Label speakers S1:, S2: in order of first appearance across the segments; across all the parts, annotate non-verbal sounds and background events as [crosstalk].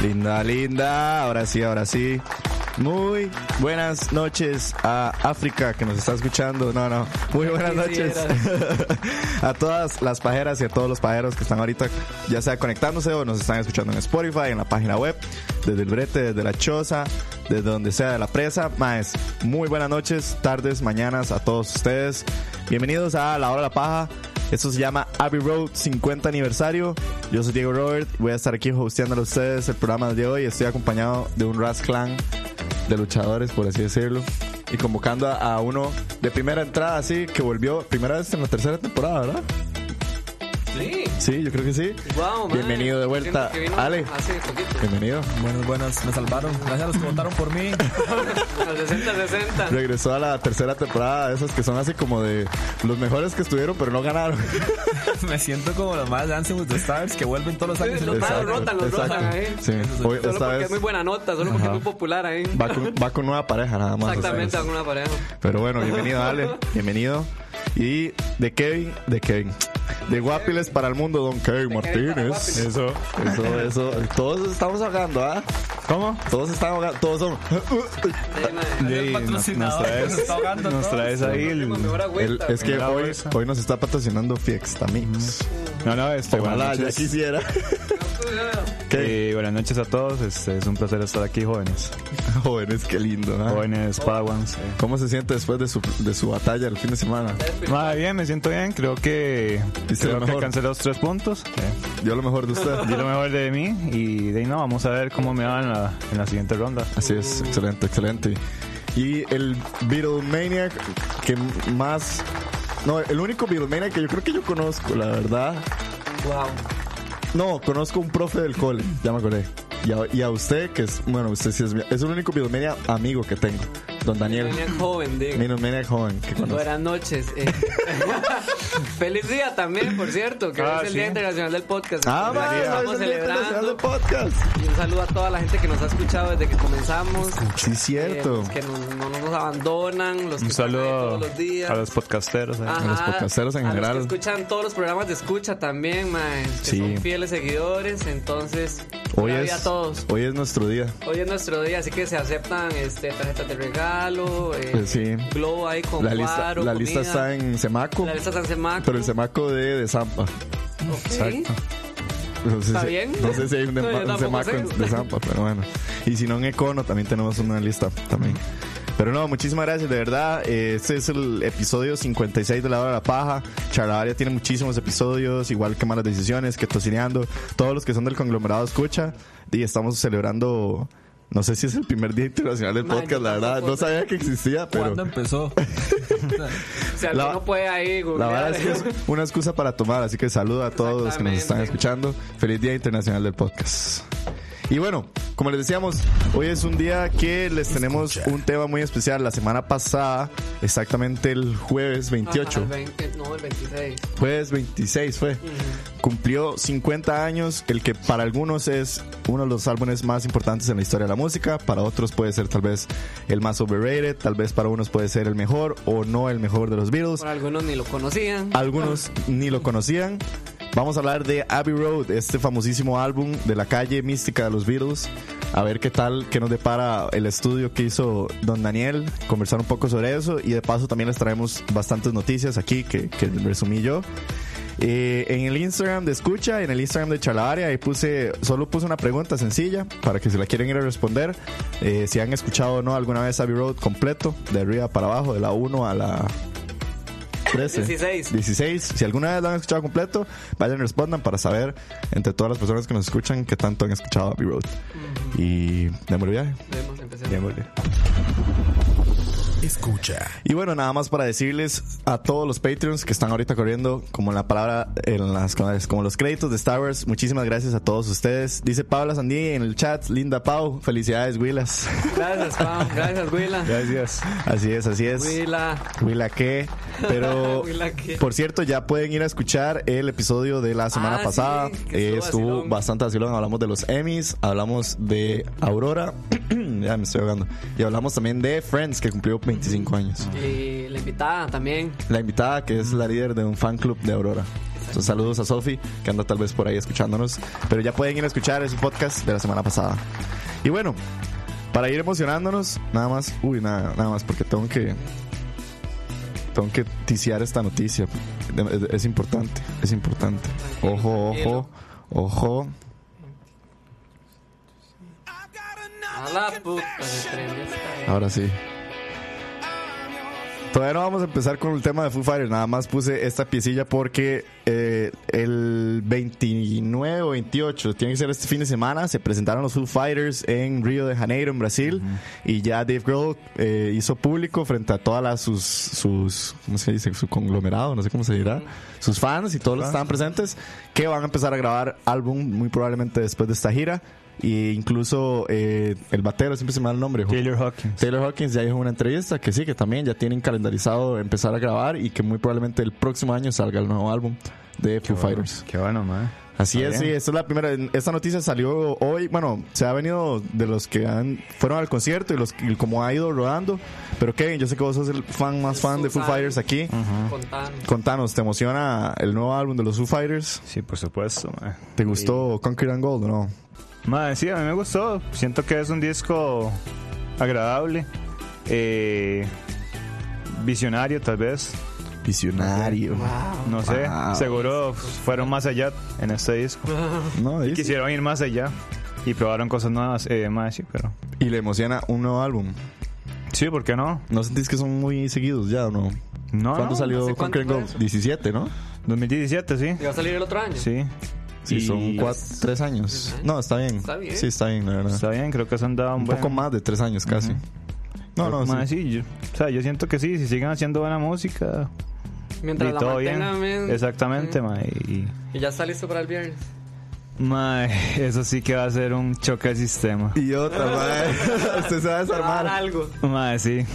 S1: Linda, linda. Ahora sí, ahora sí. Muy buenas noches a África que nos está escuchando. No, no. Muy buenas noches [laughs] a todas las pajeras y a todos los pajeros que están ahorita, ya sea conectándose o nos están escuchando en Spotify, en la página web, desde el brete, desde la choza, desde donde sea de la presa. Más, muy buenas noches, tardes, mañanas a todos ustedes. Bienvenidos a La Hora de la Paja. Esto se llama Abbey Road 50 aniversario. Yo soy Diego Robert. Voy a estar aquí hosteando a ustedes el programa de hoy. Estoy acompañado de un Raz Clan de luchadores, por así decirlo. Y convocando a, a uno de primera entrada, así que volvió primera vez en la tercera temporada, ¿verdad?
S2: Sí.
S1: Sí, yo creo que sí.
S2: Wow, man.
S1: Bienvenido de vuelta.
S2: Que vino
S1: Ale,
S2: hace poquito.
S1: bienvenido.
S3: Buenas, buenas, me salvaron. Gracias a los que votaron por
S1: [laughs]
S3: mí.
S2: Al 60-60.
S1: Regresó a la tercera temporada de esas que son así como de los mejores que estuvieron, pero no ganaron.
S3: me siento como los más Dancing with the Stars que vuelven todos los años y
S2: Los rotan,
S3: no
S1: Exacto,
S2: rotan, los
S1: exacto.
S2: rotan ahí.
S1: Sí. Hoy,
S2: Solo
S1: esta
S2: porque es
S1: vez
S2: muy buena nota, solo porque
S1: Ajá.
S2: es muy popular ahí.
S1: va con, va con nueva pareja, nada más.
S2: Exactamente,
S1: ustedes.
S2: alguna pareja.
S1: Pero bueno, bienvenido Ale, bienvenido. Y de Kevin, de Kevin. De Guapiles para el mundo, don
S2: Kevin
S1: Kevin
S2: para
S1: Martínez.
S2: Guapiles.
S1: Eso, eso, eso. Todos estamos ahogando, ¿ah?
S4: ¿Cómo?
S1: Todos están ahogando, todos son. Ah,
S2: Sí, madre.
S4: Yay, nos-
S3: patrocinador
S4: nos
S3: que
S4: traes,
S3: nos está ahogando
S4: nos
S3: todos.
S4: traes ahí el-
S2: Última mejor agüita,
S1: El- es que
S4: La
S1: hoy,
S4: bolsa. Mm.
S1: hoy nos está patrocinando Fiesta Mix.
S3: No, no, este,
S1: Ojalá
S3: buenas
S1: ya
S3: noches.
S1: quisiera. ¿Qué?
S3: Eh, buenas noches a todos. Este, es un placer estar aquí, jóvenes.
S1: Jóvenes, qué lindo. ¿no?
S3: Jóvenes Padawans. eh.
S1: ¿Cómo se siente después de su, de su batalla el fin de semana?
S3: Nada, Ah, bien, me siento bien. Creo que,
S1: Hiciste
S3: creo
S1: lo
S3: que
S1: mejor.
S3: alcancé los tres puntos.
S1: Yo lo mejor de usted.
S3: Di lo mejor de mí y de ahí no, vamos a ver cómo me va en la, en la siguiente ronda.
S1: Así es, excelente, excelente. Y el Beatlemaniac que más... No, el único Beatlemaniac que yo creo que yo conozco, la verdad. [laughs]
S2: Wow.
S1: No, conozco un profe del cole, ya me acordé. Y a, y a usted, que es... Bueno, usted sí es... mi- Es el único Beatlemaniac amigo que tengo, don Daniel.
S2: Daniel joven, digo.
S1: Beatlemaniac joven que conozco.
S2: Buenas noches.
S1: [laughs]
S2: eh. [laughs] Feliz día también, por cierto, que hoy
S3: Ah,
S2: es el
S3: sí.
S2: Día Internacional del Podcast.
S1: Ah,
S2: Entonces,
S1: vaya,
S2: estamos
S1: es el Día Internacional
S2: celebrando.
S1: del Podcast.
S2: Y un saludo a toda la gente que nos ha escuchado desde que comenzamos.
S1: Sí,
S2: eh,
S1: cierto.
S2: los que nos- no nos abandonan, los que
S3: Un
S2: están ahí
S3: saludo
S2: todos los días.
S3: a los podcasteros. eh.
S2: Ajá,
S1: a los podcasteros en
S2: a los que
S1: general.
S2: escuchan todos los programas de escucha también, mae, que
S1: Sí.
S2: son fieles seguidores, entonces
S1: Hoy
S2: gracias
S1: es,
S2: a todos.
S1: hoy es nuestro día.
S2: Hoy es nuestro día, así que se aceptan este, tarjetas de regalo, eh,
S1: Pues sí.
S2: globo ahí con
S1: La lista,
S2: guaro,
S1: la lista
S2: comida.
S1: está en Semaco,
S2: La lista está en Semaco.
S1: pero el Semaco de, de Zampa.
S2: Ok.
S1: Exacto. No sé
S2: ¿Está
S1: si-
S2: bien?
S1: No sé si hay un,
S2: No,
S1: de-
S2: yo
S1: un
S2: tampoco
S1: Semaco
S2: sé.
S1: en- de Zampa, pero bueno. Y si no, en Econo también tenemos una lista también. Pero no, muchísimas gracias, de verdad. eh, Este es el episodio 56 de La Hora de la Paja. Charlavaria tiene muchísimos episodios, igual que Malas Decisiones, que Tocineando. Todos los que son del conglomerado escucha. Y estamos celebrando, no sé si es el primer día internacional del
S2: Man, yo
S1: podcast, la verdad.
S2: tampoco
S1: No
S2: sé.
S1: sabía que existía, pero...
S4: ¿Cuándo empezó?
S2: O sea,
S1: La-
S2: uno puede ahí
S1: La
S2: googlear.
S1: verdad
S2: [laughs]
S1: es que es una excusa para tomar, así que saludo a todos los que nos están escuchando. Feliz Día Internacional del Podcast. Y bueno, como les decíamos, hoy es un día que les tenemos un tema muy especial. La semana pasada, exactamente el jueves
S2: Ajá,
S1: 28,
S2: el 20, no, el 26.
S1: jueves 26 fue, cumplió 50 años, el que para algunos es uno de los álbumes más importantes en la historia de la música, para otros puede ser tal vez el más overrated, tal vez para unos puede ser el mejor o no el mejor de los Beatles.
S2: Por algunos ni lo conocían.
S1: Algunos ni lo conocían. Vamos a hablar de Abbey Road, este famosísimo álbum de la calle mística de los Beatles. A ver qué tal, qué nos depara el estudio que hizo Don Daniel. Conversar un poco sobre eso. Y de paso también les traemos bastantes noticias aquí que, que resumí yo. Eh, en el Instagram de Escucha, en el Instagram de Chalabaria, ahí puse, solo puse una pregunta sencilla para que si la quieren ir a responder, eh, si han escuchado o no alguna vez Abbey Road completo, de arriba para abajo, de la 1 a la 13.
S2: 16.
S1: 16. Si alguna vez lo han escuchado completo, vayan y respondan para saber entre todas las personas que nos escuchan qué tanto han escuchado Abbey Road. Y démosle viaje.
S2: Vemos, empecemos.
S1: Démosle.
S5: Escucha.
S1: Y bueno, nada más para decirles a todos los Patreons que están ahorita corriendo, como la palabra en las como los créditos de Star Wars, muchísimas gracias a todos ustedes. Dice Paula Sandí en el chat, Linda Pau, felicidades, Willas. [laughs]
S2: Gracias, Pau. Gracias, Willa.
S1: Gracias. Así es, así es.
S2: Willa.
S1: Willa que, pero
S2: [laughs] Willa que.
S1: por cierto ya pueden ir a escuchar el episodio de la semana
S2: Ah,
S1: pasada.
S2: sí, que
S1: Eh,
S2: estuvo
S1: estuvo
S2: vacilón.
S1: bastante vacilón. Hablamos de los Emmys, hablamos de Aurora, [clears throat] ya me estoy ahogando, y hablamos también de Friends que cumplió 25 años.
S2: Y la invitada también.
S1: La invitada que es la líder de un fan club de Aurora. Entonces, saludos a Sofi, que anda tal vez por ahí escuchándonos. Pero ya pueden ir a escuchar ese podcast de la semana pasada. Y bueno, para ir emocionándonos, nada más, uy, nada, nada más, porque tengo que. Tengo que ticiar esta noticia. Es- Es importante, es importante. Ojo, ojo, ojo.
S2: A la puta. me prendí esta-
S1: Ahora sí. Todavía no vamos a empezar con el tema de Foo Fighters. Nada más puse esta piecilla porque eh, el 29 o 28, tiene que ser este fin de semana, se presentaron los Foo Fighters en Río de Janeiro, en Brasil. Y ya Dave Grohl eh, hizo público frente a todas las sus, sus, ¿cómo se dice? Su conglomerado, no sé cómo se dirá. Sus fans y todos los que estaban presentes, que van a empezar a grabar álbum muy probablemente después de esta gira. Y incluso eh, el batero, siempre se me da el nombre.
S3: Taylor Hawkins.
S1: Taylor Hawkins ya dijo en una entrevista que sí, que también ya tienen calendarizado empezar a grabar y que muy probablemente el próximo año salga el nuevo álbum de Foo Fighters.
S3: Qué bueno, man.
S1: Así
S3: Está
S1: es, sí,
S3: bien.
S1: esta es la primera. Esta noticia salió hoy. Bueno, se ha venido de los que han, fueron al concierto y los y como ha ido rodando. Pero Kevin, yo sé que vos sos el fan más fan de Foo
S2: Fan.
S1: Fighters aquí.
S3: Mm.
S2: Contando.
S1: Contanos, ¿te emociona el nuevo álbum de los Foo Fighters?
S3: Sí, por supuesto, man.
S1: ¿Te gustó Conquer and Gold o no?
S3: Madre, sí, a mí me gustó. Siento que es un disco agradable, eh, visionario tal vez.
S1: Visionario.
S3: No sé,
S1: Wow.
S3: seguro fueron más allá en este disco.
S1: No, dice.
S3: Quisieron ir más allá y probaron cosas nuevas, eh, más sí, pero...
S1: Y le emociona un nuevo álbum.
S3: Sí, ¿por qué no?
S1: ¿No sentís que son muy seguidos ya o no?
S3: No,
S1: ¿Cuándo
S3: no,
S1: salió
S2: no sé
S1: con
S2: cuándo Ah, fue
S1: Go?
S2: eso.
S1: 17, ¿no?
S3: 2017, sí.
S2: Y va a salir el otro año.
S3: Sí.
S1: Sí,
S3: Y-
S1: son cuatro, tres años. No, está bien.
S2: Está bien.
S1: Sí, está bien, la verdad.
S3: Está bien, creo que se han dado un,
S1: un
S3: buen-
S1: poco más de tres años casi. No, no,
S3: Mae,
S1: sí.
S3: sí, yo, o sea, yo siento que sí, si siguen haciendo buena música
S2: Mientras
S3: y
S2: la
S3: todo
S2: mantengan
S3: bien.
S2: men.
S3: Exactamente, mae, y-
S2: Y ya está listo para el viernes.
S3: mae, [laughs] eso sí que va a ser un choque al sistema.
S1: Y
S3: [laughs]
S1: otra, madre. [laughs] Usted se va a
S2: Te va a dar
S1: desarmar.
S2: algo.
S3: Mae, sí.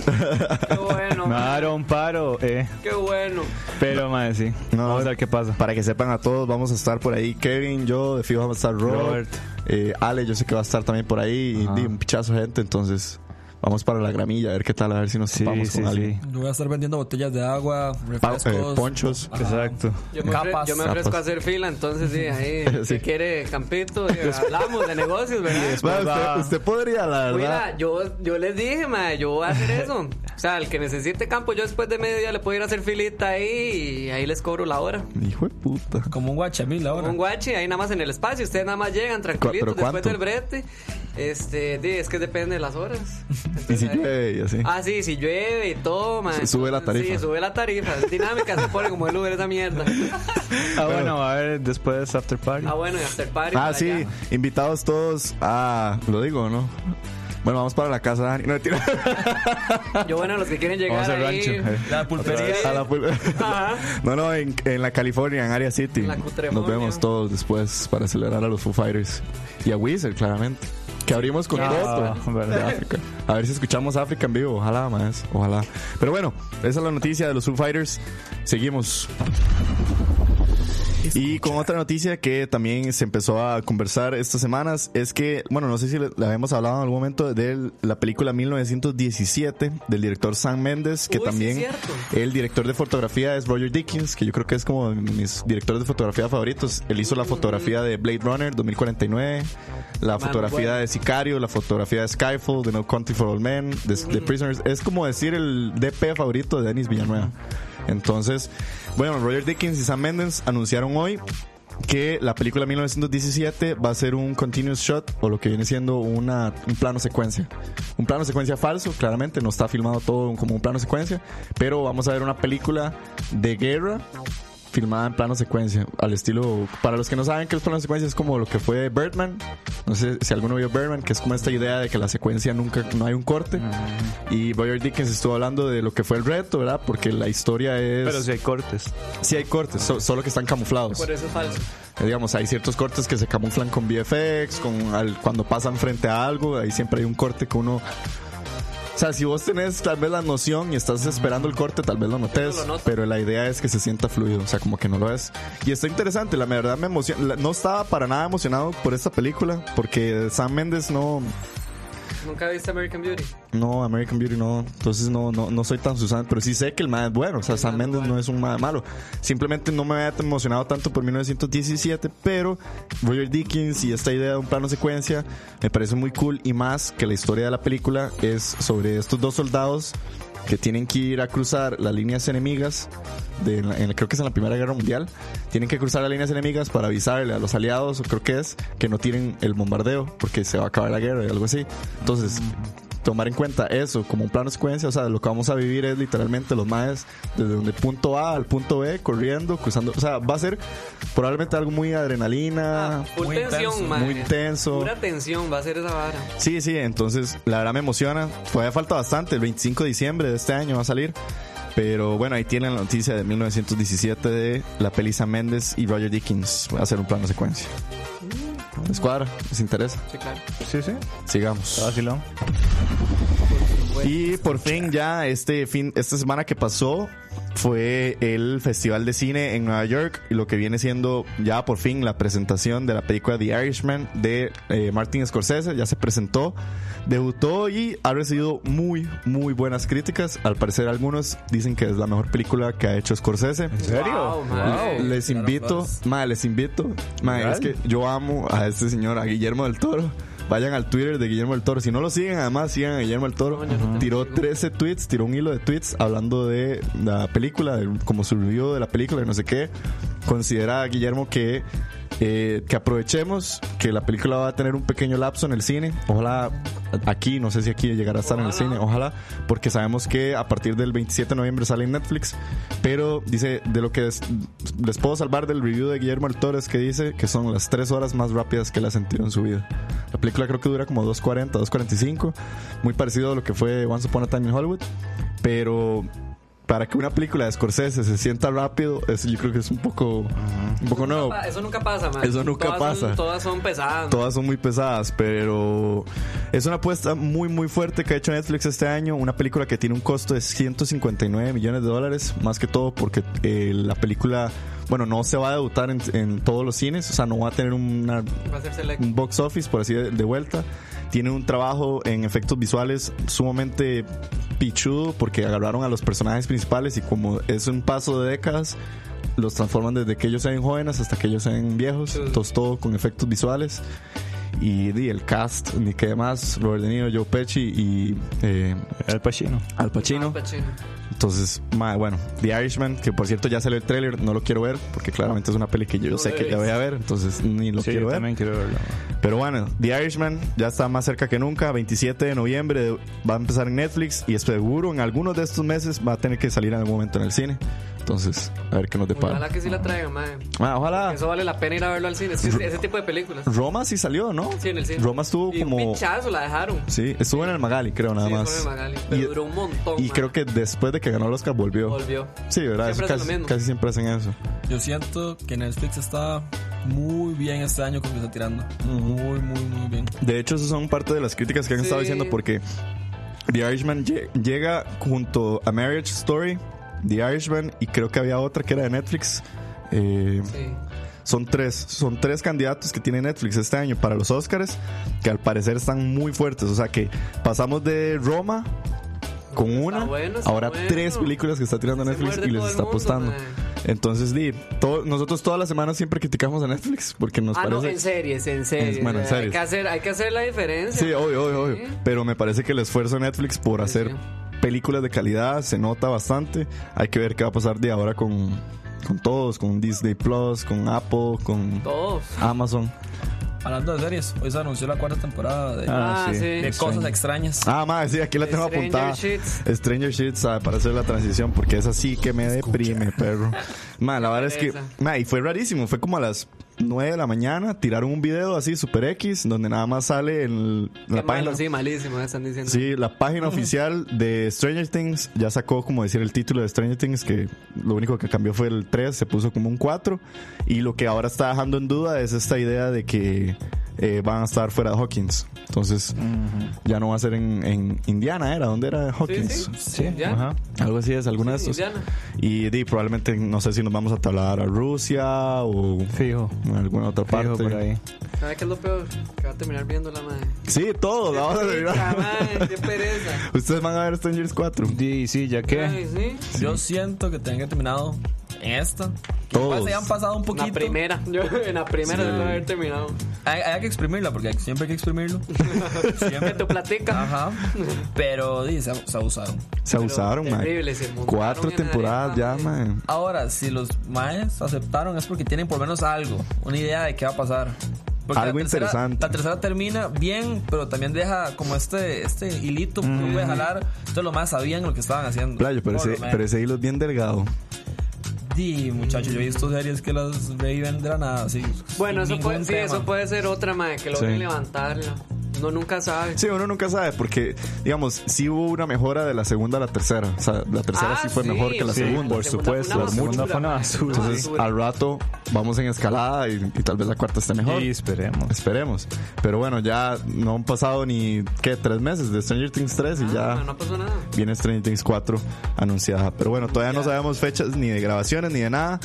S2: Qué bueno.
S3: Me va a dar un paro, eh.
S2: Qué bueno.
S3: Pero, mae, sí.
S1: No.
S3: Vamos a ver qué pasa.
S1: Para que sepan a todos, vamos a estar por ahí. Kevin, yo, de fijo vamos a estar Rob.
S3: Robert.
S1: Eh, Ale, yo sé que va a estar también por ahí. Y
S3: Ajá.
S1: di un pichazo de gente, entonces vamos para la gramilla a ver qué tal, a ver si nos
S3: Sí,
S1: topamos
S3: sí,
S1: con alguien.
S3: sí.
S4: Yo voy a estar vendiendo botellas de agua,
S1: Pa- eh,
S4: refrescos.
S1: ponchos.
S3: Exacto.
S2: Yo me, ofre-
S4: Capas.
S2: yo me ofrezco
S1: Capas.
S2: a hacer fila, entonces sí, ahí.
S1: Sí.
S2: Si quiere, Campito, eh, hablamos de negocios, ¿verdad?
S1: Bueno,
S3: va-
S1: usted, usted podría, la verdad.
S2: Mira, yo, yo les dije, madre, yo voy a hacer eso. O sea, el que necesite campo, yo después de mediodía le puedo ir a hacer filita ahí y ahí les cobro la hora.
S1: Hijo de puta.
S4: Como un guachamil ahora.
S2: Un guache ahí nada más en el espacio, ustedes nada más llegan
S1: ¿Pero
S2: tranquilitos después
S1: cuánto?
S2: del brete. Este, di, es que depende de las horas.
S1: [laughs] Y
S2: Entonces,
S1: si
S2: ahí-
S1: llueve y así.
S2: Ah, sí, si llueve y todo, man.
S1: Se sube la tarifa.
S2: Sí, sube la
S1: [laughs]
S2: tarifa. Es dinámica, se pone como el Uber esa mierda.
S3: Ah, bueno, a ver, después After Party.
S2: Ah, bueno, y after party.
S1: Ah,
S2: para
S1: sí,
S2: allá.
S1: invitados todos a. Lo digo, ¿no? Bueno, vamos para la casa de Dani. No, mentira.
S2: Yo, bueno, los que quieren llegar
S3: Vamos al
S2: ahí,
S3: rancho. Ah, eh.
S4: La pulpería.
S1: A la
S3: [laughs]
S1: pul-
S2: Ajá.
S1: No, no, en, en la California, en Area City.
S2: En la Cutremonia.
S1: Nos vemos todos después para celebrar a los Foo Fighters y a Wizard, claramente. Que abrimos con
S3: Ah,
S1: todo. [laughs]
S3: verdad.
S1: África. A ver si escuchamos África en vivo. Ojalá, más. Ojalá. Pero bueno, esa es la noticia de los Foo Fighters. Seguimos. Y con otra noticia que también se empezó a conversar estas semanas es que, bueno, no sé si le, le habíamos hablado en algún momento de la película 1917 del director Sam Mendes, que
S2: Uy, sí,
S1: también
S2: cierto.
S1: el director de fotografía es Roger Dickens, que yo creo que es como de mis directores de fotografía favoritos. Él hizo la fotografía de Blade Runner 2049, la fotografía
S2: bueno.
S1: de Sicario, la fotografía de Skyfall, de No Country for All Men, de The Prisoners. Es como decir el DP favorito de Denis Villanueva. Entonces, bueno, Roger Dickens y Sam Mendes anunciaron hoy que la película 1917 va a ser un continuous shot o lo que viene siendo una, un plano secuencia. Un plano secuencia falso, claramente, no está filmado todo como un plano secuencia, pero vamos a ver una película de guerra filmada en plano secuencia, al estilo, para los que no saben que es plano secuencia, es como lo que fue Birdman, no sé si alguno vio Birdman, que es como esta idea de que la secuencia nunca, no hay un corte, y Boyer Dickens estuvo hablando de lo que fue el reto, ¿verdad? Porque la historia es...
S3: Pero si hay cortes.
S1: sí hay cortes, so- solo que están camuflados.
S2: por eso es falso.
S1: Eh, digamos, hay ciertos cortes que se camuflan con VFX, con al- cuando pasan frente a algo, ahí siempre hay un corte que uno... O sea, si vos tenés tal vez la noción y estás esperando el corte, tal vez lo notes,
S2: No lo noto.
S1: pero la idea es que se sienta fluido, o sea, como que no lo es. Y está interesante, la verdad me emociona, la- no estaba para nada emocionado por esta película, porque Sam Mendes no,
S2: Nunca viste American Beauty.
S1: no, American Beauty no. Entonces no, no, no soy tan Susan, pero sí sé que el más es bueno. O sea, Sam Mendes no es un más malo. Simplemente no me había emocionado tanto por 1917, pero Roger Dickens y esta idea de un plano secuencia me parece muy cool y más que la historia de la película es sobre estos dos soldados que tienen que ir a cruzar las líneas enemigas, de la- en la- creo que es en la Primera Guerra Mundial, tienen que cruzar las líneas enemigas para avisarle a los aliados, o creo que es, que no tienen el bombardeo porque se va a acabar la guerra y algo así. Entonces, tomar en cuenta eso como un plano secuencia, o sea, lo que vamos a vivir es literalmente los maes desde donde punto A al punto B, corriendo, cruzando, o sea, va a ser probablemente algo muy adrenalina,
S2: Full
S4: Ah, muy
S2: tensión,
S4: intenso,
S2: madre.
S1: muy intenso.
S2: Pura tensión va a ser esa vara.
S1: Sí, sí, entonces la verdad me emociona. Todavía falta bastante, el 25 de diciembre de este año va a salir. Pero bueno, ahí tienen la noticia de 1917 de la Pelisa Méndez y Roger Dickens. Voy a hacer un plano secuencia. ¿Les cuadra? ¿Les interesa?
S2: Sí, claro.
S3: Sí, Ah, sí.
S1: Sigamos.
S3: Vacilón.
S1: Y por fin ya este fin, esta semana que pasó fue el Festival de Cine en Nueva York y lo que viene siendo ya por fin la presentación de la película The Irishman de eh, Martin Scorsese, ya se presentó, debutó y ha recibido muy, muy buenas críticas. Al parecer algunos dicen que es la mejor película que ha hecho Scorsese.
S3: ¿En serio?
S2: Wow, madre.
S1: Les invito,
S4: carambas.
S1: ma, les invito. Ma,
S3: ¿Real?
S1: es que yo amo a este señor, a Guillermo del Toro. Vayan al Twitter de Guillermo del Toro. Si no lo siguen, además sigan a Guillermo del
S2: No,
S1: Toro.
S2: yo no te
S1: tiró
S2: sigo.
S1: 13 tweets, tiró un hilo de tweets hablando de la película, de- como su review de la película y no sé qué. Considera Guillermo que, eh, que aprovechemos que la película va a tener un pequeño lapso en el cine. Ojalá aquí, no sé si aquí llegará a estar en el
S2: Ojalá.
S1: cine, ojalá, porque sabemos que a partir del 27 de noviembre sale en Netflix. Pero dice, de lo que es- les puedo salvar del review de Guillermo del Toro es que dice que son las tres horas más rápidas que él ha sentido en su vida. La película creo que dura como 2.40, 2.45, muy parecido a lo que fue Once Upon a Time in Hollywood. Pero para que una película de Scorsese se sienta rápido, eso yo creo que es un poco, un poco nuevo.
S2: Pa- Eso nunca pasa, man.
S1: Eso nunca
S2: Todas son-
S1: pasa.
S2: todas son pesadas.
S1: Todas son muy pesadas, pero es una apuesta muy, muy fuerte que ha hecho Netflix este año. Una película que tiene un costo de 159 millones de dólares, más que todo porque eh, la película, bueno, no se va a debutar en, en todos los cines, o sea, no va a tener una-
S2: Va a ser select.
S1: un box office, por así de, de vuelta. Tiene un trabajo en efectos visuales sumamente pichudo porque agarraron a los personajes principales y como es un paso de décadas, los transforman desde que ellos sean jóvenes hasta que ellos sean viejos.
S2: Sí.
S1: Entonces todo con efectos visuales. Y, di, el cast, ni que más, Robert De Niro, Joe Pesci y eh,
S3: El Pachino.
S1: Al Pacino.
S2: Ah, Pacino.
S1: Entonces, ma, bueno, The Irishman, que por cierto ya salió el tráiler, no lo quiero ver porque claramente es una peli que yo
S2: No
S1: sé
S2: la he
S1: que ya voy a ver, entonces ni lo
S3: sí,
S1: quiero
S3: yo
S1: ver.
S3: también quiero verlo.
S1: Pero bueno, The Irishman ya está más cerca que nunca. 27 de noviembre va a empezar en Netflix y seguro en algunos de estos meses va a tener que salir en algún momento en el cine. Entonces, a ver qué nos depara.
S2: Ojalá que sí la traigan, man.
S1: Ah, ojalá.
S2: Eso vale la pena ir a verlo al cine. Es que ese, ese tipo de películas.
S1: Roma sí salió, ¿no?
S2: Sí, en el cine.
S1: Roma estuvo
S2: Y Un
S1: como.
S2: pinchazo la dejaron.
S1: Sí, estuvo en el Magali, creo, nada
S2: Sí,
S1: más.
S2: fue en el Magali, pero duró un montón,
S1: Y
S2: man.
S1: creo que después de que ganó el Oscar volvió.
S2: Volvió.
S1: Sí, ¿verdad?
S2: Siempre
S1: Eso
S2: hacen lo
S1: casi,
S2: mismo.
S1: casi siempre hacen eso.
S4: Yo siento que Netflix está muy bien este año con lo que está tirando. Muy, muy, muy bien.
S1: De hecho, esas son parte de las críticas que han
S2: Sí.
S1: estado diciendo porque The Irishman lle- llega junto a Marriage Story, The Irishman y creo que había otra que era de Netflix. Eh,
S2: Sí.
S1: Son tres, son tres candidatos que tiene Netflix este año para los Oscars que al parecer están muy fuertes. O sea que pasamos de Roma con
S2: Está
S1: una,
S2: bueno, está
S1: ahora
S2: bueno.
S1: tres películas que está tirando
S2: Se
S1: Netflix
S2: muerde
S1: y les
S2: todo el
S1: está
S2: mundo,
S1: apostando.
S2: mae.
S1: Entonces, di, todo- nosotros todas las semanas siempre criticamos a Netflix porque nos
S2: Ah, no,
S1: parece
S2: en series, en series.
S1: bueno, en
S2: Hay
S1: series.
S2: que hacer, hay que hacer la diferencia.
S1: Sí, obvio, obvio,
S2: Sí.
S1: obvio. Pero me parece que el esfuerzo de Netflix por hacer
S2: sí.
S1: películas de calidad se nota bastante. Hay que ver qué va a pasar de ahora con, con todos, con Disney Plus, con Apple, con
S2: Todos.
S1: Amazon.
S4: Hablando de series, hoy se anunció la cuarta temporada de,
S2: Ah, sí.
S4: de cosas extrañas.
S1: Ah, madre, sí, aquí la tengo
S2: Stranger
S1: apuntada.
S2: Sheets.
S1: Stranger Sheets, ah, para hacer la transición, porque es así que me deprime,
S2: [laughs]
S1: perro. Madre, la verdad es que,
S2: pereza.
S1: madre, y fue rarísimo, fue como a las 9 de la mañana, tiraron un video así, super X, donde nada más sale en la
S2: Qué
S1: página.
S2: malo, sí, malísimo, están diciendo.
S1: Sí, la página oficial de Stranger Things ya sacó, como decir, el título de Stranger Things, que lo único que cambió fue el 3, se puso como un 4. Y lo que ahora está dejando en duda es esta idea de que eh, van a estar fuera de Hawkins. Entonces, ya no va a ser en, en Indiana, ¿era? ¿Dónde era
S2: sí,
S1: Hawkins?
S2: sí. ¿Ya?
S3: Ajá.
S1: Algo así es, alguna
S2: Sí,
S1: de estos.
S2: Indiana.
S1: Y di, probablemente, no sé si nos vamos a trasladar a Rusia o
S3: Fijo.
S1: en alguna otra parte.
S3: Fijo por ahí.
S2: ¿Sabes qué es lo peor? Que va a terminar viendo la madre.
S1: Sí, todo, la vamos a
S2: Puta madre,
S1: terminar.
S2: Qué pereza.
S1: [laughs] Ustedes van a ver Stranger Things 4.
S3: Sí, sí, ya
S2: Ay,
S3: que.
S2: sí.
S4: Yo siento que tengan que terminado en esta. Que
S1: Todos.
S4: igual se hayan pasado un
S2: La
S4: poquito.
S2: primera. [laughs] Yo en la primera debo haber terminado.
S4: Hay, hay que exprimirla porque hay- siempre hay que exprimirlo.
S2: Que
S4: siempre.
S2: tú platicas. [laughs]
S4: Ajá. Pero dice, se, se abusaron.
S1: Se abusaron, man.
S2: terrible, se montaron
S1: Cuatro
S2: en la
S1: temporadas ya,
S2: arena, mae.
S1: man.
S4: Ahora, si los maes aceptaron es porque tienen por lo menos algo, una idea de qué va a pasar. Porque
S1: Algo
S4: la tercera-
S1: interesante.
S4: La tercera termina bien, pero también deja como este, este hilito que uno puede jalar. Entonces los maes sabían lo que estaban haciendo.
S1: Mm. Playo, pero
S4: Por
S1: ese,
S4: lo menos.
S1: pero ese hilo es bien delgado.
S4: Di, muchachos, yo he visto series que las reviven de la nada, sí.
S2: Bueno,
S4: sin
S2: eso puede,
S4: ningún
S2: sí,
S4: tema.
S2: eso puede ser otra, madre, que logren
S1: Sí.
S2: levantarla. No, nunca sabe.
S1: Sí, uno nunca sabe, porque, digamos, sí hubo una mejora de la segunda a la tercera. O sea, la tercera
S2: Ah,
S1: sí fue
S2: sí,
S1: mejor que la
S2: sí,
S1: segunda.
S2: por supuesto.
S3: La segunda fue una basura.
S1: Entonces,
S2: basura.
S1: al rato vamos en escalada y, y tal vez la cuarta esté mejor.
S3: Y esperemos.
S1: Esperemos. Pero bueno, ya no han pasado ni, ¿qué? Tres meses de Stranger Things 3 y ya.
S2: Ah, no pasó nada.
S1: viene Stranger Things 4 anunciada. Pero bueno, todavía no sabemos fechas ni de grabaciones ni de nada.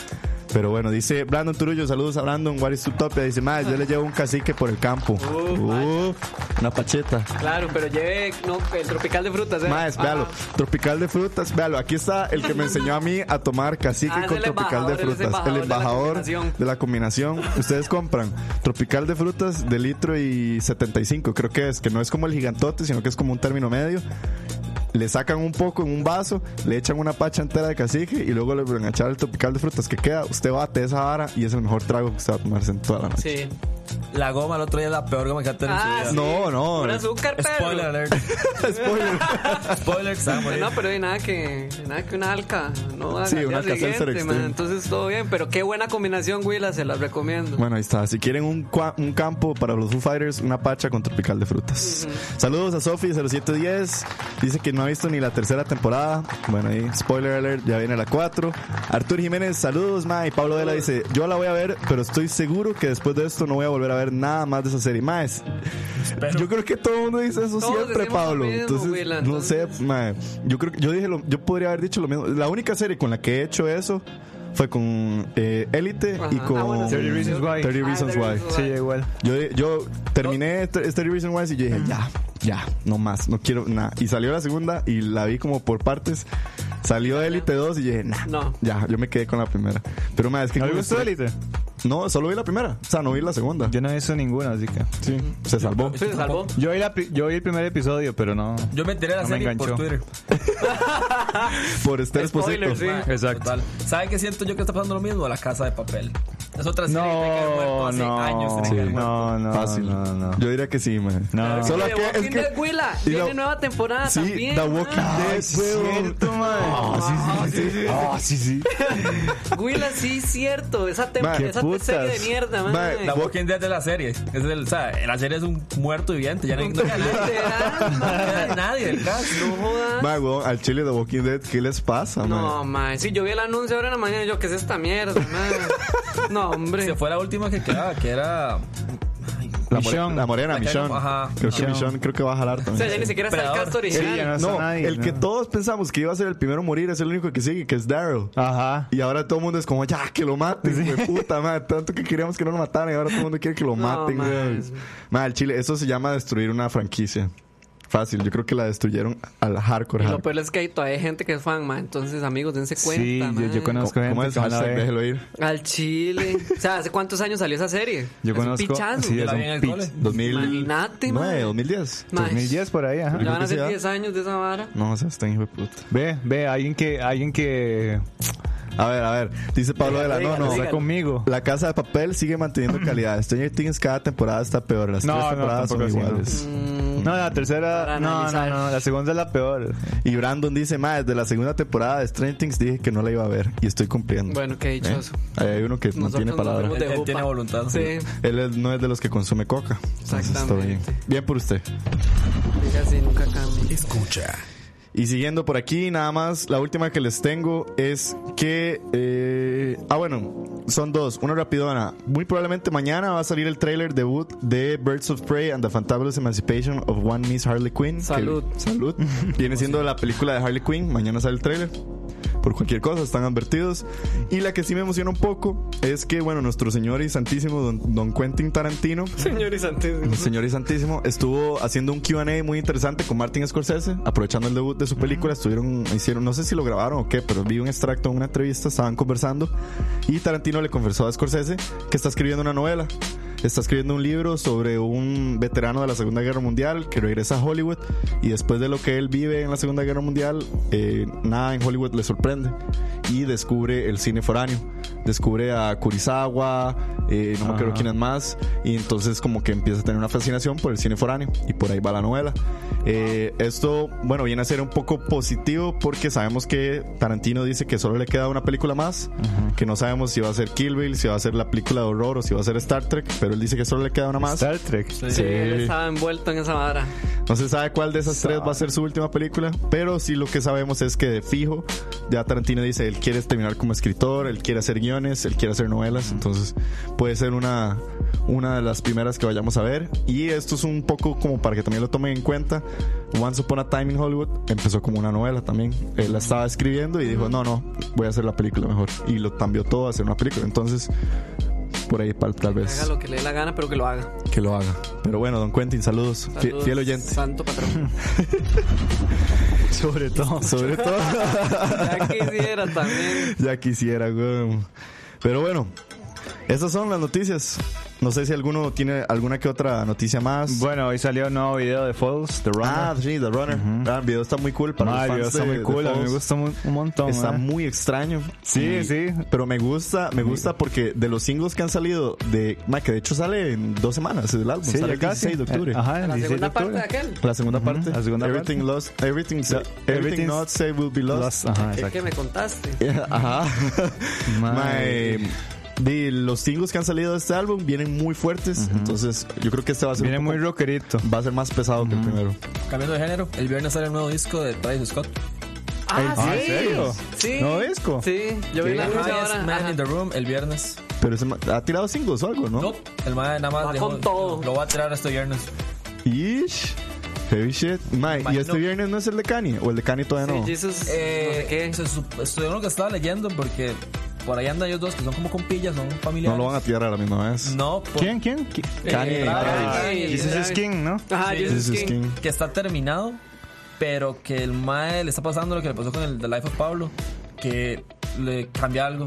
S1: Pero bueno, dice Brandon Turullo, saludos a Brandon, What is Utopia. Dice, madre, yo le llevo un cacique por el campo.
S2: Uf,
S1: Uf, una pacheta.
S2: Claro, pero lleve no, el tropical de frutas, ¿eh?
S1: Más, véalo. Tropical de frutas, véalo. Aquí está
S2: [laughs]
S1: el que me enseñó a mí a tomar cacique
S2: Ah, es
S1: con
S2: el
S1: tropical
S2: embajador,
S1: de
S2: es el
S1: frutas. El
S2: embajador
S1: embajador
S2: de la combinación.
S1: de la combinación. Ustedes compran tropical de frutas de litro y 75, creo que es, que no es como el gigantote, sino que es como un término medio. Le sacan un poco en un vaso, le echan una pacha entera de cacique y luego le vuelven a echar el tropical de frutas que queda. Usted bate esa vara y es el mejor trago que usted va a tomarse en toda la noche.
S2: Sí.
S4: La goma el otro día es la peor goma que ha tenido
S2: Ah,
S4: en su
S2: sí.
S4: vida.
S1: No, no.
S2: Un azúcar, pero.
S4: Spoiler alert.
S1: [laughs] Spoiler.
S4: Spoiler que se va a
S2: [laughs]
S4: morir.
S2: No, pero hay nada que, nada que una alca. No haga
S1: Sí,
S2: al
S1: una
S2: día
S1: Alka-Seltzer
S2: siguiente,
S1: Extreme.
S2: man. Entonces todo bien, pero qué buena combinación, Willa, se las recomiendo.
S1: Bueno, ahí está. Si quieren un, cua- un campo para los Foo Fighters, una pacha con tropical de frutas. Saludos a Sofi0710. Dice que no ha visto ni la tercera temporada. Bueno, ahí, spoiler alert, ya viene la 4. Artur Jiménez, saludos, ma. Y Pablo Vela dice: Yo la voy a ver, pero estoy seguro que después de esto no voy a volver a ver nada más de esa serie. Ma, es- yo creo que todo el mundo dice eso
S2: Todos
S1: siempre,
S2: decimos lo
S1: Pablo.
S2: mismo,
S1: entonces,
S2: Willa,
S1: no sé, ma. Yo creo que yo dije, lo- yo podría haber dicho lo mismo. La única serie con la que he hecho eso fue con eh, Élite y
S2: Ajá.
S1: con.
S2: Ah, bueno, sí.
S3: 30 Reasons Why.
S1: 30
S2: Ah,
S1: Reasons
S2: 30
S1: Why.
S2: Reasons
S3: Sí, igual.
S1: Yo, yo terminé este este Reason Why y yo dije, ya, ya, no más, no quiero nada. Y salió la segunda y la vi como por partes. Salió Elite 2 y yo dije, nah,
S2: No.
S1: ya, yo me quedé con la primera. Pero más, es que.
S3: ¿No
S1: con
S3: viste
S1: los tres-
S3: Elite?
S1: No, solo vi la primera. O sea, no vi la segunda.
S3: Yo no he visto ninguna, así que.
S1: Sí, se salvó.
S2: Sí, se salvó.
S3: Yo vi, la pri- yo vi el primer episodio, pero no.
S4: Yo me enteré de la
S3: No me
S4: serie por
S3: enganchó.
S4: Twitter.
S1: Por Esther
S2: Spoiler,
S1: Esposito.
S2: sí.
S3: Exacto.
S4: Total. ¿Sabe qué siento yo que está pasando lo mismo? La casa de papel. Es otra serie que tenía que haber muerto
S3: No,
S4: hace
S3: no,
S4: años. tenía que haber muerto.
S3: no, no,
S1: Fácil.
S3: no, no.
S1: Yo diría que sí, man.
S3: No.
S1: Solo
S2: The
S1: que es
S2: Walking
S1: que.
S2: Dead, Willa,
S1: y la-
S2: tiene nueva temporada
S1: Sí,
S2: también.
S1: The Walking
S2: ah.
S1: Dead,
S3: sí,
S1: huevón.
S3: cierto, mae.
S1: Ah, sí, sí, sí.
S3: Ah, sí, sí.
S2: Willa, sí, cierto. Esa, tem-
S1: Ma, qué
S2: esa serie de
S1: putas.
S2: mierda,
S1: Ma,
S2: man.
S4: La Walking Dead de la serie. Es el, o sea, la serie es un muerto viviente. Ya no no queda nadie.
S2: Literal,
S4: No
S2: ma.
S4: queda nadie del cast.
S2: No jodas.
S1: Ma, weón, al chile de Walking Dead, ¿qué les pasa,
S2: No,
S1: man?
S2: man. Sí, yo vi el anuncio ahora en la mañana y yo, ¿qué es esta mierda, man? No, hombre.
S4: [laughs] Se fue la última que quedaba, que era. Ay,
S1: La, more-
S3: Michonne.
S1: la morena,
S4: La que-
S1: Michonne.
S4: ajá.
S1: Creo que
S3: Michonne.
S1: Michonne creo que va a jalar
S2: O
S1: también.
S2: sea, ya ni siquiera está el
S4: Predador.
S2: cast original.
S3: Sí, ya no está
S1: No,
S3: nadie,
S1: el
S3: no.
S1: que todos pensamos que iba a ser el primero a morir es el único que sigue, que es Daryl.
S3: Ajá.
S1: Y ahora todo el mundo es como, ya, que lo maten,
S3: Sí.
S1: güey, puta, madre. Tanto que queríamos que no lo mataran y ahora todo el mundo quiere que lo maten,
S2: man.
S1: güey. Madre, el chile, eso se llama destruir una franquicia. Fácil, yo creo que la destruyeron al hardcore.
S2: Y lo
S1: hardcore.
S2: peor es que hay todavía gente que es fan, man. Entonces, amigos, dense cuenta,
S3: Sí, yo,
S2: man.
S3: yo conozco
S1: ¿Cómo,
S3: gente
S1: cómo es?
S3: que van a
S1: Hashtag,
S3: ver.
S1: déjelo ir.
S2: Al Chile. O sea, ¿hace cuántos años salió esa serie?
S3: Yo
S2: Es un
S3: conozco.
S2: pichazo.
S3: Sí,
S4: Yo
S3: es
S4: la vi en
S3: un
S4: el
S3: pitch.
S4: cole.
S1: 2000.
S2: Imagínate, man.
S1: 9, 2010.
S2: Ma,
S3: 2010 por ahí,
S2: Ya
S3: ajá.
S2: van a ser
S1: publicidad.
S2: 10 años de esa vara.
S1: No, o sea, está hijo de puta.
S3: Ve, ve, alguien que, alguien que
S1: A ver, a ver. Dice Pablo de la. No,
S2: dígalo,
S1: no.
S3: está
S2: dígalo.
S3: conmigo.
S1: La casa de papel sigue manteniendo calidad. Stranger Things cada temporada está peor. Las
S3: No,
S1: tres
S3: no,
S1: temporadas son
S3: tampoco así,
S1: iguales.
S3: No, la tercera,
S2: Para
S3: no, no,
S2: analizar.
S3: no, la segunda es la peor.
S1: Y Brandon dice, ma, desde la segunda temporada de Stranger Things dije que no la iba a ver y estoy cumpliendo. ¿Eh?
S2: Bueno, qué dichoso.
S1: Ahí hay uno que no
S2: Nosotros
S1: tiene
S2: nos
S1: palabra.
S2: vemos
S4: Él- él
S2: jupa.
S4: tiene voluntad.
S2: Sí,
S1: Él es- no es de los que consume coca. Entonces, está bien.
S2: Exactamente.
S1: Bien por usted.
S2: ella sí
S5: [laughs]
S2: nunca cambia.
S5: Escucha.
S1: Y siguiendo por aquí, nada más, la última que les tengo es que... eh, ah, bueno, son dos. Una rapidona. Muy probablemente mañana va a salir el trailer debut de Birds of Prey and the Fantabulous Emancipation of One Miss Harley Quinn. que-
S2: Salud.
S1: salud. Viene siendo la película de Harley Quinn. Mañana sale el trailer. Por cualquier cosa, están advertidos. Y la que sí me emociona un poco es que, bueno, nuestro señor y santísimo don, don Quentin Tarantino
S2: Señores, antes.
S1: Señor y Santísimo, estuvo haciendo un QA muy interesante con Martin Scorsese, aprovechando el debut de su película. Estuvieron, hicieron, no sé si lo grabaron o qué, pero vi un extracto de una entrevista, estaban conversando y Tarantino le confesó a Scorsese que está escribiendo una novela. Está escribiendo un libro sobre un veterano de la Segunda Guerra Mundial que regresa a Hollywood y después de lo que él vive en la Segunda Guerra Mundial, eh, nada en Hollywood le sorprende y descubre el cine foráneo. Descubre a Kurizawa, eh, no me acuerdo
S3: Ajá.
S1: quién más y entonces como que empieza a tener una fascinación por el cine foráneo y por ahí va la novela. Eh, esto, bueno, viene a ser un poco positivo porque sabemos que Tarantino dice que solo le queda una película más, que no sabemos si va a ser Kill Bill, si va a ser la película de horror o si va a ser Star Trek, pero él dice que solo le queda una más.
S3: Star Trek.
S2: Sí, él estaba envuelto en esa vara.
S1: No se sabe cuál de esas tres va a ser su última película, pero sí lo que sabemos es que de fijo, ya Tarantino dice, él quiere terminar como escritor, él quiere hacer guiones, él quiere hacer novelas, entonces puede ser una, una de las primeras que vayamos a ver. Y esto es un poco como para que también lo tomen en cuenta, Once Upon a Time in Hollywood empezó como una novela también, él la estaba escribiendo y dijo, no, no, voy a hacer la película mejor, y lo cambió todo a hacer una película, entonces... Por ahí pal- tal vez
S2: Haga lo que le dé la gana, pero que lo haga.
S1: que lo haga. Pero bueno, don Quentin, saludos. Fie-
S2: Saludos,
S1: Fiel oyente.
S2: Santo patrón.
S3: Sobre
S1: [laughs]
S3: todo.
S1: Sobre todo.
S2: Ya quisiera también.
S1: [laughs] ya quisiera, weón. Pero bueno, esas son las noticias. No sé si alguno tiene alguna que otra noticia más.
S3: Bueno, hoy salió un nuevo video de Falls, The Runner.
S1: ah, sí, The Runner. Ah, el video está muy cool para
S3: Madre,
S1: los fans
S3: está
S1: de-
S3: muy
S1: de
S3: cool, a mí me
S1: Falls.
S3: gusta mu- un montón.
S1: Está
S3: madre.
S1: muy extraño.
S3: Sí, sí.
S1: Pero me gusta, me gusta porque de los singles que han salido de... ma, que de hecho sale en dos semanas el álbum.
S3: Sí,
S1: sale
S3: ya
S1: el
S3: casi.
S1: 16 de octubre.
S3: Eh, Ajá, el
S2: La
S3: 16 de
S2: segunda parte
S3: octubre.
S2: de aquel.
S1: La segunda parte.
S3: la segunda
S1: everything
S3: parte.
S1: Lost, everything, sa- everything,
S3: everything's
S1: not saved will be lost.
S3: Lost, Ajá,
S2: El que
S3: exacto.
S2: me contaste.
S1: [laughs] Ajá.
S3: Mae.
S1: Mae, di, los singles que han salido de este álbum vienen muy fuertes. Entonces, yo creo que este va a ser,
S3: Viene
S1: un
S3: muy
S1: poco-
S3: rockerito.
S1: va a ser más pesado que el primero.
S4: Cambiando de género, el viernes sale el nuevo disco de Travis Scott.
S2: Ah,
S3: Ah, ¿en serio?
S2: Sí.
S3: ¿Nuevo disco?
S2: Sí, yo vi la
S4: Ajá,
S2: noche
S4: Ah, es
S2: ahora.
S4: Man
S2: ajá.
S4: in the Room el viernes.
S1: Pero ese ma- ha tirado singles o algo, ¿no?
S4: No, el mae nada más
S2: Va con todo.
S4: Lo va a tirar este viernes.
S1: Ish. Heavy shit. Mae, ¿y
S4: Imagino-
S1: este viernes no es el de Kanye? ¿O el de Kanye todavía no?
S2: Sí, Jesus,
S4: Eh,
S2: no sé qué.
S4: se sup- según lo que estaba leyendo, porque por ahí andan ellos dos que son como compillas, son
S1: no
S4: familiares.
S1: lo van a tirar a la misma vez.
S4: No, por-
S3: ¿Quién? ¿Quién? ¿Qui-
S4: eh,
S1: Kanye y
S4: Travis.
S1: Travis.
S4: Kanye y
S3: Jesus
S4: Travis.
S3: is King, ¿no?
S2: Ajá,
S4: Sí.
S2: Jesus,
S1: Jesus
S2: King.
S1: King.
S4: que está terminado, pero que el mae le está pasando lo que le pasó con el The Life of Pablo, que le cambia algo,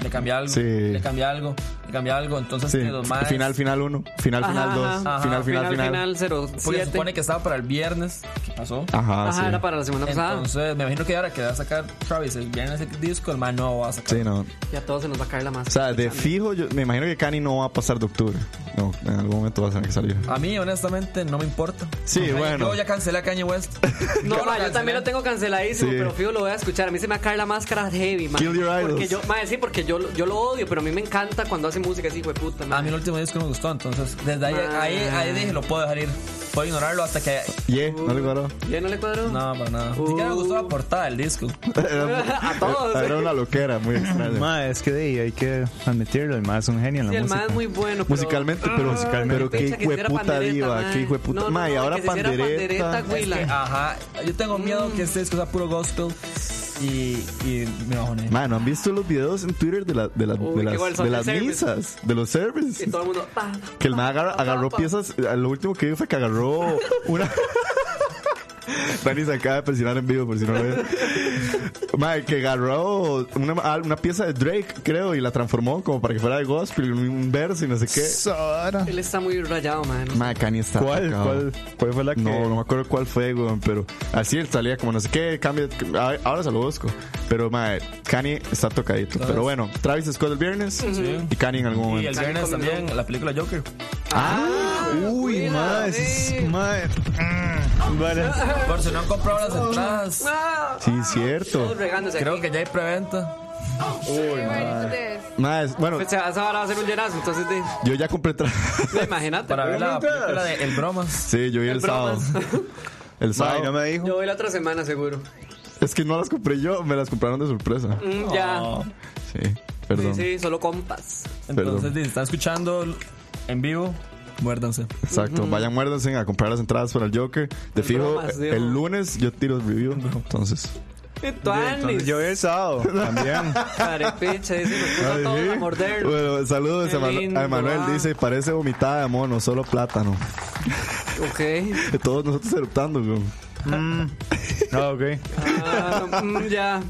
S4: le cambia algo,
S1: Sí.
S4: le cambia algo, le cambia algo, entonces
S1: Sí.
S4: que los maes
S1: Final, final uno. Final,
S2: Ajá,
S1: final dos.
S2: ajá.
S1: Final, final, final.
S2: Final, cero
S4: porque se
S2: siete.
S4: supone que estaba para el viernes, ¿qué pasó?
S1: Ajá,
S2: Ajá,
S1: Ah, sí.
S2: era para la semana pasada.
S4: Entonces, me imagino que ahora que va a sacar Travis el viernes el disco, el mae no va a sacar.
S1: Sí, no.
S2: Ya a todos se nos va a caer la masa.
S1: O sea, de fijo, yo me imagino que Kanye no va a pasar de octubre. No, en algún momento va a tener que salir.
S2: Ah,
S4: A mí, honestamente, no me importa.
S1: Sí,
S4: Kanye-
S1: bueno.
S4: Yo ya cancelé a
S1: [laughs]
S4: Kanye West.
S2: No, ma,
S4: Yo
S2: yo
S4: cancelé.
S2: también lo tengo canceladísimo,
S1: Sí.
S2: pero fijo, lo voy a escuchar. A mí se me va a caer la máscara heavy, man.
S1: Kill your idols.
S2: Porque yo, ma, sí, porque yo, yo lo odio, pero a mí me encanta cuando hace música así, hijo de puta, ma.
S4: A mí el último disco no me gustó, entonces desde ahí,
S2: Ah.
S4: ahí, ahí dije, lo puedo dejar ir. Puedo ignorarlo hasta que...
S1: Yeah, no le
S2: uh. [laughs]
S1: paró. [laughs]
S2: ¿Ya no le cuadró?
S4: No, para nada.
S2: Uh.
S4: Ni siquiera me gustó la portada del disco.
S2: A todos.
S1: Era una loquera muy extraña.
S3: Mae, es que de ahí hay que admitirlo. El mae es un genio en la
S2: Sí, el
S3: música.
S2: man es muy bueno. pero- Ah,
S1: Musicalmente, pero,
S3: musicalmente.
S1: pero qué
S2: Picha que si era
S1: hijueputa
S2: pandereta,
S1: diva,
S2: ma.
S1: qué hijueputa.
S2: No, no,
S1: ma, y
S2: no,
S1: ahora
S2: que ah, si hiciera
S1: pandereta.
S2: pandereta, güey, la- Mm.
S4: Ajá. Yo tengo miedo que este disco sea puro gospel y, y me bajoné.
S1: Ma, ¿no han visto los videos en Twitter de, la- de, la-
S2: Uy,
S1: de
S2: qué
S1: las,
S2: igual son
S1: de
S2: de
S1: las
S2: service.
S1: misas? De los services.
S2: Y todo el mundo. pa,
S1: Que el
S2: pa,
S1: man agarra-
S2: pa, pa,
S1: agarró
S2: pa.
S1: piezas. eh, Lo último que vi fue que agarró
S2: [laughs]
S1: una. Dani se acaba de presionar en vivo, por si no lo ven. Mae, que agarró una, una pieza de Drake, creo, y la transformó como para que fuera de gospel, un verso y no sé qué.
S3: Sara.
S2: Él está muy rayado, man.
S1: Mae, Kanye está
S3: ¿Cuál,
S1: atacado.
S3: cuál, ¿Cuál fue la que.?
S1: No, no me acuerdo cuál fue, güey, pero así él salía como no sé qué, cambio, a- ahora se lo busco. Pero, mae, Kanye está tocadito. Pero bueno, Travis Scott el viernes y Kanye en algún
S4: Y
S1: momento.
S4: el viernes también la película Joker.
S1: Ah,
S3: Uy, mae. es-
S2: eh.
S3: Mae. Mm, Vale.
S4: Por si no han comprado las entradas,
S2: Ah,
S1: sí, cierto.
S2: todos regándose.
S4: creo
S2: aquí.
S4: que ya hay preventa.
S1: Mae, bueno,
S2: Pues, esa hora va a ser un llenazo, entonces, de,
S1: yo ya compré tra- [laughs]
S2: de- imagínate.
S4: Para ver la
S3: ¿Entradas?
S4: película de El Bromas.
S1: Sí, yo vi el, sábado.
S2: bromas.
S1: [laughs] El
S3: Mae, no
S1: sábado.
S3: me dijo.
S2: Yo voy la otra semana, seguro.
S1: Es que no las compré yo, me las compraron de sorpresa.
S2: Mm, ya.
S1: Sí, perdón.
S2: Sí, sí, solo compas.
S4: Entonces,
S1: Perdón.
S4: si están escuchando en vivo, muérdanse.
S1: Exacto, vayan muérdense a comprar las entradas para el Joker. De fijo,
S2: bromas, dijo.
S1: el lunes yo tiro el review, entonces.
S2: Y tú, Andis.
S3: Yo vi el sábado también.
S2: [laughs] Carepicha, dice, nos puso a todos a morder.
S1: Bueno, saludos
S2: Qué
S1: a, Manu-
S2: lindo,
S1: a Manuel.
S2: ah.
S1: Dice, parece vomitada de mono, solo plátano. [laughs]
S2: Ok.
S1: Todos nosotros eruptando, güey.
S3: No, ok.
S2: Ah, mm, ya.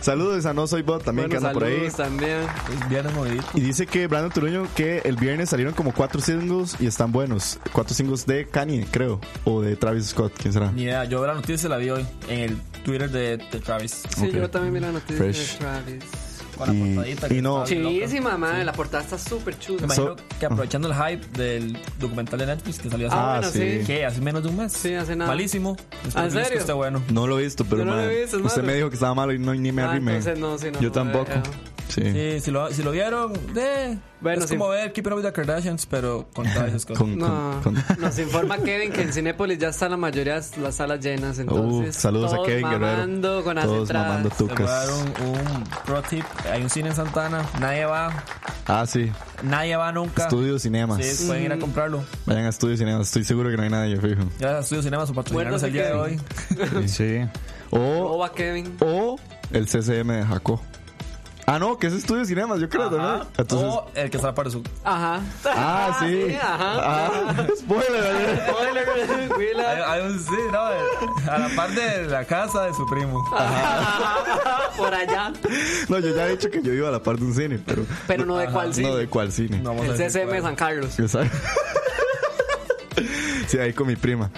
S1: Saludos a No Soy Bot también, que
S2: Bueno,
S1: anda por ahí.
S2: saludos también.
S4: Es viernes movidito.
S1: Y dice que Brandon Turuño que el viernes salieron como cuatro singles y están buenos. Cuatro singles de Kanye, creo. O de Travis Scott, ¿quién será?
S4: Ni idea, yo la noticia la vi hoy en el Twitter de, de Travis.
S2: Sí,
S1: Ok.
S2: yo también vi la noticia
S1: Fresh.
S2: de Travis.
S4: Con la
S1: Y-
S4: portadita. que
S1: y no-
S4: estaba bien loca.
S2: Chivísima, madre. La portada está súper chula.
S4: Me imagino
S1: So-
S4: que aprovechando el hype del documental de Netflix que salió hace,
S2: Ah, bueno,
S1: Ah,
S2: sí.
S1: sí.
S4: ¿qué? hace menos de un mes.
S2: Sí, hace nada. Ah,
S4: Malísimo. Espero que les
S2: serio?
S4: guste bueno.
S1: No lo he visto, pero
S2: Yo no lo he
S1: man,
S2: visto, es
S1: usted
S2: malo.
S1: me dijo que estaba malo y no, ni me
S2: Ah,
S1: arrimé.
S2: entonces no, sí, no,
S1: Yo
S2: no,
S1: tampoco.
S2: eh,
S1: Sí.
S4: Sí, si lo, si lo vieron, eh,
S2: Bueno,
S4: es
S2: sí.
S4: como ver Keeping Up with the Kardashians, pero con
S1: [laughs]
S4: todas esas cosas.
S1: Con,
S2: No,
S1: con- con-
S2: [laughs] nos informa Kevin que en Cinépolis ya están la mayoría de las salas llenas. Entonces,
S1: [laughs] Uh, saludos a
S2: todos
S1: Kevin Guerrero.
S2: mamando con las
S1: todos
S2: entradas.
S1: mamando
S4: Te voy a dar
S1: tucas.
S4: un, un pro tip. Hay un cine en Santana, nadie va,
S1: Ah, sí.
S4: nadie va nunca.
S1: Estudio Cinemas.
S4: Sí, pueden
S2: Mm.
S4: ir a comprarlo.
S1: Vayan a Estudio Cinemas. Estoy seguro que no hay nadie, fijo.
S4: Gracias a Estudio Cinema por patrocinarnos
S2: Muérdase,
S4: el día de
S2: Kevin.
S4: hoy.
S3: Sí.
S1: O,
S2: Oba Oh, Kevin.
S1: o el CCM de Jaco. Ah, no, que es Estudio Cinemas, yo creo, ¿no? Entonces.
S4: O el que está para su.
S2: Ajá.
S1: Oh. [laughs] Ah, sí.
S2: ajá.
S1: Ah, spoiler.
S2: Spoiler, we
S4: Hay,
S2: love-
S4: hay un sí, no, a la par de la casa de su primo.
S2: [laughs] Por allá.
S1: No, yo ya he dicho que yo iba a la par de un cine, pero.
S2: Pero no de cuál sí.
S1: No, de cuál cine.
S4: No vamos a
S2: El
S4: decir
S2: CCM de
S4: cuál.
S2: San Carlos.
S1: Exacto. Sí, ahí con mi prima.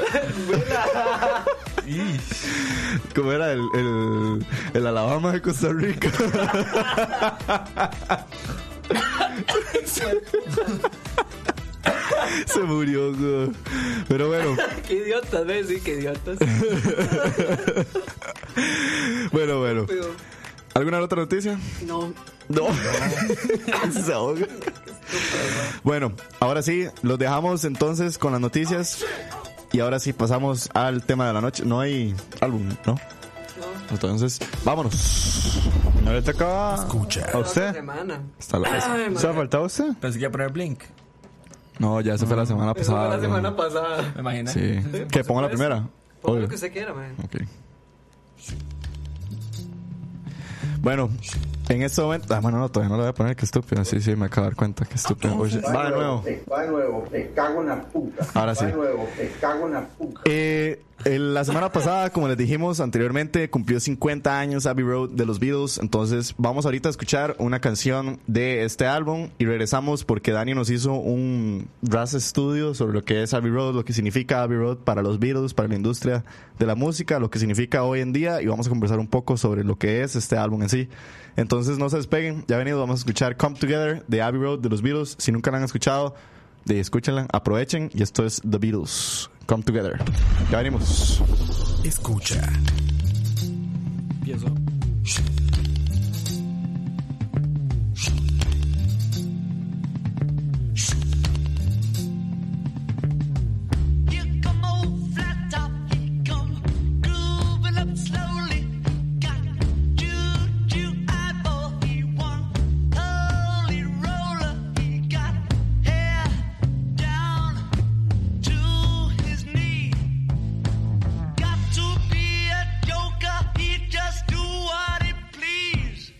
S1: ¿Cómo era el, el, el Alabama de Costa Rica? Se murió, güey. Pero bueno,
S2: Qué idiotas, ¿ves? Sí, qué idiotas.
S1: bueno, bueno. ¿Alguna otra noticia?
S2: No.
S1: No. Se ahoga. Bueno, ahora sí, los dejamos entonces con las noticias. Y ahora sí, pasamos al tema de la noche. No hay álbum, ¿no? Entonces, vámonos.
S3: ¿No le tocaba
S5: Escucha.
S3: a usted?
S2: Semana.
S1: Hasta la
S2: Ay,
S3: ¿Se ha
S2: madre.
S3: faltado usted?
S4: Pensé que iba a poner Blink,
S1: No, ya se fue la semana
S2: Eso fue
S1: pasada.
S2: la semana pasada.
S4: me imaginé.
S1: Sí. Que pongo la primera.
S2: Ponga
S1: Obvio.
S2: lo que usted quiera, man.
S1: Ok. Bueno, en este momento. Ah, bueno, no, todavía no lo voy a poner. Qué estúpido. Sí, sí, me acabo de dar cuenta. Qué
S2: Ah,
S1: estúpido. Oye, va de nuevo.
S6: Te, va de nuevo, te cago en la puta.
S1: Ahora sí.
S6: Va de nuevo, te cago en la puta.
S1: Eh, el- la semana pasada, como les dijimos anteriormente, cumplió 50 años Abbey Road de los Beatles. Entonces, vamos ahorita a escuchar una canción de este álbum y regresamos porque Dani nos hizo un RAS estudio sobre lo que es Abbey Road, lo que significa Abbey Road para los Beatles, para la industria de la música, lo que significa hoy en día y vamos a conversar un poco sobre lo que es este álbum en sí. Entonces, no se despeguen. Ya venido, vamos a escuchar Come Together de Abbey Road de los Beatles. Si nunca la han escuchado, de escúchenla, aprovechen. Y esto es The Beatles. Come together. Ya venimos.
S5: Escucha.
S4: Empiezo.
S7: Here come old flat top, he come grooving up slowly. Got juju eyeball, he one holy roller. He got hair down to his knee. Got to be a joker, he just do what he please.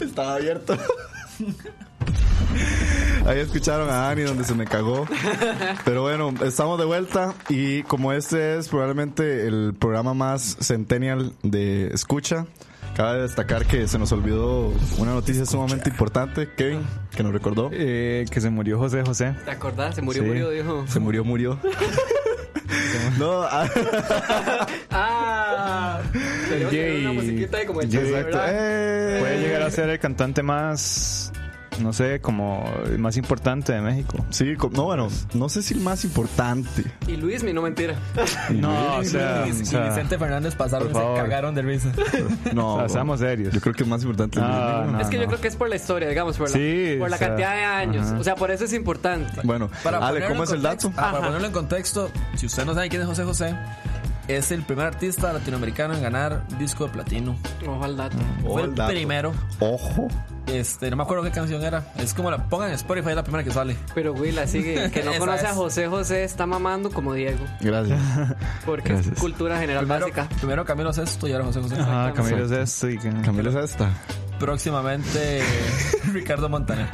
S1: Estaba abierto. [laughs] Ahí escucharon a Dani donde se me cagó. Pero bueno, estamos de vuelta y como este es probablemente el programa más centennial de escucha, cabe destacar que se nos olvidó una noticia sumamente importante, Kevin, que nos recordó.
S3: Eh, que se murió José José.
S2: ¿Te acordás? Se murió,
S3: Sí.
S2: murió, dijo.
S1: Se murió, murió. No, ah,
S2: ¡Ah! Deberíamos
S3: Yay.
S2: tener una musiquita de como de chiste,
S1: exacto.
S2: ¿verdad?
S1: Eh.
S3: Puede llegar a ser el cantante más, no sé, como el más importante de México.
S1: Sí, co- no, bueno, no sé si el más importante.
S2: Y Luis, mi no mentira.
S3: No, o sea,
S4: y,
S3: o
S4: y
S3: sea,
S4: Vicente Fernández pasaron y
S3: por
S4: se
S3: favor.
S4: cagaron de risa.
S1: No,
S3: [laughs] o sea, seamos serios.
S1: yo creo que es más importante.
S3: Ah, no,
S2: es que yo
S3: no.
S2: creo que es por la historia, digamos, por la,
S3: Sí,
S2: por la
S3: o sea,
S2: cantidad de años.
S3: ajá.
S2: O sea, por eso es importante.
S1: Bueno, Ale,
S4: ponerlo
S1: ¿cómo
S4: en
S1: es el dato?
S4: contexto- ah, para ponerlo en contexto, si usted no sabe quién es José José, es el primer artista latinoamericano en ganar disco de platino.
S2: Ojo al dato.
S1: Oh,
S4: Fue
S1: el
S4: el
S1: dato.
S4: primero.
S1: Ojo.
S4: Este, no me acuerdo qué canción era. Es como la pongan en Spotify, es la primera que sale.
S2: Pero Will, así que, que no
S4: Esa
S2: conoce a
S4: es.
S2: José José, está mamando como Diego.
S1: Gracias.
S3: [laughs]
S2: Porque
S3: Gracias.
S2: es cultura general
S4: Primero,
S2: básica.
S4: primero Camilo Sesto y ahora José José.
S3: Ah, Camilo es esto y que...
S1: Camilo es esta.
S4: [laughs] Próximamente Ricardo Montaner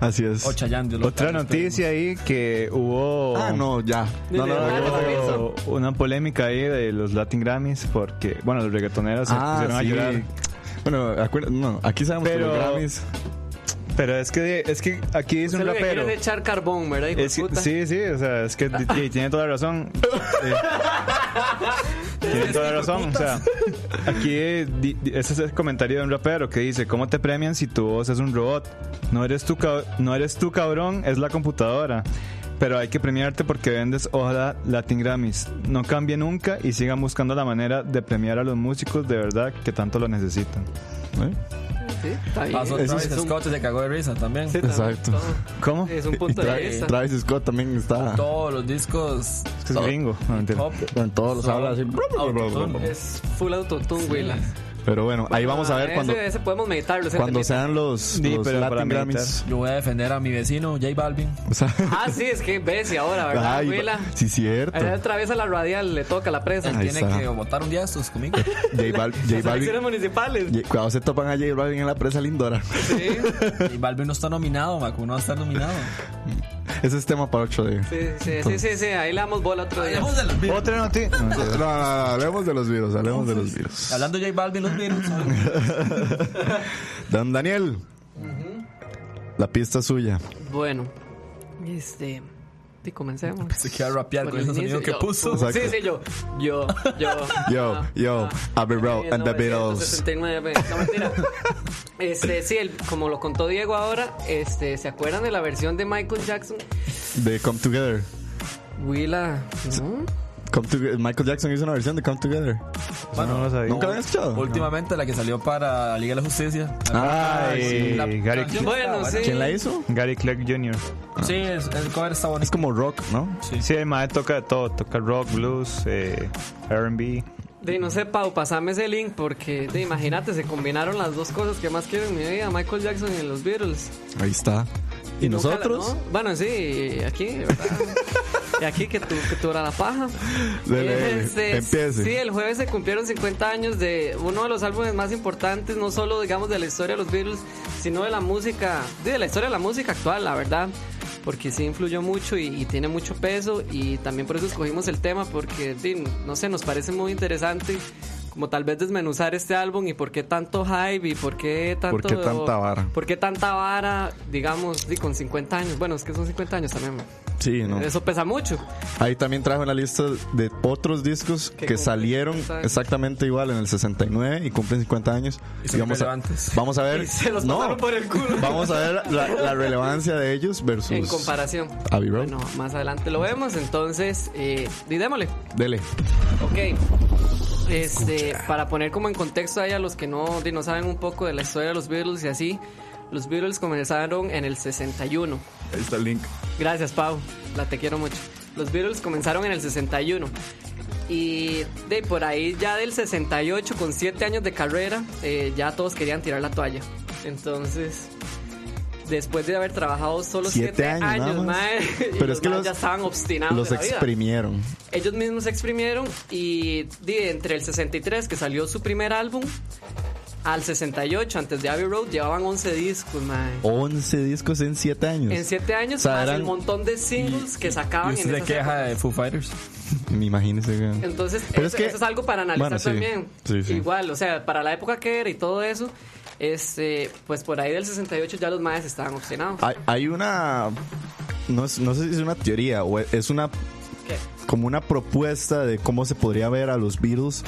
S1: Así es.
S4: o Chayanne. Dios lo
S3: Otra
S4: tenga,
S3: noticia ahí que hubo...
S1: Ah, no, ya. No, no,
S2: Ah,
S1: no,
S2: no,
S1: no, no.
S3: hubo Una polémica ahí de los Latin Grammys porque, bueno, los reggaetoneros se
S1: Ah,
S3: pusieron a
S1: sí.
S3: llorar.
S1: Bueno, acuer- no, aquí sabemos
S3: Pero-
S1: que los Grammys.
S3: Pero es que, es que aquí dice
S2: Usted
S3: un
S2: lo que
S3: rapero.
S2: quiere es echar carbón, ¿verdad? hijo de
S3: Es que-
S2: puta?
S3: sí, sí, o sea, es que y tiene toda la razón. Eh, tiene toda la razón. O sea, aquí eh, di- di- ese es el comentario de un rapero que dice: ¿Cómo te premian si tu voz es un robot? No eres tu no eres tú, cabrón, es la computadora. Pero hay que premiarte porque vendes ojalá Latin Grammys. No cambie nunca y sigan buscando la manera de premiar a los músicos de verdad que tanto lo necesitan.
S1: ¿eh?
S2: Sí, está bien.
S4: Pasó
S2: Eso
S4: Travis
S2: es un-
S4: Scott y se cagó de risa también.
S2: Sí, también,
S1: Exacto.
S2: todo.
S3: ¿Cómo?
S2: Es un
S1: Y
S2: punto de
S1: Tra-
S2: vista.
S1: Travis Scott también está
S4: Todos los discos
S3: Es que es gringo. No, mentira.
S4: pop.
S1: en todos los
S4: Son
S1: hablas. así.
S4: autotune.
S2: Es full autotune, Will.
S1: Pero bueno, ahí vamos a ver
S2: Ah,
S1: cuando,
S2: Ese, ese podemos meditarlo. ese
S1: cuando
S2: temita.
S1: sean los,
S3: Sí,
S1: los
S3: pero para
S1: Latin
S3: meditar.
S1: Grammys.
S4: Yo voy a defender a mi vecino, J Balvin.
S1: [laughs] O sea,
S2: Ah, sí, es que ves y ahora, ¿verdad,
S1: ay,
S2: Willa?
S1: sí, cierto.
S2: Ahora otra vez a la radial le toca la presa.
S1: Ahí
S4: Tiene
S1: está.
S4: que votar un día estos conmigo.
S1: [laughs] J Bal- J
S2: Las elecciones
S1: Balvin.
S2: municipales.
S1: J- Cuando se topan a J Balvin en la presa lindora.
S2: Sí,
S4: J Balvin no está nominado, Macu, no va a estar nominado.
S1: Ese es tema para 8 d
S2: sí, sí, sí, sí, sí, ahí le damos bola otro día.
S4: Hablemos de los Beatles.
S3: Otra noticia. No,
S1: No, no, no, hablemos de los virus, hablemos de los virus.
S4: Hablando de J Balvin, los Beatles.
S1: Don Daniel, la pista es suya.
S2: Bueno, este. Y comencemos.
S4: Se queda a rapear con
S2: el
S4: ese sonido
S2: inicio,
S4: que
S2: yo,
S4: puso.
S2: pum, Sí,
S1: Exacto.
S2: sí, yo. Yo, yo.
S1: [laughs] Yo,
S2: ah,
S1: yo, Abbey Road and the
S2: 1969,
S1: Beatles.
S2: No, mentira. Este, sí, el- como lo contó Diego ahora, este, ¿se acuerdan de la versión de Michael Jackson?
S1: De Come Together.
S2: Willa, ¿no?
S1: Come Toge- Michael Jackson hizo una versión de Come Together.
S4: Bueno,
S3: no lo sabía.
S1: ¿Nunca la han escuchado?
S4: Últimamente la que salió para Liga de la Justicia.
S1: Ay,
S4: Sí, la
S3: Gary-
S4: canción
S2: Bueno,
S4: está
S2: sí.
S4: buena.
S1: ¿Quién la hizo?
S3: Gary Clark Jr.
S4: Sí, es- el cover está
S1: Es
S4: bonito.
S1: como rock, ¿no?
S3: Sí, el mae toca de todo, toca rock, blues, eh, RB.
S2: De no sé, Pau, pasame ese link porque de, imagínate, se combinaron las dos cosas que más quiero en mi vida, Michael Jackson y los Beatles.
S1: Ahí está. ¿Y,
S2: nunca la-
S1: nosotros?
S2: ¿no? Bueno, sí, aquí,
S1: [laughs]
S2: ¿verdad? Y aquí que tú, que tú era la paja.
S1: Dele,
S2: Este,
S1: empiece.
S2: Sí, el jueves se cumplieron 50 años de uno de los álbumes más importantes, no solo, digamos, de la historia de los Beatles, sino de la música, de la historia de la música actual, la verdad. Porque sí influyó mucho y, y tiene mucho peso y también por eso escogimos el tema, porque, sí, no sé, nos parece muy interesante como tal vez desmenuzar este álbum y por qué tanto hype y por qué tanto...
S1: ¿Por qué tanta vara?
S2: ¿Por qué tanta vara, digamos, di, con 50 años? Bueno, es que son 50 años también. man.
S1: Sí, no.
S2: Eso pesa mucho.
S1: Ahí también trajo una lista de otros discos que
S2: cumplen
S1: salieron
S2: 50 años.
S1: exactamente igual en el 69 y cumplen 50 años.
S4: Y son
S1: vamos, a,
S4: irrelevantes.
S1: vamos a
S2: [laughs]
S1: ver.
S2: Y se los
S1: no,
S2: pasaron por el culo.
S1: Vamos a ver la, la relevancia de ellos versus.
S2: En comparación.
S1: Abbey Road.
S2: Bueno, más adelante lo vemos. Entonces, eh, di, démosle.
S1: Dele.
S2: Ok. Este, para poner como en contexto ahí a los que no, di, no saben un poco de la historia de los Beatles y así, los Beatles comenzaron en el 61.
S1: Ahí está el link.
S2: Gracias, Pau. La te quiero mucho. Los Beatles comenzaron en el 61. Y de por ahí ya del 68, con 7 años de carrera, eh, ya todos querían tirar la toalla. Entonces, después de haber trabajado solo
S1: Siete
S2: 7
S1: años, nada
S2: años,
S1: más.
S2: mae, [laughs] y
S1: Pero es que
S2: mae
S1: los-
S2: ya estaban obstinados.
S1: Los
S2: Ah, de la vida.
S1: exprimieron.
S2: Ellos mismos se exprimieron y di, entre el 63, que salió su primer álbum, al 68, antes de Abbey Road, llevaban 11 discos, mae.
S1: 11 discos en 7 años.
S2: En 7 años,
S1: O sea,
S2: más
S1: eran-
S2: el montón de singles que sacaban en
S4: ¿Y usted se
S2: esas
S4: queja
S2: épocas.
S4: de Foo Fighters?
S1: Me imagínese. weón.
S2: Entonces,
S1: Pero
S2: eso,
S1: es que-
S2: eso es algo para analizar
S1: Bueno, sí.
S2: también.
S1: Sí, sí.
S2: Igual, o sea, para la época que era y todo eso, este, pues por ahí del 68 ya los maes estaban obstinados.
S1: Hay, hay una. No, es- no sé si es una teoría o es una.
S2: ¿Qué?
S1: Como una propuesta de cómo se podría ver a los Beatles.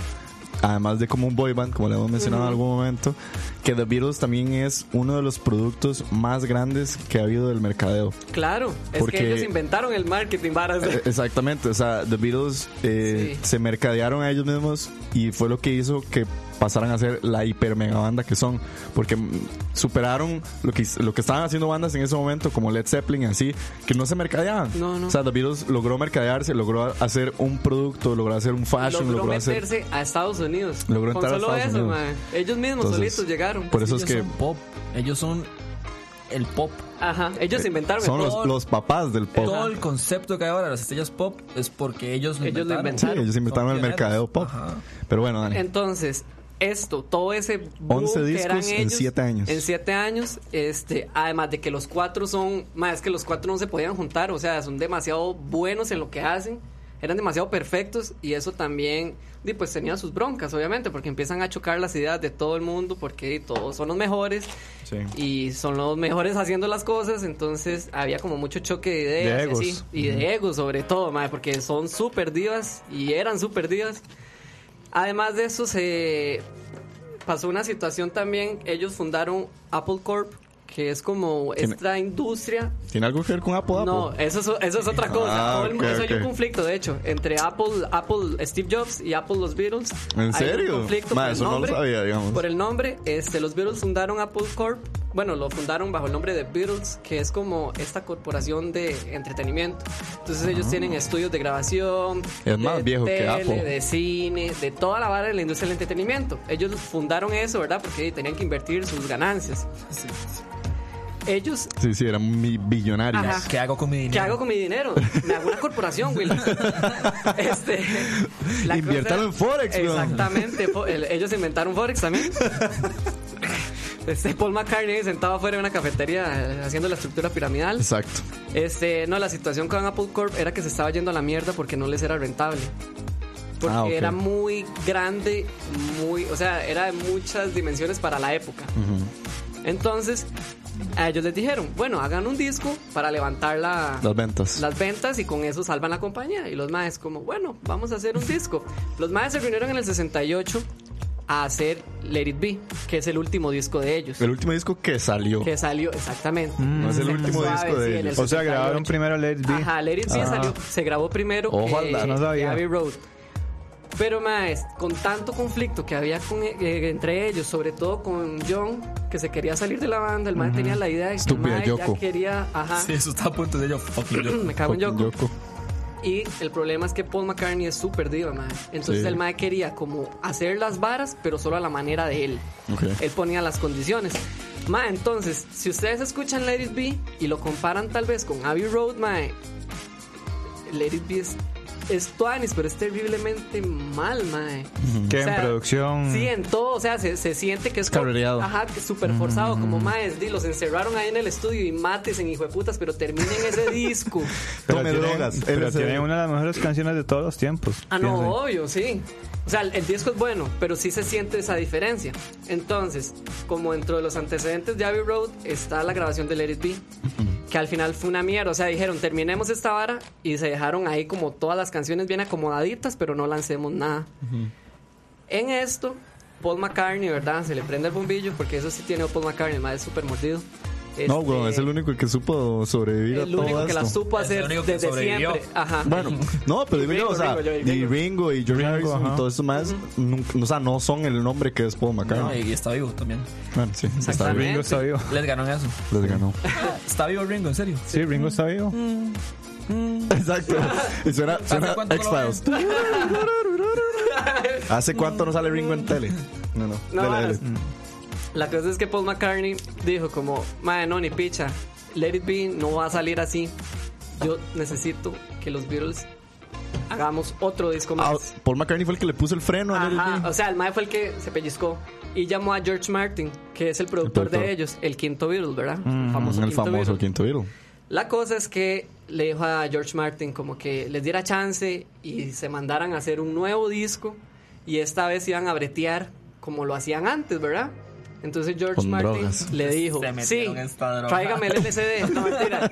S1: Además de como un boy band, como le hemos mencionado en algún momento, que The Beatles también es uno de los productos más grandes que ha habido del mercadeo.
S2: Claro, es
S1: Porque-
S2: que ellos inventaron el marketing, [laughs] varas.
S1: Eh, Exactamente, o sea, The Beatles eh,
S2: Sí.
S1: se mercadearon a ellos mismos y fue lo que hizo que pasaran a ser la hiper mega banda que son, porque mm, superaron lo que, lo que estaban haciendo bandas en ese momento, como Led Zeppelin, así, que no se mercadeaban.
S2: No, no.
S1: O sea, The Beatles logró mercadearse, logró hacer un producto, logró hacer un fashion,
S2: logró
S1: logró, hacer.
S2: meterse a Estados Unidos.
S1: Logró
S2: Con
S1: entrar a
S2: solo
S1: Estados
S2: eso,
S1: Unidos.
S2: mae. Ellos mismos
S1: Entonces, pues,
S2: solitos llegaron.
S1: Por eso es
S4: Ellos
S1: que
S4: son pop. Ellos son el pop.
S2: Ajá, ellos inventaron
S1: eh, son
S2: el
S1: los,
S2: pop.
S1: los papás del pop.
S4: Todo el concepto que hay ahora de las estrellas pop es porque ellos lo
S2: Ellos lo
S4: inventaron.
S1: Sí,
S2: inventaron.
S1: ellos inventaron
S4: Son
S1: el
S4: pioneros.
S1: mercadeo pop.
S4: Ajá.
S1: Pero bueno, Dani.
S2: Entonces, esto, todo ese boom
S1: 11
S2: que eran
S1: discos en
S2: ellos,
S1: siete años.
S2: En 7 años, este, además de que los cuatro son, más que los cuatro no se podían juntar, o sea, son demasiado buenos en lo que hacen, eran demasiado perfectos y eso también, di, pues tenía sus broncas, obviamente, porque empiezan a chocar las ideas de todo el mundo, porque di, todos son los mejores
S1: Sí.
S2: y son los mejores [laughs] haciendo las cosas, entonces había como mucho choque de ideas
S1: De
S2: y así,
S1: egos.
S2: y de egos sobre todo, mae, porque son súper divas y eran súper divas. Además de eso, se pasó una situación también. Ellos fundaron Apple Corp, que es como
S1: ¿Tiene-
S2: esta industria.
S1: ¿Tiene algo que ver con Apple?
S2: No,
S1: Apple?
S2: eso es, eso es otra cosa.
S1: Ah,
S2: Todo el mundo-
S1: ok,
S2: eso hay
S1: ok.
S2: un conflicto, de hecho, entre Apple, Apple Steve Jobs y Apple los Beatles. Hay
S1: ¿En
S2: un
S1: serio?
S2: conflicto
S1: Ma,
S2: por el
S1: eso no lo
S2: nombre.
S1: sabía, digamos.
S2: Por el nombre, este, los Beatles fundaron Apple Corp. Bueno, lo fundaron bajo el nombre de Beatles, que es como esta corporación de entretenimiento. Entonces ellos tienen estudios de grabación.
S1: Ah. Es
S2: de
S1: más viejo que
S2: tele,
S1: Apple.
S2: De cine, de toda la vara de la industria del entretenimiento. Ellos fundaron eso, ¿verdad? Porque tenían que invertir sus ganancias. Ellos
S1: Sí, sí, eran mi- billonarios.
S2: Ajá.
S4: ¿Qué hago con mi dinero?
S2: ¿Qué hago con mi dinero? Me hago una corporación,
S1: [laughs]
S2: Will. Este, la
S1: Inviértalo en Forex, weón.
S2: Exactamente. fo- el- Ellos inventaron Forex también. [laughs] Este Paul McCartney ahí sentado afuera de una cafetería eh, haciendo la estructura piramidal.
S1: Exacto.
S2: Este, no, la situación con Apple Corp era que se estaba yendo a la mierda porque no les era rentable. Porque
S1: Ah, ok.
S2: era muy grande, muy, o sea, era de muchas dimensiones para la época. Entonces, a ellos les dijeron, bueno, hagan un disco para levantar la-
S1: Las ventas.
S2: las ventas y con eso salvan la compañía. Y los maes como, bueno, vamos a hacer un disco. Los maes se reunieron en el 68 a hacer Let It Be, que es el último disco de ellos.
S1: El último disco que salió.
S2: Que salió, exactamente.
S1: No es el último
S2: Suave,
S1: disco de
S2: sí, en el
S1: ellos.
S3: O sea,
S2: 68.
S3: grabaron primero Let It Be.
S2: Ajá, Let It Be
S3: Ah.
S2: salió, se grabó primero
S3: Ojalá,
S2: que,
S3: no sabía.
S2: que Abbey Road. Pero maes, con tanto conflicto que había con, eh, entre ellos, sobre todo con John, que se quería salir de la banda, el mae tenía la idea de que el
S1: Estúpida
S2: mae
S1: Yoko.
S2: ya quería, ajá,
S4: [laughs] Sí, eso está a punto de yo. Fucking yo.
S2: [clears throat] me cago en Yoko.
S1: Yoko.
S2: Y el problema es que Paul McCartney es súper diva, mae. Entonces
S1: Sí.
S2: el mae quería como hacer las varas, pero solo a la manera de él.
S1: Ok.
S2: Él ponía las condiciones. Mae, entonces, si ustedes escuchan Let It Be y lo comparan tal vez con Abbey Road, mae, Let It Be es, es tuanis, pero es terriblemente mal, mae.
S3: Que
S2: O sea,
S3: en producción.
S2: Sí, en todo, o sea, se, se siente que es co-
S1: Cabreado.
S2: Ajá, que súper forzado, como maes, di, los encerraron ahí en el estudio y mates en hijo de putas, pero terminen ese
S1: [laughs]
S2: disco.
S1: Tome
S3: tiene-
S1: drogas,
S3: Pero
S1: LSD.
S3: tiene una de las mejores canciones de todos los tiempos.
S2: Ah, no,
S3: piensen.
S2: obvio, sí. O sea, el, el disco es bueno, pero sí se siente esa diferencia. Entonces, como dentro de los antecedentes de Abbey Road está la grabación de Let It Be, que al final fue una mierda. O sea, dijeron, terminemos esta vara y se dejaron ahí como todas las canciones bien acomodaditas, pero no lancemos nada. En esto, Paul McCartney, ¿verdad? Se le prende el bombillo, porque eso sí tiene Paul McCartney, más es súper mordido.
S1: No,
S2: Este,
S1: weón, es el único que supo sobrevivir a
S2: el
S1: todo
S2: único que
S1: esto.
S2: la supo
S4: Es el
S2: hacer
S4: único que
S2: desde
S4: sobrevivió.
S2: siempre. Ajá.
S1: Bueno, no, pero dime yo,
S2: Ringo,
S1: o sea,
S2: Ringo, yo-
S1: ni
S2: Ringo.
S1: Ringo y George
S3: Ringo,
S1: Harrison
S3: ajá.
S1: y todo eso más, nunca- o sea, no son el nombre que es Paul
S4: No,
S1: McCartney.
S4: y está vivo también.
S1: Bueno, sí, está bien.
S2: Exactamente.
S3: Ringo está vivo.
S4: Les ganó en eso.
S1: Les
S2: [laughs]
S1: ganó.
S4: Está vivo Ringo, en serio.
S3: Sí, Ringo está vivo.
S2: Mm.
S1: Exacto. Y suena, suena
S4: cuánto no lo
S1: X-Files. [laughs] ¿Hace cuánto no sale Ringo en tele? No, no.
S2: No,
S1: dele,
S2: varas.
S1: dele.
S2: La cosa es que Paul McCartney dijo como, madre, no, ni picha, Let It Be no va a salir así. Yo necesito que los Beatles hagamos otro disco
S1: Ah,
S2: más.
S1: Paul McCartney fue el que le puso el freno a Let It
S2: Ajá,
S1: Be.
S2: o sea, el mae fue el que se pellizcó. y llamó a George Martin, que es el productor,
S1: productor.
S2: de ellos, el quinto Beatle, ¿verdad?
S1: Mm, el famoso
S2: Beatle.
S1: quinto virus.
S2: La cosa es que le dijo a George Martin como que les diera chance y se mandaran a hacer un nuevo disco y esta vez iban a bretear como lo hacían antes, ¿verdad? Entonces George
S1: Con
S2: Martin
S1: drogas.
S2: le dijo,
S4: Se metieron
S2: sí,
S4: esta droga".
S2: tráigame el LCD,
S4: [laughs]
S2: no mentira.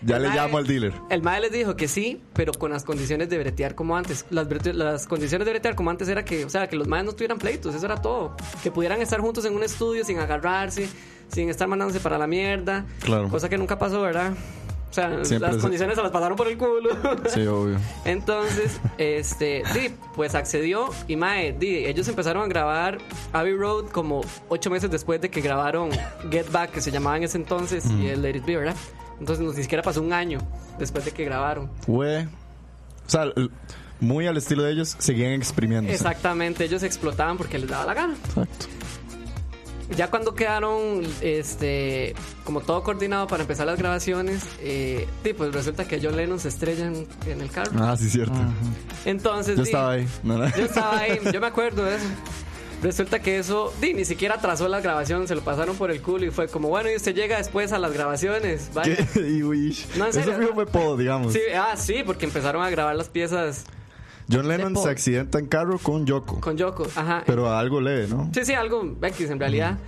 S1: Ya le
S2: mae-
S1: llamo al dealer.
S2: El mae les dijo que sí, pero con las condiciones de bretear como antes. Las, brete- las condiciones de bretear como antes era que, o sea, que los maes no tuvieran pleitos, eso era todo. Que pudieran estar juntos en un estudio sin agarrarse, sin estar mandándose para la mierda.
S1: Claro.
S2: Cosa que nunca pasó, ¿verdad? O sea,
S1: Siempre
S2: las
S1: se-
S2: condiciones se las pasaron por el culo.
S1: Sí, obvio.
S2: Entonces, este, di, pues accedió y mae, di, ellos empezaron a grabar Abbey Road como ocho meses después de que grabaron Get Back, que se llamaba en ese entonces,
S1: Mm.
S2: y el Let It Be, ¿verdad? Entonces, ni siquiera pasó un año después de que grabaron.
S1: Güey. O sea, l- muy al estilo de ellos, seguían exprimiendo.
S2: Exactamente, ellos explotaban porque les daba la gana.
S1: Exacto.
S2: Ya cuando quedaron, este, como todo coordinado para empezar las grabaciones, eh, di, pues resulta que John Lennon se estrella en, en el carro.
S1: Ah, sí, cierto.
S2: Entonces,
S1: Yo
S2: di,
S1: estaba ahí.
S2: [laughs]
S1: No, no. [laughs]
S2: Yo estaba ahí, yo me acuerdo de eso. Resulta que eso, di, ni siquiera atrasó la grabación, se lo pasaron por el culo y fue como, bueno, y usted llega después a las grabaciones, ¿vale?
S1: y uy,
S2: No, en
S1: eso
S2: serio.
S1: fijo fue podo, digamos.
S2: Sí, ah, sí, porque empezaron a grabar las piezas
S1: John Lennon
S2: De
S1: se
S2: Paul.
S1: accidenta en carro con Yoko,
S2: con Yoko, ajá.
S1: pero a algo leve, ¿no?
S2: Sí, sí, algo X en realidad.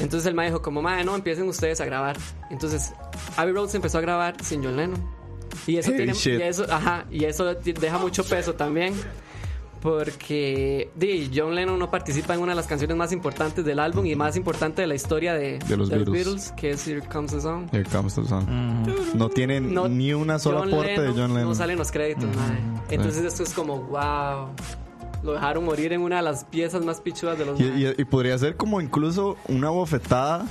S2: Entonces el mae dijo como, mae, no, empiecen ustedes a grabar. Entonces Abbey Road se empezó a grabar sin John Lennon. Y eso
S1: Hey,
S2: tiene,
S1: shit.
S2: y eso, ajá, y eso ti- deja mucho peso también. Porque di, John Lennon no participa en una de las canciones más importantes del álbum y más importante de la historia de,
S1: De los Beatles.
S2: que es Here Comes the Sun.
S1: Here comes the sun. No tienen
S2: Mm. No-
S1: ni una sola
S2: John
S1: aporte de John Lennon. Mm,
S2: No salen los créditos, mae. Entonces esto es como, wow. Lo dejaron morir en una de las piezas más pichudas de los
S1: Y,
S2: mae.
S1: y- y podría ser como incluso una bofetada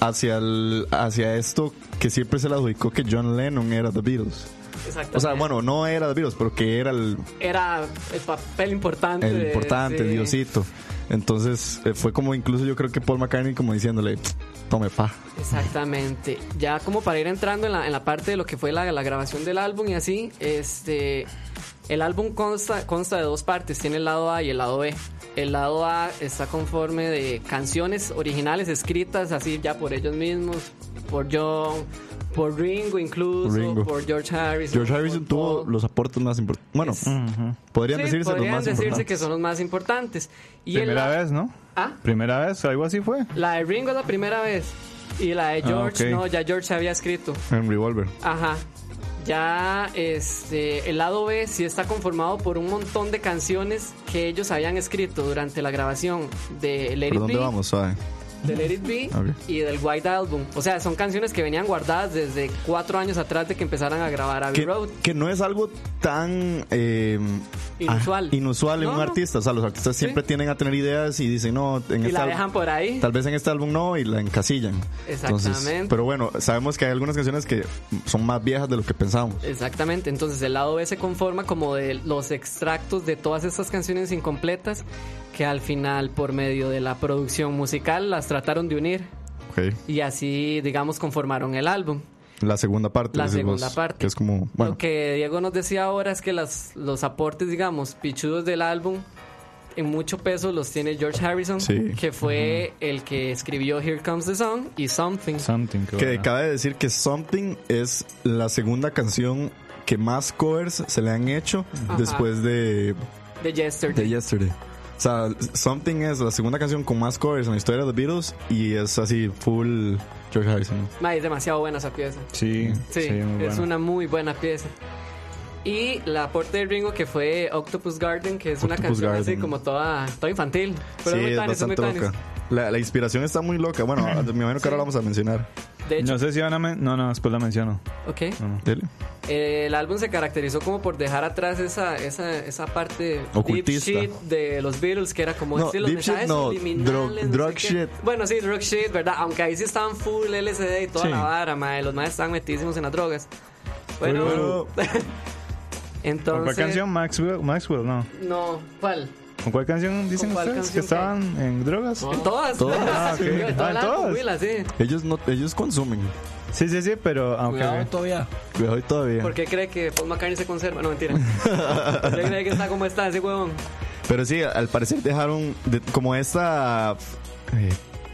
S1: hacia, el, hacia esto que siempre se le adjudicó que John Lennon era The Beatles. O sea,
S2: Exactamente.
S1: bueno, no era The Beatles, pero que era el,
S2: era el papel importante.
S1: el importante,
S2: Eh, sí.
S1: Diosito. Entonces eh, fue como incluso yo creo que Paul McCartney como diciéndole, tome pa.
S2: Exactamente. Ya como para ir entrando en la, en la parte de lo que fue la, la grabación del álbum y así, este, el álbum consta, consta de dos partes, tiene el lado A y el lado B. El lado A está conforme de canciones originales escritas así ya por ellos mismos, por John, por Ringo incluso,
S1: Ringo.
S2: por George Harrison.
S1: George Harrison
S2: por
S1: tuvo
S2: Paul.
S1: los aportes más importantes. Bueno,
S2: Es-
S1: podrían
S2: Sí,
S1: decirse los
S2: podrían
S1: más
S2: decirse
S1: importantes.
S2: que son los más importantes. Y el
S3: Primera
S2: la-
S3: vez, ¿no?
S2: ¿Ah?
S3: Primera vez, algo así fue.
S2: La de Ringo es la primera vez. Y la
S1: Ah,
S2: de George,
S3: ok.
S2: no, ya George había escrito.
S1: En Revolver.
S2: Ajá. Ya este, el lado B sí está conformado por un montón de canciones que ellos habían escrito durante la grabación de Let
S1: ¿Por
S2: It
S1: dónde
S2: Be,
S1: vamos? Suave.
S2: de Let It Be
S1: Ok.
S2: y del White Album. O sea, son canciones que venían guardadas desde cuatro años atrás de que empezaran a grabar Abbey
S1: Que,
S2: Road.
S1: que no es algo tan eh,
S2: Inusual.
S1: ah, inusual en
S2: No,
S1: un
S2: no.
S1: artista. O sea, los artistas siempre tienden a tener ideas y dicen, no, en
S2: Y
S1: este
S2: la
S1: álbum-
S2: dejan por ahí.
S1: Tal vez en este álbum no y la encasillan. Entonces,
S2: Exactamente.
S1: pero bueno, sabemos que hay algunas canciones que son más viejas de lo que pensamos.
S2: Exactamente, entonces el lado B se conforma como de los extractos de todas estas canciones incompletas que al final por medio de la producción musical las trataron de unir
S1: Ok.
S2: y así digamos conformaron el álbum.
S1: La segunda parte.
S2: La
S1: decís vos,
S2: segunda parte.
S1: Que es como, bueno,
S2: Lo que Diego nos decía ahora es que las, los aportes digamos pichudos del álbum en mucho peso los tiene George Harrison,
S1: Sí.
S2: que fue el que escribió Here Comes the Song y Something.
S3: Something. qué
S1: que
S3: buena.
S1: cabe decir que Something es la segunda canción que más covers se le han hecho después de,
S2: de Yesterday.
S1: de Yesterday. O sea, Something es la segunda canción con más covers en la historia de The Beatles y es así full George Harrison.
S2: Ma, es demasiado buena esa pieza.
S3: Sí,
S2: Sí,
S3: sí, muy
S2: es
S3: bueno.
S2: una muy buena pieza. Y la aporte de Ringo que fue Octopus Garden, que es una
S1: Octopus
S2: canción así
S1: Garden.
S2: como toda, toda infantil. Pero
S1: sí,
S2: muy
S1: es
S2: tanis, muy
S1: bastante
S2: tanis.
S1: loca. La, la inspiración está muy
S2: [clears throat]
S1: loca. Bueno, me imagino que ahora la vamos a mencionar.
S2: De hecho,
S3: No sé si van a... men- No, no, después la menciono.
S2: ok.
S1: Dele.
S2: Eh, el álbum se caracterizó como por dejar atrás esa, esa, esa parte
S1: Ocultista.
S2: deep shit de los Beatles, que era como
S1: No,
S2: decir, los
S1: deep shit
S2: mensajes
S1: no,
S2: subliminales,
S1: drug-
S2: no sé
S1: drug
S2: qué.
S1: shit.
S2: Bueno, sí, drug shit, ¿verdad? Aunque ahí sí estaban full LSD y toda
S1: Sí.
S2: la vara, mae. Los más estaban metidísimos en las drogas. Bueno,
S1: Pero-
S3: ¿Con
S2: [laughs] entonces.
S3: cuál canción? Maxwell, Maxwell, no.
S2: No, ¿cuál?
S3: ¿Con cuál canción dicen
S2: cuál
S3: ustedes que
S2: canción qué?
S3: estaban en drogas?
S2: En todas.
S1: Todas.
S2: [laughs]
S3: Ah, ok.
S2: En
S3: Ah, ¿en
S2: la
S3: todas?
S2: cucuila, sí.
S1: Ellos, no, ellos consumen.
S3: Sí, sí, sí, pero aunque...
S4: Cuidado todavía.
S1: Hoy todavía.
S2: ¿Por qué cree que Paul McCartney se conserva? No, mentira. ¿Usted cree que está como está ese huevón?
S1: Pero sí, al parecer dejaron de- como esta, eh,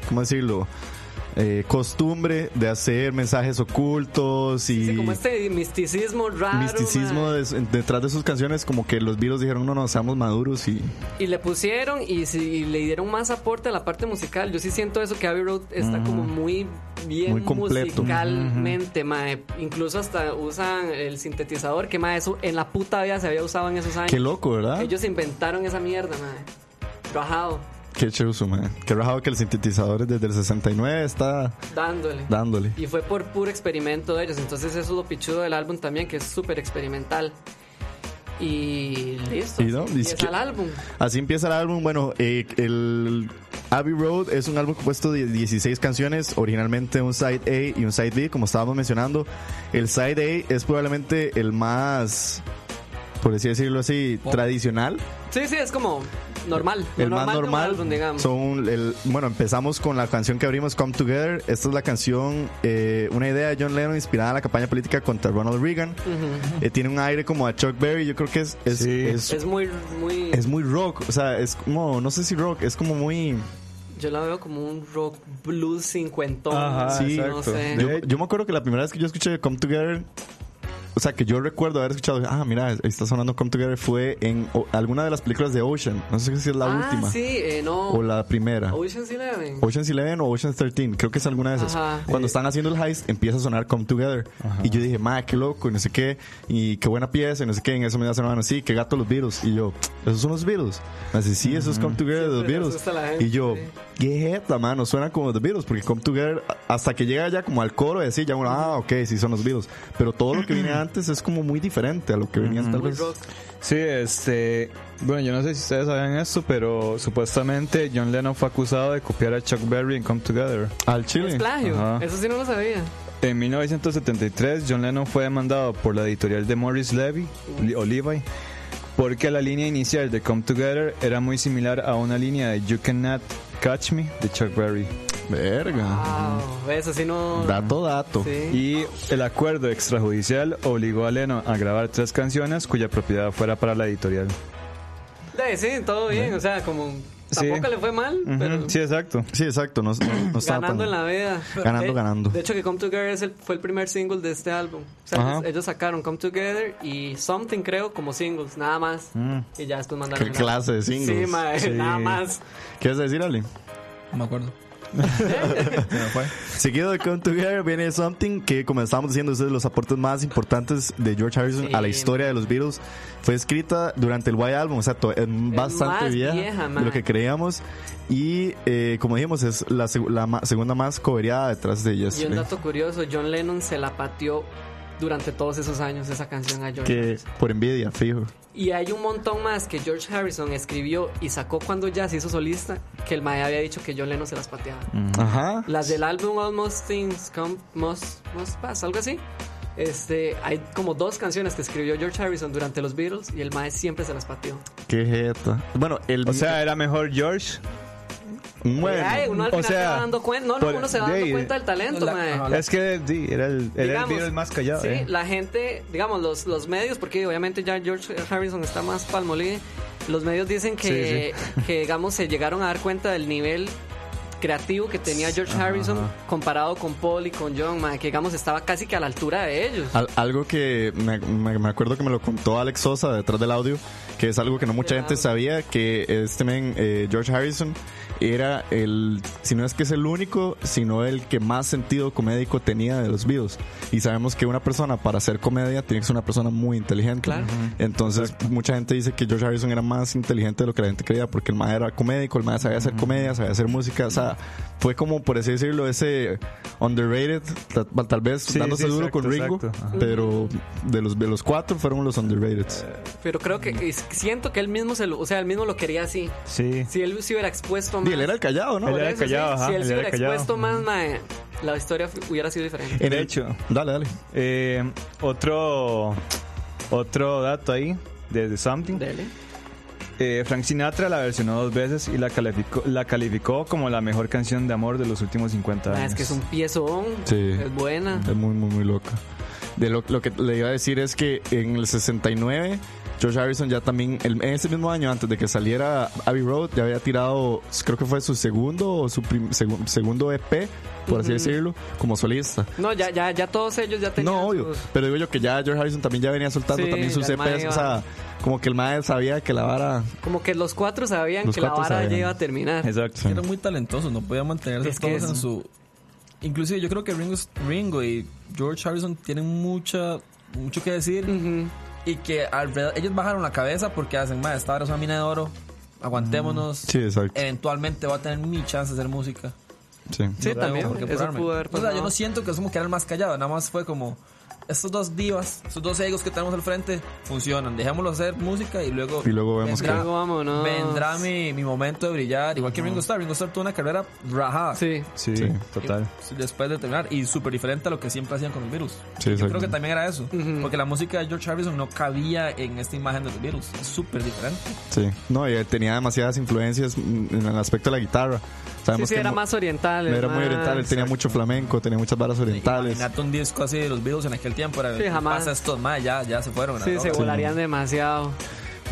S1: ¿cómo decirlo? Eh, costumbre de hacer mensajes ocultos y
S2: Sí, como este misticismo raro.
S1: misticismo
S2: mae.
S1: des- detrás de sus canciones, como que los Beatles dijeron, no, no, estamos maduros y...
S2: Y le pusieron y, si- y le dieron más aporte a la parte musical. Yo sí siento eso que Abbey Road está como muy bien
S1: Mm. Muy completo.
S2: musicalmente, mae. Incluso hasta usan el sintetizador, que mae, eso en la puta vida se había usado en esos años.
S1: Qué loco, ¿verdad?
S2: Ellos inventaron esa mierda, mae. Rajado,
S1: Qué chuzo, man. Qué rajado que el sintetizador desde el 69 está
S2: dándole.
S1: dándole.
S2: Y fue por puro experimento de ellos. Entonces eso es lo pichudo del álbum también, que es súper experimental. Y listo.
S1: Y no,
S2: así
S1: ni
S2: empieza el
S1: siquiera-
S2: álbum.
S1: Así empieza el álbum. Bueno, eh, el Abbey Road es un álbum compuesto de 16 canciones, originalmente un side A y un side B, como estábamos mencionando. El side A es probablemente el más, por así decirlo así, tradicional.
S2: Sí, sí, es como normal.
S1: El
S2: lo
S1: más
S2: de un
S1: normal.
S2: álbum, digamos.
S1: Son el, bueno, empezamos con la canción que abrimos, Come Together. Esta es la canción, eh, una idea de John Lennon inspirada en la campaña política contra Ronald Reagan. Eh, tiene un aire como a Chuck Berry. Yo creo que es, es,
S3: Sí.
S1: es,
S2: es muy, muy...
S1: es muy rock. O sea, es como, no sé si rock, es como muy.
S2: Yo la veo como un rock blues cincuentón.
S3: Ajá,
S1: Sí.
S2: no sé.
S3: exacto.
S1: Yo, yo me acuerdo que la primera vez que yo escuché Come Together, o sea, que yo recuerdo haber escuchado, ah, mira, ahí está sonando Come Together, fue en o- alguna de las películas de Ocean. No sé si es la
S2: ah,
S1: última
S2: sí, eh, no.
S1: o la primera.
S2: Ocean's Eleven.
S1: Ocean's Eleven o Ocean's 13, creo que es alguna de esas.
S2: Ajá.
S1: Cuando están haciendo el heist, empieza a sonar Come Together. Y yo dije, ma, qué loco, y no sé qué, y qué buena pieza, y no sé qué. En eso me dice hermano, sí, qué gato los virus. Y yo, esos son los virus. Me dice, sí, esos Come Together de los
S2: Siempre le
S1: virus.
S2: asusta a la gente,
S1: Y yo, qué jeta, mano, suena como los virus, porque Come Together, hasta que llega ya como al coro, decir, ya uno, ah, ok, sí son los virus. Pero todo lo que viene antes es como muy diferente a lo que venían tal
S2: Muy
S1: vez.
S2: rock.
S3: Sí, este. Bueno, yo no sé si ustedes saben esto, pero supuestamente John Lennon fue acusado de copiar a Chuck Berry en Come Together.
S1: Al
S2: Es
S1: chile.
S2: plagio.
S3: Ajá.
S2: Eso sí no lo sabía.
S3: En 1973, John Lennon fue demandado por la editorial de Morris Levy, Li- o Levi, porque la línea inicial de Come Together era muy similar a una línea de You Cannot Catch Me de Chuck Berry.
S1: Verga.
S2: Wow, eso sí no...
S1: Dato, dato.
S2: Ah. Sí.
S3: Y el acuerdo extrajudicial obligó a Lennon a grabar tres canciones cuya propiedad fuera para la editorial.
S2: Sí, sí, todo bien. O sea, como...
S3: Sí.
S2: Tampoco le fue mal,
S3: Ujú,
S2: pero...
S3: Sí, exacto.
S1: Sí, exacto, no, no, no estaba
S2: ganando
S1: tan-
S2: en la vida.
S1: Ganando,
S2: De-
S1: ganando.
S2: De hecho, que Come Together es el- fue el primer single de este álbum. O sea,
S1: Ajá.
S2: ellos, ellos sacaron Come Together y Something, creo, como singles, nada más. Y ya después mandaron. [laughs]
S1: Qué
S2: el
S1: clase de
S2: álbum.
S1: Mm. singles.
S2: Sí, mae,
S3: Sí.
S2: nada más.
S1: ¿Qué vas a decir, Ale?
S4: No me acuerdo. Se me fue.
S1: Seguido de Come Together viene Something, que como estábamos diciendo, es de los aportes más importantes de George Harrison
S2: Sí.
S1: a la historia de los Beatles. Fue escrita durante el White Album, o sea, to- es bastante
S2: más
S1: vieja,
S2: vieja,
S1: de
S2: man.
S1: lo que creíamos. Y eh, como dijimos, es la, seg- la ma- segunda más cobereada detrás de ellas. Eh,
S2: Y un dato curioso: John Lennon se la pateó durante todos esos años esa canción a George.
S1: Que por envidia, fijo.
S2: Y hay un montón más que George Harrison escribió y sacó cuando ya se hizo solista que el mae había dicho que John Lennon se las pateaba.
S1: Ajá.
S2: Las del álbum Almost Things Come Must, Must Pass, algo así. Este, hay como dos canciones que escribió George Harrison durante los Beatles y el Mae siempre se las pateó.
S1: Qué jeta. Bueno, el.
S3: O sea, era mejor George.
S1: bueno,
S2: Ay, uno al
S3: o
S2: final se
S3: sea,
S2: va dando cuenta, no, no,
S3: por-
S2: uno se va dando
S3: de-
S2: cuenta del talento,
S4: la-
S2: Mae.
S4: no,
S3: Es que sí, era el, era el Beatle más callado.
S2: Sí,
S3: eh.
S2: la gente, digamos, los, los medios, porque obviamente ya George Harrison está más palmolive, los medios dicen que, que, digamos, se llegaron a dar cuenta del nivel creativo que tenía George Harrison comparado con Paul y con John, mae, que digamos estaba casi que a la altura de ellos.
S1: Al- algo que me, me- me acuerdo que me lo contó Alex Sosa detrás del audio, que es algo que no mucha gente sabía, que este men, eh, George Harrison, era el, si no es que es el único, sino el que más sentido comédico tenía de los Beatles. Y sabemos que una persona para hacer comedia tiene que ser una persona muy inteligente.
S2: Claro.
S1: Entonces, mucha gente dice que George Harrison era más inteligente de lo que la gente creía, porque el más era comédico, el más sabía hacer comedia, sabía hacer música, o sea, fue como, por así decirlo, ese underrated, ta- tal, vez
S3: Sí,
S1: dándose
S3: sí,
S1: duro
S3: exacto,
S1: con Ringo,
S3: exacto. Ajá.
S1: pero de los, de los cuatro fueron los underrated.
S3: Eh,
S2: Pero creo que es- siento que él mismo se lo, o sea, él mismo lo quería así.
S3: Sí.
S2: Si él se hubiera expuesto más.
S1: Y él era el callado, ¿no?
S3: Él era el
S2: Eso sí,
S3: callado, ajá,
S2: Si él
S3: él
S2: se
S3: era
S2: hubiera
S3: el callado.
S2: expuesto más, mae, la historia fu- hubiera sido diferente.
S1: En
S3: De
S1: el-
S3: hecho.
S1: Dale, dale.
S3: Eh, otro, otro dato ahí de The Something.
S2: Dele.
S3: Eh, Frank Sinatra la versionó dos veces y la calificó, la calificó como la mejor canción de amor de los últimos 50 años.
S2: Mae, Ah, es que es un piezón.
S1: Eh, Sí.
S2: Es buena.
S1: Es muy, muy, muy loca. De lo, lo que le iba a decir es que en el 69 George Harrison ya también, el- en ese mismo año, antes de que saliera Abbey Road, ya había tirado, creo que fue su segundo o su prim- segun- segundo EP, por así decirlo, como solista.
S2: No, ya, ya, ya todos ellos ya tenían.
S1: No, obvio.
S2: sus-
S1: Pero digo yo que ya George Harrison también ya venía soltando
S2: Sí,
S1: también sus
S2: ya el mae
S1: EPs. O
S2: iba-
S1: sea, como que el mae sabía que la vara.
S2: Como que los cuatro sabían
S1: Los
S2: que
S1: cuatro
S2: la vara ya
S1: sabían.
S2: iba a terminar.
S3: Exacto.
S4: Eran muy talentosos, no podían mantenerse
S2: Es que
S4: todos
S2: es-
S4: en su... Inclusive yo creo que Ringo, Ringo y George Harrison tienen mucha, mucho que decir
S2: Ujú.
S4: y que alrededor, ellos bajaron la cabeza porque hacen, más esta hora es una mina de oro, aguantémonos,
S1: Sí, exacto.
S4: eventualmente va a tener mi chance de hacer música.
S1: Sí.
S2: Sí, también.
S4: Porque
S2: Eso
S4: apurarme.
S2: pudo haber
S4: O
S2: pasado.
S4: sea, yo no siento que es como que eran más callados, nada más fue como estos dos divas, estos dos egos que tenemos al frente funcionan, dejémoslos hacer música y luego
S1: Y luego vemos
S4: vendrá,
S2: Luego vámonos.
S4: vendrá mi, mi momento de brillar, igual que Ringo Starr, Ringo Starr tuvo una carrera rajada.
S2: Sí.
S3: Sí,
S1: Sí.
S3: total.
S4: Después de terminar, y súper diferente a lo que siempre hacían con los virus.
S1: Sí,
S4: Yo
S1: exacto.
S4: creo que también era eso,
S2: Ujú.
S4: porque la música de George Harrison no cabía en esta imagen de los virus, es súper diferente.
S1: Sí. No, y él tenía demasiadas influencias mm, en el aspecto de la guitarra.
S2: Sí,
S1: Sabemos
S2: sí,
S1: que
S2: era
S1: mo-
S2: más oriental.
S1: era muy oriental, él tenía mucho flamenco, tenía muchas varas orientales.
S4: Imagínate un disco así de los virus en aquel tiempo, era,
S2: Sí,
S4: ¿qué
S2: jamás.
S4: pasa estos más, ya, ya se fueron. a la
S2: Sí, se
S4: droga.
S2: volarían demasiado.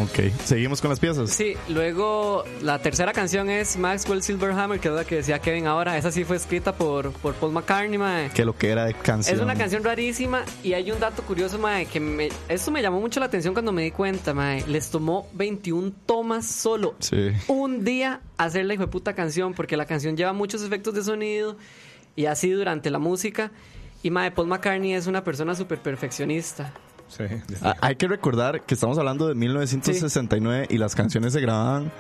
S1: Ok, seguimos con las piezas.
S2: Sí, luego la tercera canción es Maxwell Silverhammer, que es la que decía Kevin ahora. Esa sí fue escrita por, por Paul McCartney, mae.
S1: Que lo que era de canción.
S2: Es una canción rarísima y hay un dato curioso, mae, que me, esto me llamó mucho la atención cuando me di cuenta, mae. Les tomó 21 tomas solo.
S1: Sí.
S2: Un día hacer la puta canción, porque la canción lleva muchos efectos de sonido y así durante la música. Y mae, Paul McCartney es una persona súper perfeccionista.
S3: Sí.
S1: Ah, Hay que recordar que estamos hablando de 1969 y las canciones se grababan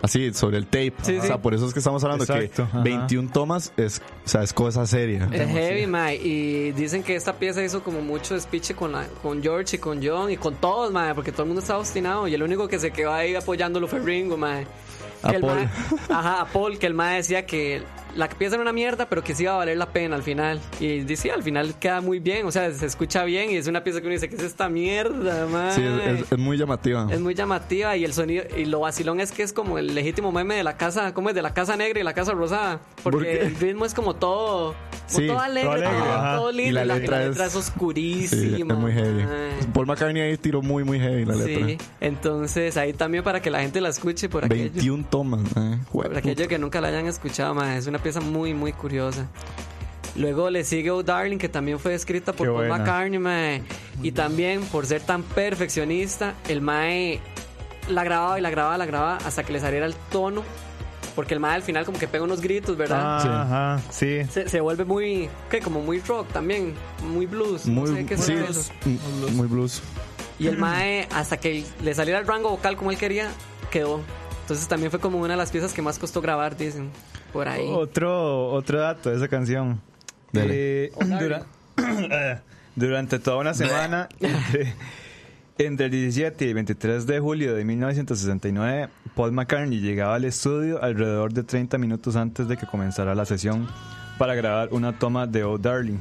S1: así, sobre el tape.
S2: Sí,
S1: o sea,
S2: sí.
S1: por eso es que estamos hablando
S3: Exacto,
S1: que
S3: ajá.
S1: 21 tomas es, o sea, es cosa seria.
S2: Es heavy, mae. Y dicen que esta pieza hizo como mucho despiche con, la, con George y con John y con todos, mae, porque todo el mundo estaba obstinado y el único que se quedó ahí apoyándolo fue Ringo, mae.
S1: A
S2: Que el
S1: Paul.
S2: mae- ajá, a Paul, que el mae decía que la pieza era una mierda, pero que sí iba a valer la pena al final. Y dice, al final queda muy bien, o sea, se escucha bien y es una pieza que uno dice, ¿qué es esta mierda, mae?
S1: Sí, es, es- es muy llamativa.
S2: Es muy llamativa y el sonido y lo vacilón es que es como el legítimo meme de la casa, ¿cómo es? De la casa negra y la casa rosada, porque
S1: ¿Por qué?
S2: el ritmo es como todo, como
S1: Sí,
S2: todo alegre,
S3: todo
S2: todo,
S3: alegre, ajá.
S2: todo lindo, y la, letra, es,
S1: Sí,
S2: oscurísima.
S1: es muy heavy.
S2: mae.
S1: Paul McCartney ahí tiró muy, muy heavy la letra.
S2: Sí, entonces ahí también para que la gente la escuche por aquello,
S1: 21 tomas. eh. Jue-
S2: por aquello que nunca la hayan escuchado, mae, es una pieza muy muy curiosa. Luego le sigue Oh Darling, que también fue escrita por
S3: Qué
S2: Paul
S3: buena.
S2: McCartney, mae. Y también por ser tan perfeccionista, el mae la grababa y la grababa, la grababa hasta que le saliera el tono. Porque el mae al final como que pega unos gritos, ¿verdad?
S3: Ah, Ajá, sí.
S2: Se, se vuelve muy, ¿qué? Como muy rock también, muy blues. no
S1: Muy,
S2: sé qué
S1: sí,
S2: será eso.
S1: mm, muy blues.
S2: Y el mae, hasta que le saliera el rango vocal como él quería, quedó. Entonces también fue como una de las piezas que más costó grabar, dicen, por ahí.
S3: Oh, Otro, otro dato de esa canción.
S1: Dale.
S3: Eh, dura- [coughs] durante toda una semana, entre, entre el 17 y el 23 de julio de 1969, Paul McCartney llegaba al estudio alrededor de 30 minutos antes de que comenzara la sesión para grabar una toma de Oh Darling.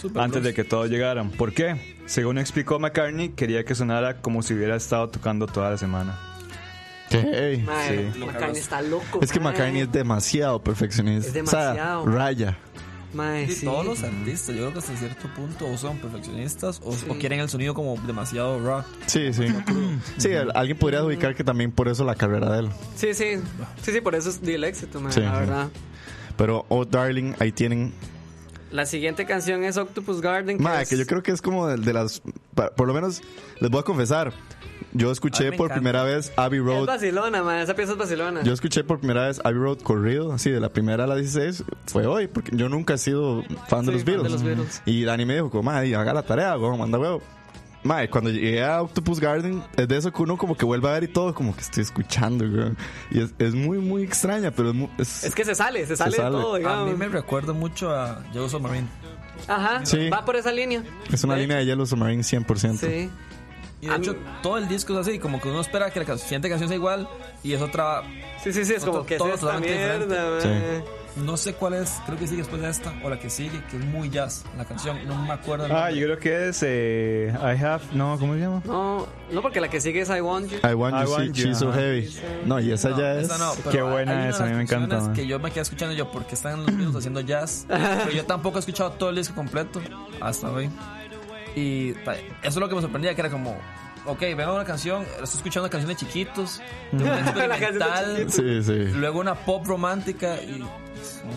S4: Súper
S3: Antes
S4: blues.
S3: de que todos llegaran. ¿Por qué? Según explicó McCartney, quería que sonara como si hubiera estado tocando toda la semana.
S1: Qué heavy.
S2: Mae,
S3: Sí.
S2: McCartney está loco.
S1: Es que
S2: mae.
S1: McCartney es demasiado perfeccionista.
S2: Es
S1: O
S2: demasiado.
S1: sea, raya.
S2: Mae,
S4: Sí,
S2: sí.
S4: Todos los artistas, yo creo que hasta cierto punto o son perfeccionistas o, o quieren el sonido como demasiado raw.
S1: Sí, sí. sí, el- alguien podría adjudicar que también por eso la carrera de él.
S2: Sí, sí. Sí, sí, por eso es del éxito, mae,
S1: Sí,
S2: la
S1: sí.
S2: verdad.
S1: Pero Oh Darling, ahí tienen.
S2: La siguiente canción es Octopus Garden.
S1: Madre,
S2: es-
S1: que yo creo que es como de, de las. pa- Por lo menos, les voy a confesar. Yo
S4: Ay,
S1: escuché
S4: me
S1: por
S4: encanta.
S1: primera vez Abbey
S2: Es
S1: Road.
S2: Barcelona, mae, esa pieza es Barcelona.
S1: Yo escuché por primera vez Abbey Road corrido, así de la primera a la 16, fue hoy, porque yo nunca he sido fan, de,
S2: Sí,
S1: los
S2: fan de
S1: Beatles.
S2: los Beatles.
S1: Y Dani me dijo, como, madre, haga la tarea, como, manda huevo. Madre, cuando llegué a Octopus Garden, es de eso que uno como que vuelve a ver y todo, como que estoy escuchando, güey. Y es, es muy, muy extraña, pero es, mu- es-
S2: Es que se sale, se sale, de
S1: sale.
S2: todo,
S4: A
S2: digamos.
S4: mí me recuerda mucho a Joe Submarine.
S2: Ajá,
S1: Sí.
S2: va por esa línea.
S1: es una línea de Yellow Submarine 100%.
S2: Sí.
S4: Y de
S2: A
S4: hecho,
S2: mí-
S4: todo el disco es así, como que uno espera que la can- siguiente canción sea igual y es otra.
S2: Sí, sí, sí, es como
S4: Todo-
S2: que es
S4: todo
S2: esta
S4: totalmente
S2: mierda, mae.
S1: diferente.
S4: No sé cuál es, creo que sigue después de esta o la que sigue, que es muy jazz la canción. No me acuerdo. el
S3: Ah,
S4: nombre.
S3: yo creo que es eh, I Have... No, ¿cómo se llama?
S2: No, no, porque la que sigue es I Want You.
S1: I want
S3: I
S1: you,
S3: want
S1: see-
S3: you,
S1: she's so
S3: ajá.
S1: heavy. No, y esa
S4: No,
S1: ya es.
S4: esa no, pero
S3: Qué
S4: hay-
S3: buena
S4: hay una de
S3: esa,
S4: las
S3: a mí me encanta,
S4: canciones
S3: man.
S4: Que yo me quedé escuchando yo porque están los Beatles haciendo jazz. pero yo tampoco he escuchado todo el disco completo hasta hoy. Y ta- eso es lo que me sorprendía, que era como, ok, vengo una canción, estoy escuchando canciones chiquitos, de un
S2: La canción de
S4: experimental,
S2: Chiquitos.
S1: Sí, sí.
S4: luego una pop romántica y.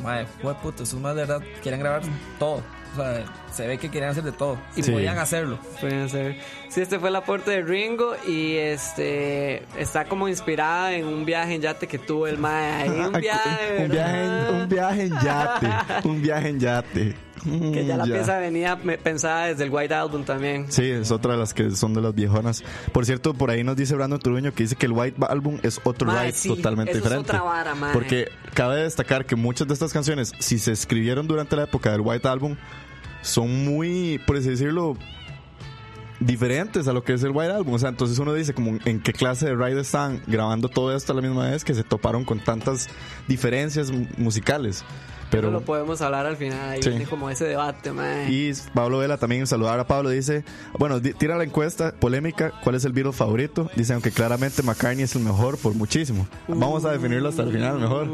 S4: Madre, puto, esos más de verdad querían grabar todo. O sea, se ve que querían hacer de todo y
S1: Sí.
S4: podían hacerlo.
S2: Pueden ser. Sí, este fue el aporte de Ringo y este está como inspirada en un viaje en yate que tuvo el mae. ahí,
S1: [laughs]
S2: Un viaje,
S1: un, viaje en, un viaje en yate. Un viaje en yate.
S2: Que ya la
S1: Mm,
S2: pieza venía me- pensada desde el White Album también.
S1: Sí, es otra de las que son de las viejonas. Por cierto, por ahí nos dice Brandon Turuño que dice que el White Album es otro
S2: Mae,
S1: ride
S2: sí,
S1: totalmente
S2: eso es
S1: diferente.
S2: otra vara, mae.
S1: Porque cabe destacar que muchas de estas canciones, si se escribieron durante la época del White Album, son muy, por así decirlo, diferentes a lo que es el White Album. O sea, entonces uno dice como en qué clase de ride están grabando todo esto a la misma vez que se toparon con tantas diferencias mu- musicales.
S2: Pero
S1: Pero
S2: lo podemos hablar al final. Ahí
S1: Sí.
S2: viene como ese debate, mae.
S1: y Pablo Vela también saludar a Pablo dice, bueno, di- tira la encuesta polémica, ¿cuál es el Beatle favorito? Dice, aunque claramente McCartney es el mejor por muchísimo. Vamos a definirlo hasta el final mejor.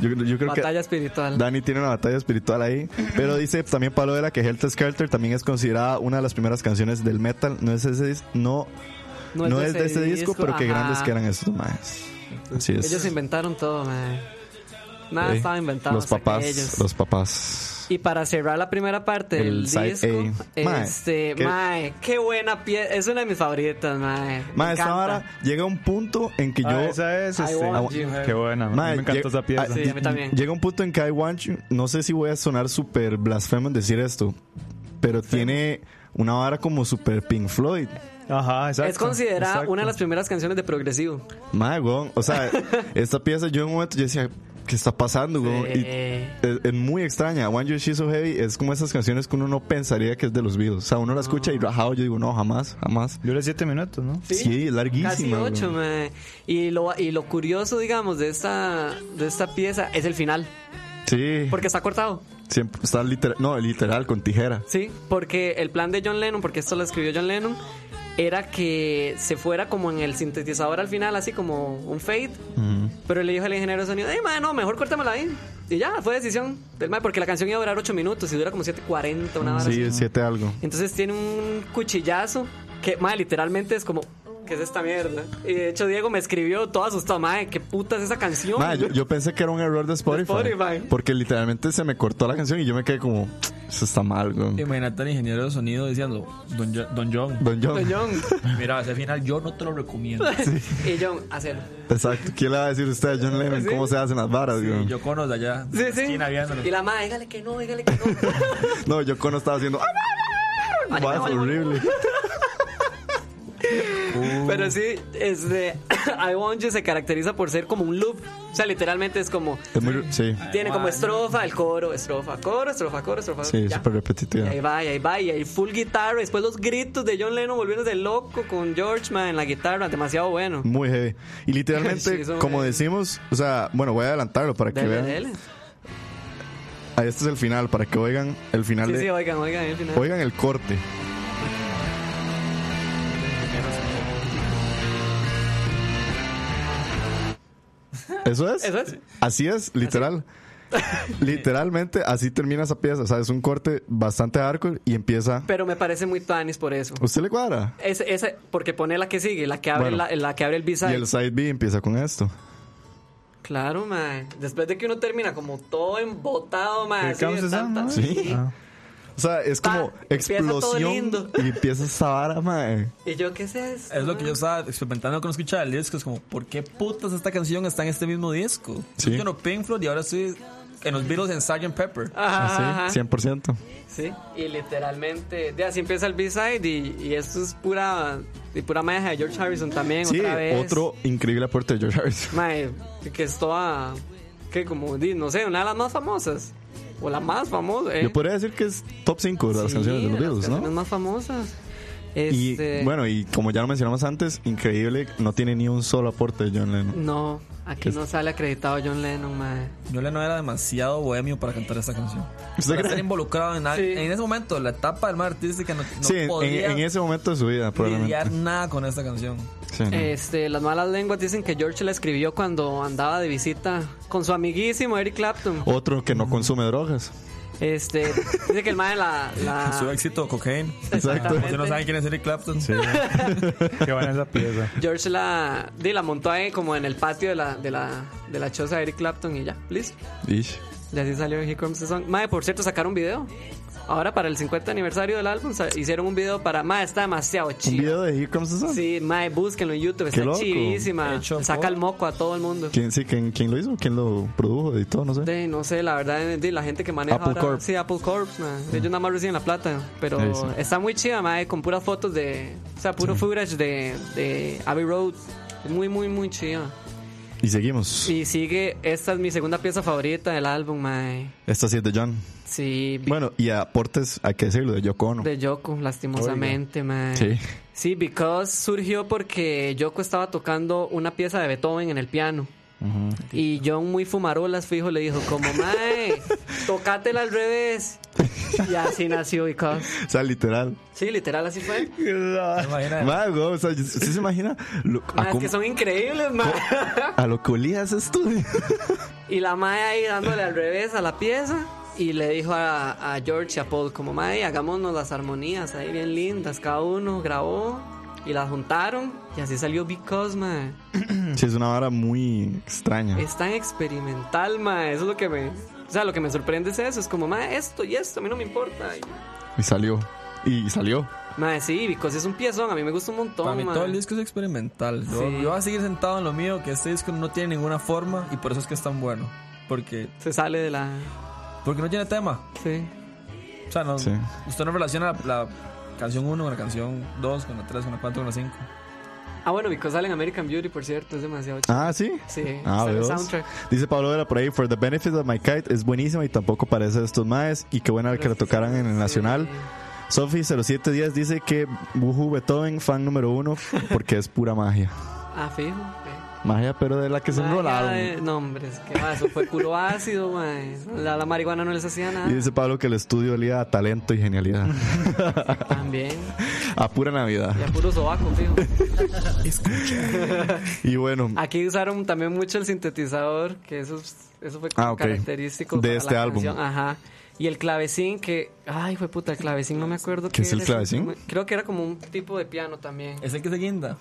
S1: Yo, yo creo
S2: Batalla
S1: que
S2: espiritual.
S1: Dani tiene una batalla espiritual ahí, pero dice también Pablo Vela que Helter Skelter también es considerada una de las primeras canciones del metal, no es ese dis- no no, es de ese disco, pero qué
S2: ajá.
S1: grandes que eran estos más. Así es.
S2: Ellos inventaron todo, mae. Nada
S1: Sí.
S2: estaba inventado.
S1: Los
S2: hasta que
S1: papás,
S2: ellos.
S1: los papás.
S2: Y para cerrar la primera parte
S1: El
S2: del
S1: side
S2: disco,
S1: A. Mae,
S2: este,
S1: qué-
S2: mae, qué buena pieza, es una de mis favoritas, mae. Me
S1: Ma, esta
S2: encanta.
S1: vara llega un punto en que yo
S3: Ah, esa es.
S2: I
S3: Este,
S2: want you.
S3: qué buena.
S1: Mae,
S3: me
S1: lleg-
S3: encantó esa pieza.
S1: ah,
S2: Sí, a mí también.
S1: Llega un punto en que I want you. No sé si voy a sonar súper blasfemo en decir esto, pero tiene una vara como super Pink Floyd.
S3: Ajá, exacto.
S2: es considerada
S3: exacto.
S2: una de las primeras canciones de progresivo.
S1: Mae, weón.
S2: [laughs]
S1: O sea, esta pieza yo en un momento yo decía, ¿qué está pasando, weón?
S2: Sí.
S1: Y
S2: Eh,
S1: es, es muy extraña. I want you, she's so heavy. Es como esas canciones que uno no pensaría que es de los Beatles. O sea, uno la escucha y rajado. Yo digo, no, jamás, jamás.
S3: Dura siete minutos, ¿no?
S1: Sí, es larguísima.
S2: Casi
S1: weón.
S2: ocho, mae. Y lo, y lo curioso, digamos, de esta, de esta pieza es el final,
S1: Sí.
S2: porque está cortado.
S1: Siempre está literal, no, literal, con tijera.
S2: Sí, porque el plan de John Lennon, porque esto lo escribió John Lennon, era que se fuera como en el sintetizador al final, así como un fade. Pero le dijo al ingeniero de sonido, hey, madre, no, mejor cortémosla ahí. Y ya, fue decisión del mae, porque la canción iba a durar 8 minutos y dura como 7.40, una hora
S1: Sí, es siete algo.
S2: Entonces tiene un cuchillazo que, madre, literalmente es como, ¿qué es esta mierda? Y de hecho, Diego me escribió todo asustado, madre, ¿qué puta es esa canción? [laughs]
S1: Ma, yo, yo pensé que era un error de Spotify,
S2: De Spotify.
S1: Porque literalmente se me cortó la canción y yo me quedé como, eso está mal, weón.
S4: Imagínate al ingeniero de sonido diciendo, Don, Jo- Don John,
S1: Don John.
S2: Don
S1: [laughs]
S2: John.
S4: mira, ese final yo no te lo recomiendo.
S2: y John, hacerlo.
S1: Exacto. ¿Qué le va a decir usted a John Lennon? ¿Cómo se hacen las varas, weón?
S4: Y yo conozco allá,
S2: Sí,
S4: en la
S2: sí.
S4: esquina viéndolo.
S2: Y la madre, dígale que no, dígale que no.
S1: No, yo cuando estaba haciendo. Va, es horrible.
S2: Pero sí, este, [coughs] I Want You se caracteriza por ser como un loop. O sea, literalmente es como,
S1: Es muy- sí,
S2: tiene como estrofa, el coro, estrofa, coro, estrofa, coro, estrofa.
S1: sí,
S2: ya.
S1: súper
S2: Y
S1: repetitiva.
S2: ahí va, y ahí va, y ahí full guitarra. Después los gritos de John Lennon volviéndose loco con George, man, en la guitarra, demasiado bueno.
S1: Muy heavy. Y
S2: [laughs]
S1: literalmente,
S2: Sí, eso
S1: como
S2: es.
S1: decimos, o sea, bueno, voy a adelantarlo para que
S2: Dele,
S1: vean.
S2: dele.
S1: Ah, Este es el final, para que oigan el final
S2: Sí,
S1: de.
S2: sí, oigan, oigan, el final.
S1: Oigan el corte. ¿Eso es?
S2: Eso es.
S1: Así es,
S2: [laughs]
S1: literal. Literalmente, así termina esa pieza. O sea, es un corte bastante hardcore y empieza.
S2: Pero me parece muy Tanis por eso.
S1: ¿Usted le cuadra?
S2: Esa, esa- porque pone la que sigue, la que abre,
S1: Bueno.
S2: la, la que abre el
S1: Y
S2: B-side.
S1: el side B empieza con esto.
S2: Claro, man. Después de que uno termina como todo embotado, man.
S3: ¿Qué
S2: así de
S3: causa esa,
S2: tanta-
S3: no?
S1: Sí.
S3: Ah.
S1: O sea, es como
S2: Pa, Ah, empieza todo
S1: explosión
S2: lindo.
S1: y empieza esa vara, mae.
S2: Y yo, ¿qué es eso?
S4: Es lo que yo estaba experimentando con escuchar el disco. Es como, ¿por qué putas esta canción está en este mismo disco?
S1: Sí.
S4: Yo no Pink Floyd y ahora estoy en los Beatles en Sgt. Pepper.
S1: Así,
S2: Ajá, ajá.
S1: 100%.
S2: Sí, y literalmente, de así empieza el B-side y, y esto es pura, y pura magia de George Harrison también,
S1: Sí,
S2: otra vez.
S1: otro increíble aporte de George Harrison.
S2: Mae, que es toda, que como, di, no sé, una de las más famosas, o la más famosa, ¿eh?
S1: Yo podría decir que es top 5 de las
S2: Sí,
S1: canciones de los
S2: las
S1: Beatles,
S2: canciones
S1: ¿no?
S2: más famosas.
S1: Y
S2: Este,
S1: bueno, y como ya lo mencionamos antes, increíble, no tiene ni un solo aporte de John Lennon.
S2: No, aquí no sale acreditado John Lennon, mae.
S4: Yo le no era demasiado bohemio para cantar esta canción.
S1: ¿Usted
S4: Para
S1: cree?
S4: estar involucrado en algo.
S2: Sí.
S4: En ese momento, la etapa del mar artística no, no
S1: sí, en,
S4: podía
S1: en ese momento de su vida,
S4: lidiar
S1: probablemente.
S4: nada con esta canción.
S1: Sí, ¿no?
S2: Este, las malas lenguas dicen que George la escribió
S1: Oh.
S2: cuando andaba de visita con su amiguísimo Eric Clapton.
S1: Otro que no consume drogas.
S2: Este, dice que el mae la. la-
S1: [laughs] Ah.
S4: Su éxito, cocaine.
S2: Exactamente.
S4: Por si no saben quién es Eric Clapton.
S3: Qué buena esa pieza.
S2: George la, di, la montó ahí como en el patio de la, de la, de la choza de Eric Clapton y ya, listo.
S1: [laughs] Ish.
S2: Y así salió Here Comes the Sun. Mae, por cierto, sacaron video. Ahora para el 50 aniversario del álbum sa- hicieron un video para... Mae, está demasiado
S1: Un
S2: chido.
S1: video de Here Comes the Sun.
S2: Sí, mae, búsquenlo en YouTube.
S1: Qué
S2: Está
S1: loco.
S2: chidísima.
S4: Hecho
S2: Saca
S4: por-
S2: el moco a todo el mundo.
S1: ¿Quién, sí, quién, quién lo hizo? ¿Quién lo produjo? Editó, no sé.
S2: De, no sé, la verdad, de la gente que maneja
S1: Apple
S2: ahora-
S1: Corp.
S2: Sí, Apple Corp. mae. Ellos nada más reciben la plata. Pero
S1: Sí, sí.
S2: está muy chida, mae, con puras fotos de... O sea, puro footage de, de Abbey Road. Muy, muy, muy chida.
S1: Y seguimos.
S2: Y sigue... Esta es mi segunda pieza favorita del álbum, mae.
S1: Esta sí es de John.
S2: Sí, Be-
S1: Bueno, y aportes, hay que decirlo, de Yoko Ono.
S2: De Yoko, lastimosamente, mae.
S1: Sí.
S2: Sí, Because surgió porque Yoko estaba tocando una pieza de Beethoven en el piano. Y John, muy fumarolas, fijo, le dijo, como, mae, tocátela al revés. Y así nació Because.
S1: O sea, literal.
S2: Sí, literal, así fue.
S4: Imagina.
S1: Madre, güey, o sea, ¿sí se imagina lo,
S2: Mae,
S1: a,
S2: es
S1: cómo-
S2: que son increíbles, mae.
S1: a lo que olía ese estudio? [laughs]
S2: Y la mae ahí dándole al revés a la pieza. Y le dijo a, a George y a Paul, como, mae, hagámonos las armonías ahí bien lindas. Cada uno grabó y las juntaron. Y así salió Because, mae.
S1: sí, es una vara muy extraña.
S2: Es tan experimental, ma. Eso es lo que me. O sea, lo que me sorprende es eso. Es como, ma, esto y esto, a mí no me importa. Y,
S1: Y salió. Y salió.
S2: ma, sí, because es un piezón. A mí me gusta un montón,
S4: Para mí
S2: ma.
S4: todo el disco es experimental. Yo,
S2: Sí.
S4: yo voy a seguir sentado en lo mío, que este disco no tiene ninguna forma y por eso es que es tan bueno. Porque,
S2: Se sale de la.
S4: porque no tiene tema.
S2: Sí.
S4: O sea, no,
S1: Sí.
S4: usted no relaciona la, la canción 1 con la canción 2, con la 3, con la 4, con la 5.
S2: Ah, bueno, because sale en American Beauty, por cierto. Es demasiado chido.
S1: Ah, sí.
S2: Sí,
S1: Ah,
S2: está en el
S1: ¿veos?
S2: soundtrack.
S1: Dice Pablo Vera por ahí, For the Benefit of My Kite es buenísima y tampoco parece de estos maes. Y qué buena que la tocaran en el Nacional. Sofi0710 dice que Buju Beethoven, fan número uno, porque es pura magia.
S2: Ah, fijo. ok.
S1: Magia, pero de la que se
S2: Ma,
S1: enrolaron.
S2: ya de- No, hombre, es que ma, eso fue puro ácido, ma. La, la marihuana no les hacía
S1: Y
S2: nada.
S1: dice Pablo que el estudio olía a talento y genialidad.
S2: También.
S1: a pura Navidad.
S2: Y a puro sobaco, fijo.
S1: Y bueno,
S2: Aquí usaron también mucho el sintetizador, que eso, es- eso fue como
S1: Ah, ok.
S2: característico
S1: De
S2: para
S1: este
S2: la
S1: álbum.
S2: canción. Ajá. Y el clavecín que, ay, fue puta, el clavecín no me acuerdo
S1: ¿Qué es el
S2: era.
S1: clavecín?
S2: Creo que era como un tipo de piano también. [laughs]
S4: Es el que se guinda.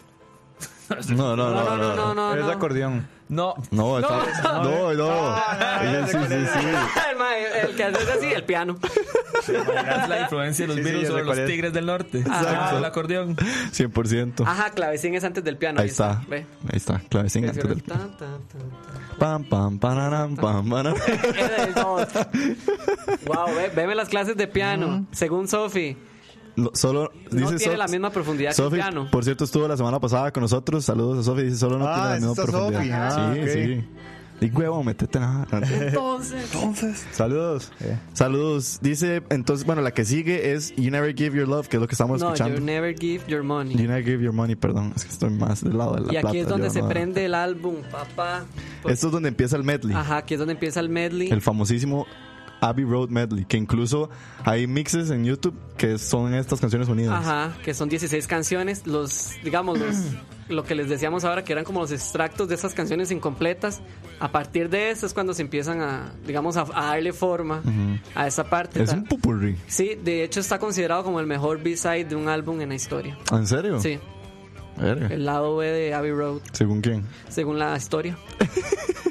S1: no, no, no, no.
S2: no, no, no,
S3: es
S2: no.
S3: acordeón.
S4: No,
S1: No, está- no, no.
S2: Ah,
S1: Sí, sí, sí, sí.
S2: el, ma- el que hace así, el piano.
S4: es la influencia de los
S3: Sí, sí,
S4: virus
S3: ya sé
S4: sobre
S3: cuál
S4: los
S3: es.
S4: tigres del norte.
S1: Exacto.
S4: Ah, el acordeón.
S1: 100%.
S2: Ajá, clavecín es antes del piano.
S1: Ahí está.
S2: Ve.
S1: Ahí está, clavecín antes del
S2: Tan, tan, tan,
S1: pam pam pararam,
S2: [laughs]
S1: pam pararam.
S2: tan. Era el dos. wow, ve, veme las clases de piano. Según Sofi,
S1: Lo- Solo
S2: no
S1: dice
S2: tiene
S1: Sof-
S2: la misma profundidad que
S1: Sofi,
S2: el piano.
S1: por cierto, estuvo la semana pasada con nosotros. Saludos a Sofi. Dice solo no
S3: Ah,
S1: tiene la misma
S3: esta es
S1: profundidad.
S3: Sofi, ah,
S1: sí,
S3: ok.
S1: sí. Y huevo, metete
S3: [laughs]
S1: nada. Eh.
S3: Saludos.
S1: Saludos. Dice, entonces, bueno, la que sigue es You Never Give Your Love, que es lo que estamos
S2: No,
S1: escuchando.
S2: you never give your money.
S1: You Never Give Your Money, perdón. Es que estoy más del lado de la
S2: Y aquí
S1: plata,
S2: es donde
S1: yo
S2: se
S1: no-
S2: prende el álbum, papá. Por-
S1: Esto es donde empieza el medley.
S2: Ajá, aquí es donde empieza el medley.
S1: El famosísimo Abbey Road Medley, que incluso hay mixes en YouTube que son estas canciones unidas.
S2: Ajá, que son 16 canciones. Los, digamos,
S1: [clears throat]
S2: los, lo que les decíamos ahora, que eran como los extractos de esas canciones incompletas. A partir de eso es cuando se empiezan a, digamos, a, a darle forma a esa parte.
S1: Es un pupurri.
S2: Sí, de hecho está considerado como el mejor B-side de un álbum en la historia.
S1: ¿En serio?
S2: Sí,
S1: Verga.
S2: el lado B de Abbey Road,
S1: ¿Según quién?
S2: según la historia.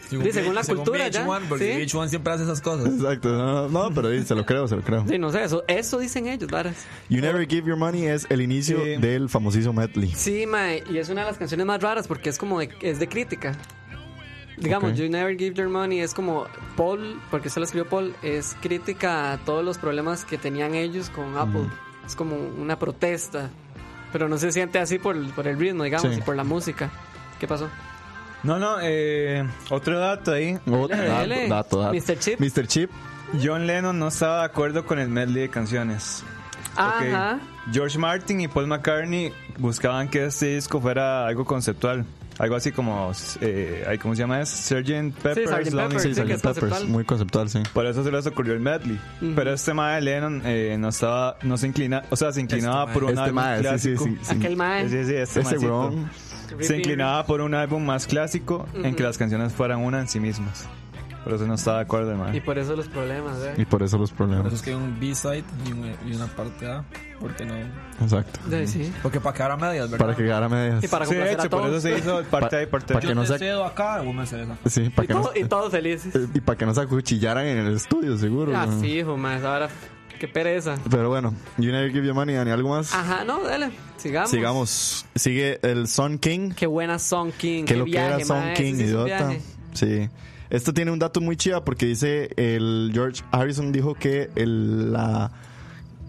S4: Según,
S2: Sí, según la cultura, ya.
S4: VH1,
S2: Sí.
S4: porque VH1 siempre hace esas cosas.
S1: Exacto. No, no, no, pero ahí se lo creo, se lo creo.
S2: Sí, no sé, eso, eso dicen ellos, varas.
S1: You Never Give Your Money es el inicio
S3: Sí.
S1: del famosísimo medley.
S2: Sí, mae, y es una de las canciones más raras porque es como de, es de crítica. Digamos,
S1: Ok.
S2: You Never Give Your Money es como Paul, porque se lo escribió Paul, es crítica a todos los problemas que tenían ellos con Apple. Es como una protesta, pero no se siente así por, el- por el ritmo, digamos,
S1: Sí.
S2: y por la música. ¿Qué pasó?
S3: No, no, eh, otro dato ahí.
S1: Oh,
S2: Dale,
S1: dato,
S2: Ah, dale.
S1: dato, dato.
S2: Mr. Chip.
S1: Mr. Chip.
S3: John Lennon no estaba de acuerdo con el medley de canciones. Ok.
S2: Ajá.
S3: George Martin y Paul McCartney buscaban que este disco fuera algo conceptual. Algo así como, eh, ay, ¿cómo se llama? Es Sgt. Pepper's
S2: Sgt.
S3: Lonely
S2: Pepper.
S1: Sí,
S2: Sí, que
S1: Sgt.
S2: es
S1: Peppers.
S2: conceptual.
S1: Muy conceptual, sí.
S3: Por eso se les ocurrió el medley. Pero este mae Lennon eh, no estaba, no se inclina, o sea, se inclinaba
S4: mae.
S3: por un
S1: Este
S3: álbum
S1: mae, sí, sí,
S3: clásico.
S1: sí, sí.
S2: Aquel mae.
S3: Sí, sí, este
S1: Ese
S3: maecito.
S1: weón.
S3: Se inclinaba por un álbum más clásico en que las canciones fueran una en sí mismas. Pero eso no estaba de acuerdo,
S2: Y
S3: mae.
S2: por eso los problemas, ¿eh?
S1: Y por eso los
S4: Por eso
S1: problemas.
S4: es que hay un B-side y, un- y una parte A. Porque no.
S1: Exacto.
S2: De- sí.
S4: Porque para quedar a medias, ¿verdad?
S1: Para que quedara medias.
S2: Y para
S3: Sí, de
S2: complacer
S3: hecho,
S2: a
S3: por eso
S2: todos. [laughs]
S3: se hizo parte A y parte
S1: Pa-
S3: B.
S1: pa-
S4: Yo
S1: que no
S4: te
S1: sac-
S4: cedo acá, vos me cedas acá.
S1: Sí, para
S2: Y,
S1: que no,
S2: todo- [laughs] y todos felices.
S1: y para que no se acuchillaran en el estudio, seguro.
S2: Ah,
S1: ¿no?
S2: sí, hijo, mae, ahora qué pereza.
S1: Pero bueno, You Never Give Your Money, Dani. ¿Algo más?
S2: Ajá, no, dale, sigamos.
S1: Sigamos. Sigue el Son King.
S2: Qué buena Song King.
S1: que
S2: qué
S1: lo que era
S2: viaje,
S1: Sound
S2: mae,
S1: King,
S2: ese sí es un
S1: idiota.
S2: viaje.
S1: Sí. Esto tiene un dato muy chiva porque dice el George Harrison dijo que el la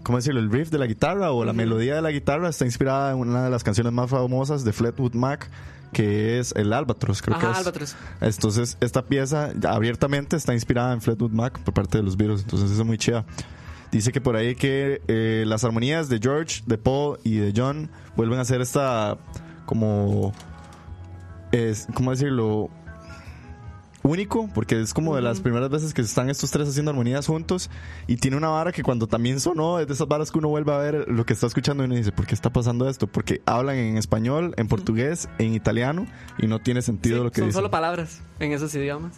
S1: ¿cómo decirlo? el riff de la guitarra o la melodía de la guitarra está inspirada en una de las canciones más famosas de Fleetwood Mac que es el Albatros, creo
S2: Ajá,
S1: que es.
S2: Albatros.
S1: Entonces, esta pieza ya abiertamente está inspirada en Fleetwood Mac por parte de los Beatles, entonces eso es muy chida. Dice que por ahí que eh, las armonías de George, de Paul y de John vuelven a ser esta como es, ¿cómo decirlo? Único, porque es como de las primeras veces que están estos tres haciendo armonías juntos y tiene una vara que cuando también sonó es de esas varas que uno vuelve a ver lo que está escuchando y uno dice, ¿por qué está pasando esto? Porque hablan en español, en portugués, en italiano y no tiene sentido
S2: Sí,
S1: lo que
S2: son
S1: dicen.
S2: solo palabras en esos idiomas.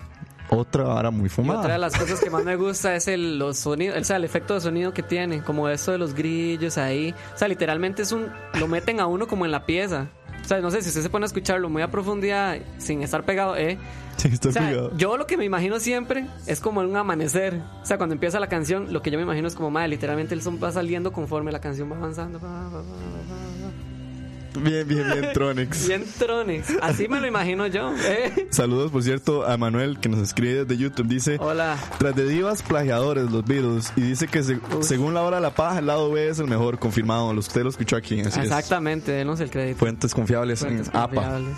S1: Otra vara muy
S2: Y otra de
S1: fumada.
S2: las cosas que más me gusta es el, los sonidos, o sea, el efecto de sonido que tiene, como eso de los grillos ahí. O sea, literalmente es un. Lo meten a uno como en la pieza. O sea, no sé si usted se pone a escucharlo muy a profundidad sin estar pegado, ¿eh?
S1: [laughs] Sí, estoy
S2: O sea,
S1: pegado.
S2: yo lo que me imagino siempre es como un amanecer. O sea, cuando empieza la canción, lo que yo me imagino es como, madre, literalmente el son va saliendo conforme la canción va avanzando. Ba, ba, ba, ba, ba.
S1: Bien, bien,
S2: [laughs]
S1: bien, Tronics.
S2: Bien trones. Así me lo imagino yo. ¿eh?
S1: Saludos, por cierto, a Manuel que nos escribe desde YouTube. Dice,
S2: Hola.
S1: Tras de divas plagiadores, los Beatles. Y dice que se- según la hora de la paja, el lado B es el mejor, confirmado. Los- Usted lo escuchó aquí. Así es.
S2: Exactamente, denos el crédito.
S1: Fuentes confiables
S2: Fuentes
S1: en APA.
S2: confiables.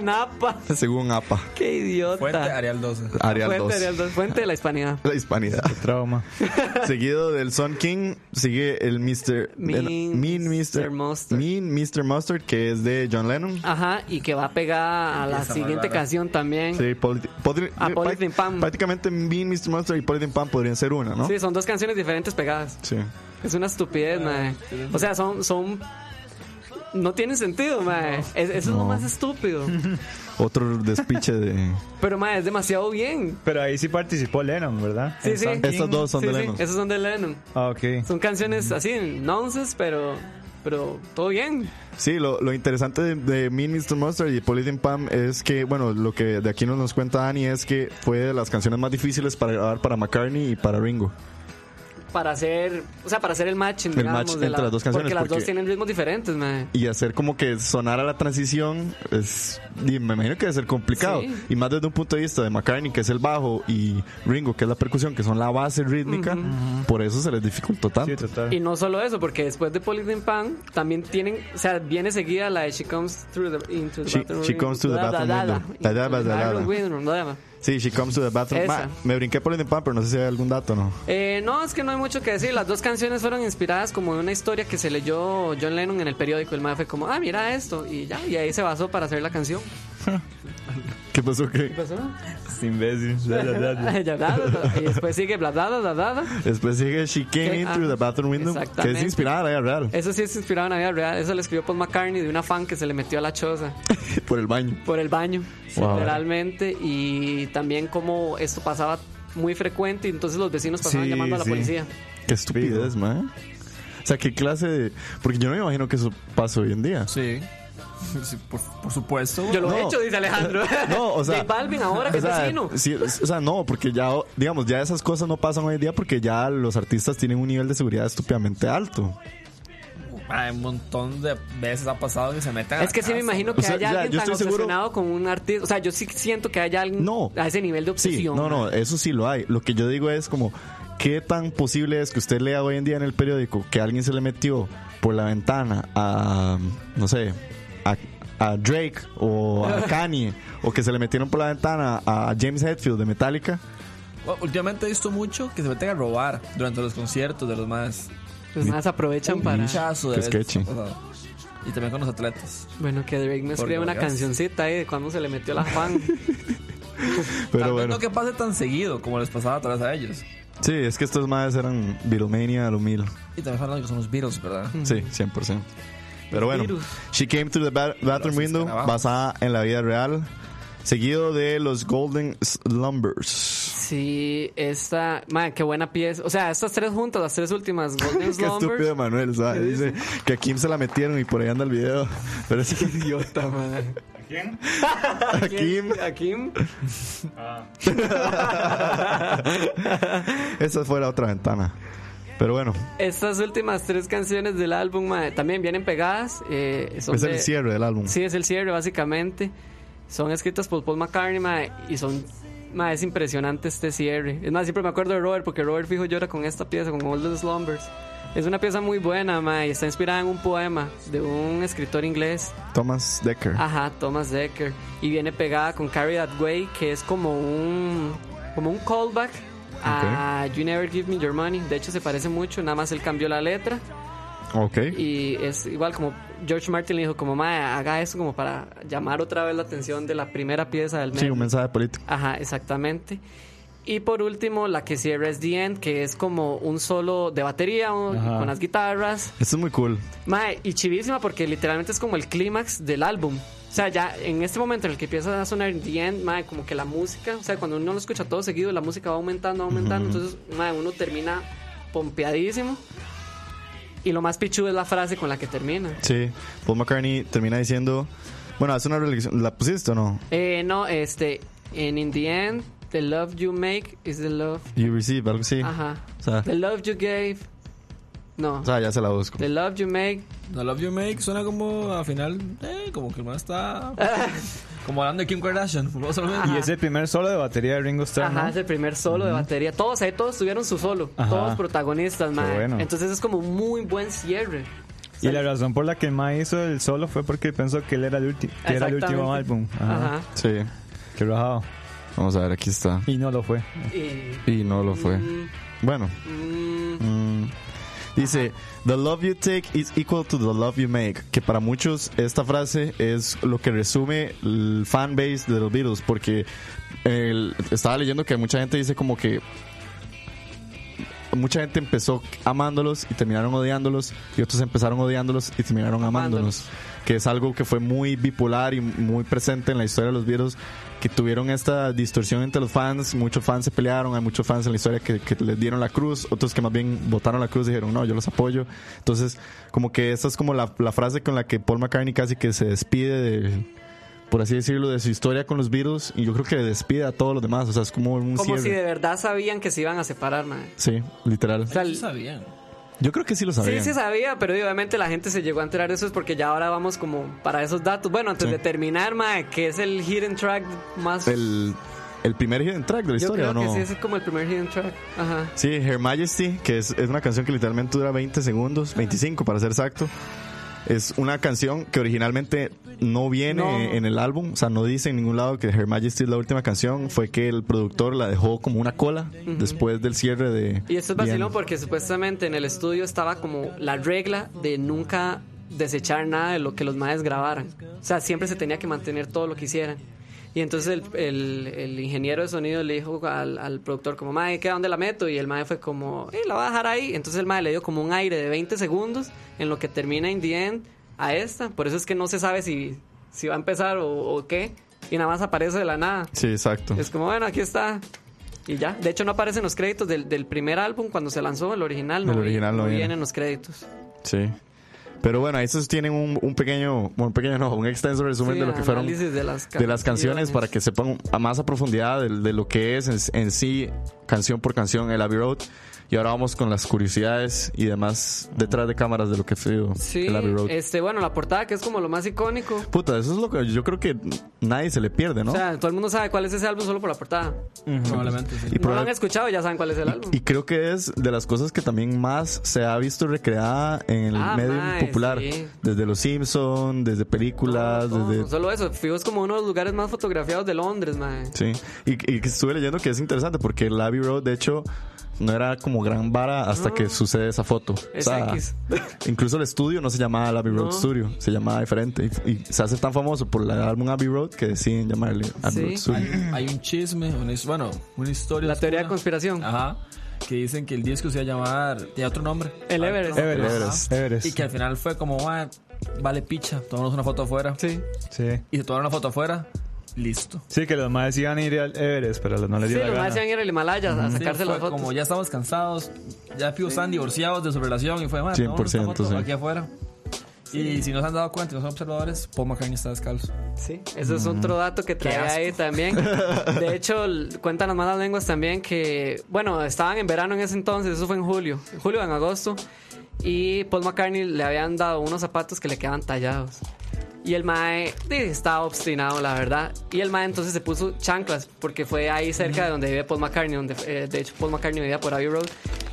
S2: [laughs] Napa.
S1: Según APA.
S2: Qué idiota.
S4: Fuente Arial 12.
S1: Arial 2.
S2: Fuente, Arial 2. Fuente de la hispanidad.
S1: [laughs] La hispanidad.
S3: Trauma.
S1: [laughs] Seguido del Son King, sigue el Mr.
S2: Mean
S1: el- mean
S2: Mr.
S1: Mr.
S2: Mustard.
S1: Mean Mr. Mustard, que es de John Lennon.
S2: Ajá, y que va a pegar a la
S4: Esa más
S2: siguiente
S4: rara.
S2: canción también. Sí.
S1: Sí, Politi- Podri-
S2: Ah, Politin
S1: prac-
S2: Pan.
S1: Prácticamente Mean Mr. Mustard y Politin Pan podrían ser una, ¿no?
S2: son dos canciones diferentes pegadas.
S1: Sí.
S2: Es una estupidez, mae. O sea, son. son no tiene sentido, mae. Es- eso es lo más
S1: [laughs]
S2: estúpido.
S1: Otro
S2: [laughs]
S1: despiche de.
S2: Pero, mae, es demasiado bien.
S3: Pero ahí sí participó Lennon, ¿verdad?
S2: Sí,
S3: En
S2: sí.
S3: Sound King.
S1: Estos dos son
S2: Sí,
S1: de
S2: sí,
S1: Lennon.
S2: esos son de Lennon.
S3: Ah, ok.
S2: Son canciones así, nonsense, pero. Pero todo bien.
S1: Sí, lo, lo interesante de, de Mean Mr. Monster y Politin Pam es que, bueno, lo que de aquí nos, nos cuenta Dani es que fue de las canciones más difíciles para grabar para McCartney y para Ringo.
S2: Para hacer. O sea, para hacer el matching.
S1: El
S2: digamos,
S1: match
S2: de
S1: entre las dos canciones,
S2: Porque las
S1: porque-
S2: dos tienen ritmos diferentes, mae.
S1: Y hacer como que sonara la transición es. y me imagino que debe ser complicado.
S2: Sí.
S1: Y más desde un punto de vista de McCartney, que es el bajo, y Ringo, que es la percusión, que son la base rítmica, por eso se les dificultó tanto.
S3: Sí, total.
S2: Y no solo eso, porque después de Politin Pan también tienen, o sea, viene seguida la de She Comes Through the, into the
S1: She-
S2: Bathroom
S1: She Comes to the
S2: Da, da,
S1: Bathroom
S2: da, da.
S1: Window. Da, da, da, da, da.
S2: Bathroom Window, da, da.
S1: Sí, She Comes to the Bathroom.
S2: Esa.
S1: Ma, me brinqué Politin Pam, pero no sé si hay algún dato, ¿no?
S2: Eh, no, es que no hay mucho que decir. Las dos canciones fueron inspiradas como de una historia que se leyó John Lennon en el periódico. El mae fue como, ah, mira esto. Y ya, y ahí se basó para hacer la canción.
S1: ¿Qué pasó? ¿Qué? Este
S2: ¿Qué pasó?
S3: Imbécil. La, la, la, la.
S2: [laughs] Ya, da, da, da. y después sigue bla, bla, bla, bla, bla.
S1: Después sigue She Came
S2: ¿Qué?
S1: In
S2: Ah,
S1: Through the Bathroom Window, que es
S2: exactamente. Eh.
S1: inspirada a la vida real,
S2: Eso sí es inspirado en la vida real. Eso lo escribió Paul McCartney de una fan que se le metió a la choza.
S1: por el baño.
S2: por el baño,
S1: Wow.
S2: literalmente, y también como esto pasaba muy frecuente, y entonces los vecinos pasaban
S3: Sí,
S2: llamando a la
S3: sí.
S2: policía.
S1: Qué estupidez, man. O sea, qué clase de. Porque yo no me imagino que eso pasa hoy en día.
S4: Sí. Sí, por, por supuesto.
S2: Yo lo he
S1: No.
S2: hecho, dice Alejandro.
S1: No,
S2: [laughs]
S1: o sea.
S2: J Balvin ahora que
S1: o
S2: es
S1: sea,
S2: vecino.
S1: sí, o sea, no, porque ya, digamos, ya esas cosas no pasan hoy en día porque ya los artistas tienen un nivel de seguridad estúpidamente alto.
S4: Mae, un montón de veces ha pasado que se meten. a
S2: Es
S4: la
S2: que sí me
S4: casa.
S2: imagino que
S1: O sea,
S2: haya
S1: ya, yo
S2: alguien tan
S1: estoy seguro-
S2: obsesionado con un artista. O sea, yo sí siento que haya alguien
S1: No.
S2: a ese nivel de
S1: Sí,
S2: obsesión.
S1: no, no,
S2: man.
S1: eso sí lo hay. Lo que yo digo es como, ¿qué tan posible es que usted lea hoy en día en el periódico que alguien se le metió por la ventana a, no sé, a, a Drake o a Kanye, o que se le metieron por la ventana a James Hetfield de Metallica?
S4: Bueno, últimamente he visto mucho que se meten a robar durante los conciertos de los más.
S2: Los Pues más aprovechan para.
S4: Pinchazo
S1: Qué
S4: de
S1: sketchy.
S4: veces, o sea, y también con los atletas.
S2: Bueno, que Drake me escribe una
S4: drogas.
S2: cancioncita ahí de cuando se le metió la
S1: [laughs]
S2: fan.
S4: Tal
S1: Pero
S4: vez
S1: bueno,
S4: no que pase tan seguido como les pasaba atrás a ellos.
S1: sí, es que estos madres eran Beatlemania a lo mil.
S4: Y también hablando que son los virus, ¿verdad?
S1: Sí, 100%. Pero bueno,
S2: Virus.
S1: She Came Through the ba- Bathroom Window,
S4: escarabajos.
S1: basada en la vida real. seguido de los Golden Slumbers.
S2: Sí, esta. Man, qué buena pieza. O sea, estas tres juntas, las tres últimas.
S1: [laughs] Qué
S2: Golden
S1: estúpido
S2: Slumbers.
S1: Manuel, ¿sabes? Dice que a Kim se la metieron y por ahí anda
S2: [laughs]
S1: el video. Pero es que
S2: Idiota, man.
S1: a Kim,
S2: Ah, [laughs] ¿A Kim?
S1: esa fue la otra ventana. Pero bueno,
S2: Estas últimas tres canciones del álbum mae, también vienen pegadas. eh, son
S1: es
S2: de-
S1: el cierre del álbum.
S2: Sí, es el cierre, básicamente. Son escritas por Paul McCartney mae, y son. mae, es impresionante este cierre. Es más, siempre me acuerdo de Robert porque Robert Fijo llora con esta pieza, con All the Slumbers. Es una pieza muy buena, mae, y está inspirada en un poema de un escritor inglés.
S1: Thomas Decker.
S2: Ajá, Thomas Decker. Y viene pegada con Carry That Way, que es como un, como un callback a You Never Give Me Your Money. De hecho, se parece mucho, nada más él cambió la letra.
S1: Ok.
S2: Y es igual como George Martin le dijo, como, "Mae, haga eso como para llamar otra vez la atención de la primera pieza del
S1: Sí, un
S2: medley".
S1: mensaje político.
S2: Ajá, exactamente. Y por último, la que cierra es The End, que es como un solo de batería un-
S3: Ajá.
S2: con las guitarras.
S1: Esto es muy cool.
S2: Mae, y chivísima porque literalmente es como el clímax del álbum. O sea, ya en este momento en el que empieza a sonar The End, mae, como que la música, o sea, cuando uno lo escucha todo seguido, la música va aumentando, va aumentando, entonces, mae, uno termina pompeadísimo. Y lo más pichudo es la frase con la que termina.
S1: Sí. Paul McCartney termina diciendo. Bueno, hace una reflexión. ¿La pusiste o no?
S2: Eh, no, este, en In the End, the love you make is the love.
S1: You receive, algo así.
S2: Ajá.
S1: O sea,
S2: The love you gave. No.
S1: o sea, ya se la busco.
S2: The love you make.
S4: No Love You Make suena como al final, eh, como que el man está. [laughs] como hablando de Kim Kardashian. como solamente.
S3: Y es el primer solo de batería de Ringo Starr.
S2: Ajá,
S3: ¿no?
S2: es el primer solo de batería. Todos ahí, todos tuvieron su solo.
S3: Ajá.
S2: Todos protagonistas, mae.
S3: bueno.
S2: Entonces es como un muy buen cierre.
S3: Y la razón por la que el Mae hizo el solo fue porque pensó que él era el, ulti- que era el
S2: Exactamente.
S3: último álbum. Ajá.
S2: Ajá.
S1: Sí.
S3: Qué rajado.
S1: Vamos a ver, aquí está.
S3: Y no lo fue.
S2: Y-
S1: Y no lo fue.
S2: Mm,
S1: Bueno.
S2: mm,
S1: Mm. Dice, the love you take is equal to the love you make. Que para muchos esta frase es lo que resume el fanbase de los Beatles. Porque el- estaba leyendo que mucha gente dice como que mucha gente empezó amándolos y terminaron odiándolos. Y otros empezaron odiándolos y terminaron amándolos. Que es algo que fue muy bipolar y muy presente en la historia de los Beatles. Que tuvieron esta distorsión entre los fans. Muchos fans se pelearon. Hay muchos fans en la historia que, que les dieron la cruz. Otros que más bien votaron la cruz y dijeron, no, yo los apoyo. Entonces, como que esa es como la, la frase con la que Paul McCartney casi que se despide de por así decirlo, de su historia con los Beatles y yo creo que despide a todos los demás, o sea, es como un
S2: como si de
S1: cierre.
S2: verdad sabían que se iban a separar, mae.
S1: Sí, literal.
S2: O sea,
S4: Sí sabían.
S1: Yo creo que sí lo sabían.
S2: Sí, se sabía, pero obviamente la gente se llegó a enterar de eso es porque ya ahora vamos como para esos datos. Bueno, antes
S1: Sí.
S2: de terminar, mae, que es el hidden track más...
S1: el, el primer hidden track de la
S2: yo
S1: historia,
S2: creo
S1: ¿o no?
S2: que sí, ese es como el primer hidden track. Ajá.
S1: Sí, Her Majesty, que es, es una canción que literalmente dura 20 segundos, 25 para ser exacto. Es una canción que originalmente no viene
S2: No.
S1: en el álbum, o sea, no dice en ningún lado que Her Majesty es la última canción, fue que el productor la dejó como una cola después del cierre de...
S2: Y esto es
S1: The
S2: vacilón
S1: End.
S2: porque supuestamente en el estudio estaba como la regla de nunca desechar nada de lo que los maes grabaran. O sea, siempre se tenía que mantener todo lo que hicieran. Y entonces el, el- el ingeniero de sonido le dijo al, al productor como, mae, ¿qué? ¿Dónde la meto? Y el mae fue como, eh, la voy a dejar ahí. Entonces el mae le dio como un aire de 20 segundos en lo que termina in the end a esta. Por eso es que no se sabe si, si va a empezar o, o qué. Y nada más aparece de la nada.
S1: Sí, exacto.
S2: Es como, bueno, aquí está. Y ya. De hecho, no aparecen los créditos del, del primer álbum cuando se lanzó, el original. No,
S1: El
S2: vi-
S1: original no viene.
S2: vienen los créditos.
S1: Sí. Pero bueno, ahí esos tienen un, un pequeño, bueno, un pequeño no, un extenso resumen
S2: Sí,
S1: de lo que fueron
S2: análisis de las
S1: de las canciones para que sepan a más a profundidad de, de lo que es en, en sí, canción por canción, el Abbey Road. Y ahora vamos con las curiosidades y demás detrás de cámaras de lo que fue
S2: Sí,
S1: el Abbey Road.
S2: este, bueno, la portada que es como lo más icónico.
S1: Puta, eso es lo que yo creo que nadie se le pierde, ¿no?
S2: O sea, todo el mundo sabe cuál es ese álbum solo por la portada.
S4: Probablemente sí.
S1: y,
S2: No lo
S1: proba-
S2: han escuchado, ya saben cuál es el álbum.
S1: y creo que es de las cosas que también más se ha visto recreada en el
S2: Ah,
S1: medio
S2: mae,
S1: popular.
S2: sí.
S1: Desde Los Simpsons, desde películas,
S2: No, no,
S1: desde
S2: no solo eso, Fijo es como uno de los lugares más fotografiados de Londres, mae.
S1: Sí, y, y que estuve leyendo que es interesante porque el Abbey Road, de hecho, no era como gran vara hasta que sucede esa foto.
S2: Mm. Es X.
S1: [laughs] Incluso el estudio no se llamaba el Abbey Road
S2: No.
S1: Studio, se llamaba diferente. Y, y se hace tan famoso por el álbum Abbey Road que deciden llamarle Abbey
S2: Sí.
S1: Road Studio.
S4: Hay un chisme, una his- bueno, una historia.
S2: La teoría de
S4: oscura.
S2: conspiración.
S1: Ah,
S4: Ajá. Que dicen que el disco se iba a llamar. Tenía otro nombre.
S2: El Everest.
S4: Ajá.
S3: Everest, Everest.
S4: Y que al final fue como, "Ah, vale picha. Tomamos una foto afuera.
S2: Sí.
S3: Sí.
S4: Y se tomaron una foto afuera. listo.
S3: Sí, que los más iban a ir al Everest, pero no les
S2: Sí,
S3: dio la
S2: los más
S3: gana.
S2: se van a ir al Himalaya a
S4: Sí,
S2: sacarse
S4: fue
S2: las fotos.
S4: Como ya estamos cansados, ya Pius están divorciados de su relación y fue "Ah, más.
S1: 100%, sí.
S4: aquí afuera. Y si no se han dado cuenta, y no son observadores, Paul McCartney está descalzo.
S2: Sí, eso es otro dato que trae
S4: asco.
S2: ahí también. De hecho, l- cuentan las malas lenguas también que, bueno, estaban en verano en ese entonces, eso fue en julio, en julio o en agosto, y Paul McCartney le habían dado unos zapatos que le quedaban tallados. Y el Mae di, estaba obstinado, la verdad. Y el Mae entonces se puso chanclas, porque fue ahí cerca de donde vive Paul McCartney, donde eh, de hecho Paul McCartney vivía por Abbey Road.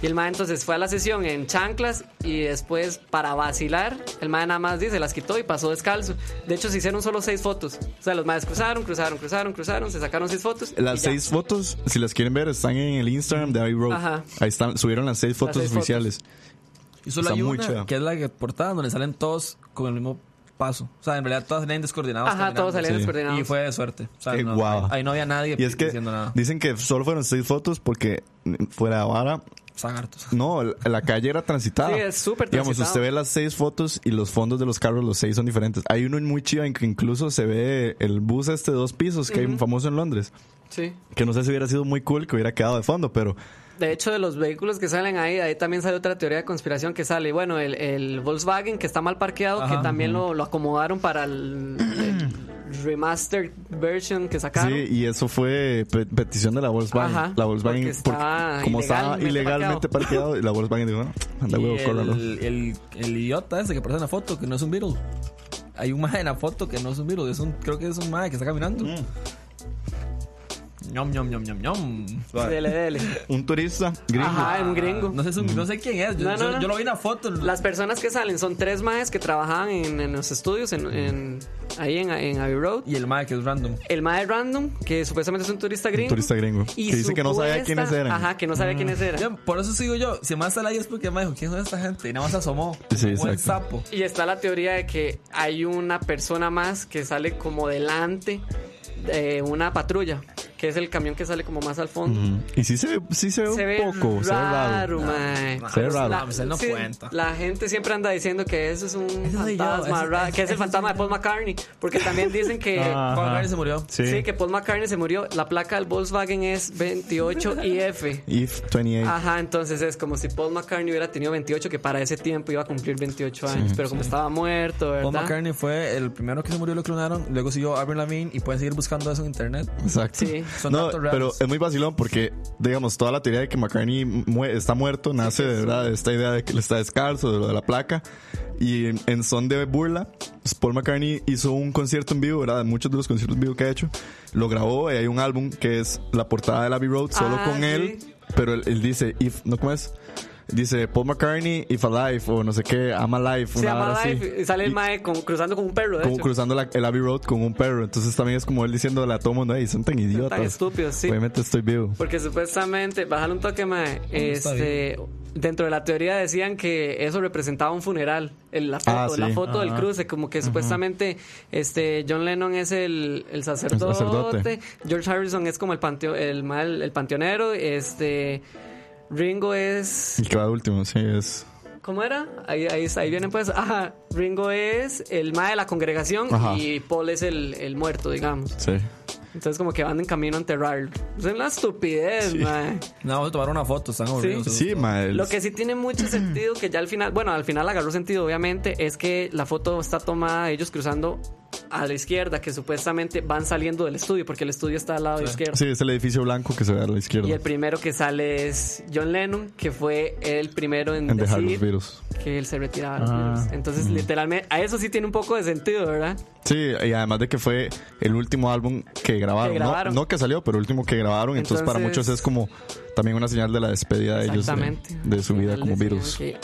S2: Y el Mae entonces fue a la sesión en chanclas y después, para vacilar, el Mae nada más dice, las quitó y pasó descalzo. De hecho, se hicieron solo seis fotos. O sea, los Maes cruzaron, cruzaron, cruzaron, cruzaron, se sacaron seis fotos.
S1: Las
S2: y ya.
S1: seis fotos, si las quieren ver, están en el Instagram de Abbey Road.
S2: Ajá.
S1: Ahí están, subieron las seis fotos
S2: seis fotos.
S1: oficiales.
S4: Y solo
S1: Está
S4: hay
S1: muy
S4: una,
S1: chida.
S4: que es la que portada, donde salen todos con el mismo paso. O sea, en realidad todas salían descoordinados.
S2: Ajá, todos salían
S4: caminando.
S2: descoordinados.
S4: Y fue de suerte. O sea,
S1: Qué
S4: no,
S1: guau.
S4: Ahí no había nadie
S1: Y es que
S4: diciendo nada.
S1: dicen que solo fueron seis fotos porque mm, fuera de vara,
S4: Zagartos.
S1: no, el- la calle era transitada.
S2: Sí, es súper
S1: Digamos,
S2: transitada.
S1: usted ve las seis fotos y los fondos de los carros, los seis son diferentes. Hay uno muy chido en que incluso se ve el bus este de dos pisos que hay famoso en Londres.
S2: Sí.
S1: Que no sé si hubiera sido muy cool que hubiera quedado de fondo, pero
S2: De hecho, de los vehículos que salen ahí, ahí también sale otra teoría de conspiración que sale. Bueno, el, el Volkswagen que está mal parqueado, que también lo, lo acomodaron para el, el remastered version que sacaron.
S1: Sí, y eso fue pe- petición de la Volkswagen.
S2: Ajá,
S1: la Volkswagen,
S2: porque estaba
S1: porque- como estaba
S2: ilegalmente
S1: ilegalmente parqueado, y la Volkswagen dijo, no, anda
S4: Y
S1: huevo, córralo.
S4: el, el, el idiota ese que aparece en la foto, que no es un Beatle. Hay un maje en la foto que no es un Beatle. Es un, creo que es un maje que está caminando. Ñom, ñom, ñom, ñom, ñom.
S2: Dele, dele.
S1: Un turista gringo.
S2: Ajá, un gringo.
S4: No sé, es un- no sé quién es. Yo,
S2: No, no,
S4: yo-
S2: no.
S4: yo lo vi en la foto.
S2: Las personas que salen son tres maes que trabajaban en, en los estudios en, en- ahí en, en Abbey Road.
S4: Y el maje que es random.
S2: El mae random, que supuestamente es un turista gringo.
S1: turista gringo. Que dice que no sabía quiénes
S2: supuesta-
S1: eran. Mm.
S2: Ajá, que no sabía quiénes eran.
S4: Ya, por eso sigo yo. Si más sale ahí es porque me dijo, ¿quién son esta gente? Y nada más se asomó.
S1: Sí,
S4: como el
S1: exacto.
S4: sapo.
S2: Y está la teoría de que hay una persona más que sale como delante de una patrulla, que es el camión que sale como más al fondo.
S1: Y sí se ve, sí se ve
S2: Ah. Se
S1: Mm. un
S2: ve
S1: poco,
S2: raro,
S1: se ve raro.
S2: mae.
S4: no,
S1: Se ve
S2: Pues
S1: raro.
S2: la-
S4: Pues él no
S2: sí,
S4: cuenta.
S2: La gente siempre anda diciendo que eso es un
S4: soy yo,
S2: fantasma,
S4: ese-
S2: ra-
S4: ese-
S2: que es el
S4: ese
S2: fantasma de
S4: soy yo.
S2: Paul McCartney, porque también dicen que
S3: Ah. Ajá.
S4: Paul McCartney se murió.
S3: Sí.
S2: sí, que Paul McCartney se murió, la placa del Volkswagen es 28 IF.
S1: If 28.
S2: Ajá, entonces es como si Paul McCartney hubiera tenido 28, que para ese tiempo iba a cumplir 28 años, pero como estaba muerto, ¿verdad?
S4: Paul McCartney fue el primero que se murió, lo clonaron. Luego siguió Avril Lavigne y pueden seguir buscando eso en internet.
S1: Exacto.
S2: Sí.
S4: Son
S1: no,
S4: datos
S1: pero
S4: reales.
S1: es muy vacilón porque, digamos, toda la teoría de que McCartney mu- está muerto nace de verdad de esta idea de que le está descalzo, de lo de la placa. Y en, en son de burla, pues, Paul McCartney hizo un concierto en vivo, ¿verdad? Muchos de los conciertos en vivo que ha hecho. Lo grabó y hay un álbum que es la portada de Abbey Road solo
S2: Ah,
S1: con
S2: sí.
S1: él. Pero él, él dice, if, ¿no cómo es? Dice Paul McCartney, if alive, o no sé qué, I'm alive.
S2: Se
S1: una
S2: llama
S1: vara así.
S2: Life y sale el mae con- cruzando con un perro, de
S1: Como
S2: hecho.
S1: cruzando la- el Abbey Road con un perro. Entonces también es como él diciéndole a todo mundo, "Ey, son tan idiotas.
S2: estúpidos, sí.
S1: Obviamente estoy vivo.
S2: Porque supuestamente, bájale un toque, mae,
S4: está
S2: este, dentro de la teoría decían que eso representaba un funeral, el- la foto,
S1: Ah, sí.
S2: la foto del cruce, como que supuestamente este John Lennon es el, el sacerdote,
S1: El sacerdote.
S2: George Harrison es como el panteo, el mal, el panteonero, este Ringo es
S1: El que va de último, sí, es.
S2: ¿Cómo era? Ahí, ahí, ahí vienen pues. Ajá, Ringo es el mae de la congregación
S1: Ajá.
S2: y Paul es el, el muerto, digamos.
S1: Sí.
S2: Entonces como que van en camino a enterrarlo. Es una estupidez, mae.
S4: Nada, vamos a tomar una foto, están aburridos.
S1: Sí, ma. el-
S2: Lo que sí tiene
S1: [clears throat]
S2: mucho sentido, que ya al final, bueno, al final agarró sentido, obviamente, es que la foto está tomada de ellos cruzando a la izquierda, que supuestamente van saliendo del estudio, porque el estudio está al lado izquierdo.
S1: Sí, es el edificio blanco que se ve a la izquierda.
S2: Y el primero que sale es John Lennon, que fue el primero en
S1: en dejar los Ah,
S2: decir
S1: virus.
S2: que él se retiraba de los Beatles. Entonces, literalmente, a eso sí tiene un poco de sentido, ¿verdad?
S1: Sí, y además de que fue el último álbum que grabaron.
S2: Que
S1: No-
S2: grabaron.
S1: No, que salió, pero el último que grabaron. Entonces, para
S2: Entonces-
S1: muchos es como también una señal de la despedida de ellos. De,
S2: Exactamente.
S1: de su vida
S2: Al
S1: como
S2: decían
S1: virus.
S2: que-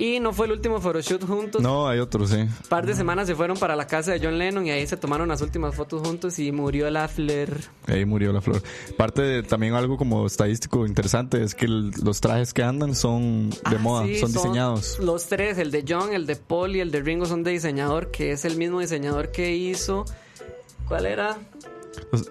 S2: Y no fue el último photoshoot juntos.
S1: No, hay otro, sí.
S2: Un par de semanas se fueron para la casa de John Lennon y ahí se tomaron las últimas fotos juntos y murió la Flair.
S1: Ahí murió la flor. Parte de también algo como estadístico interesante es que el- los trajes que andan son de
S2: Ah,
S1: moda,
S2: sí,
S1: son diseñados.
S2: Los tres, el de John, el de Paul y el de Ringo son de diseñador, que es el mismo diseñador que hizo... ¿Cuál era?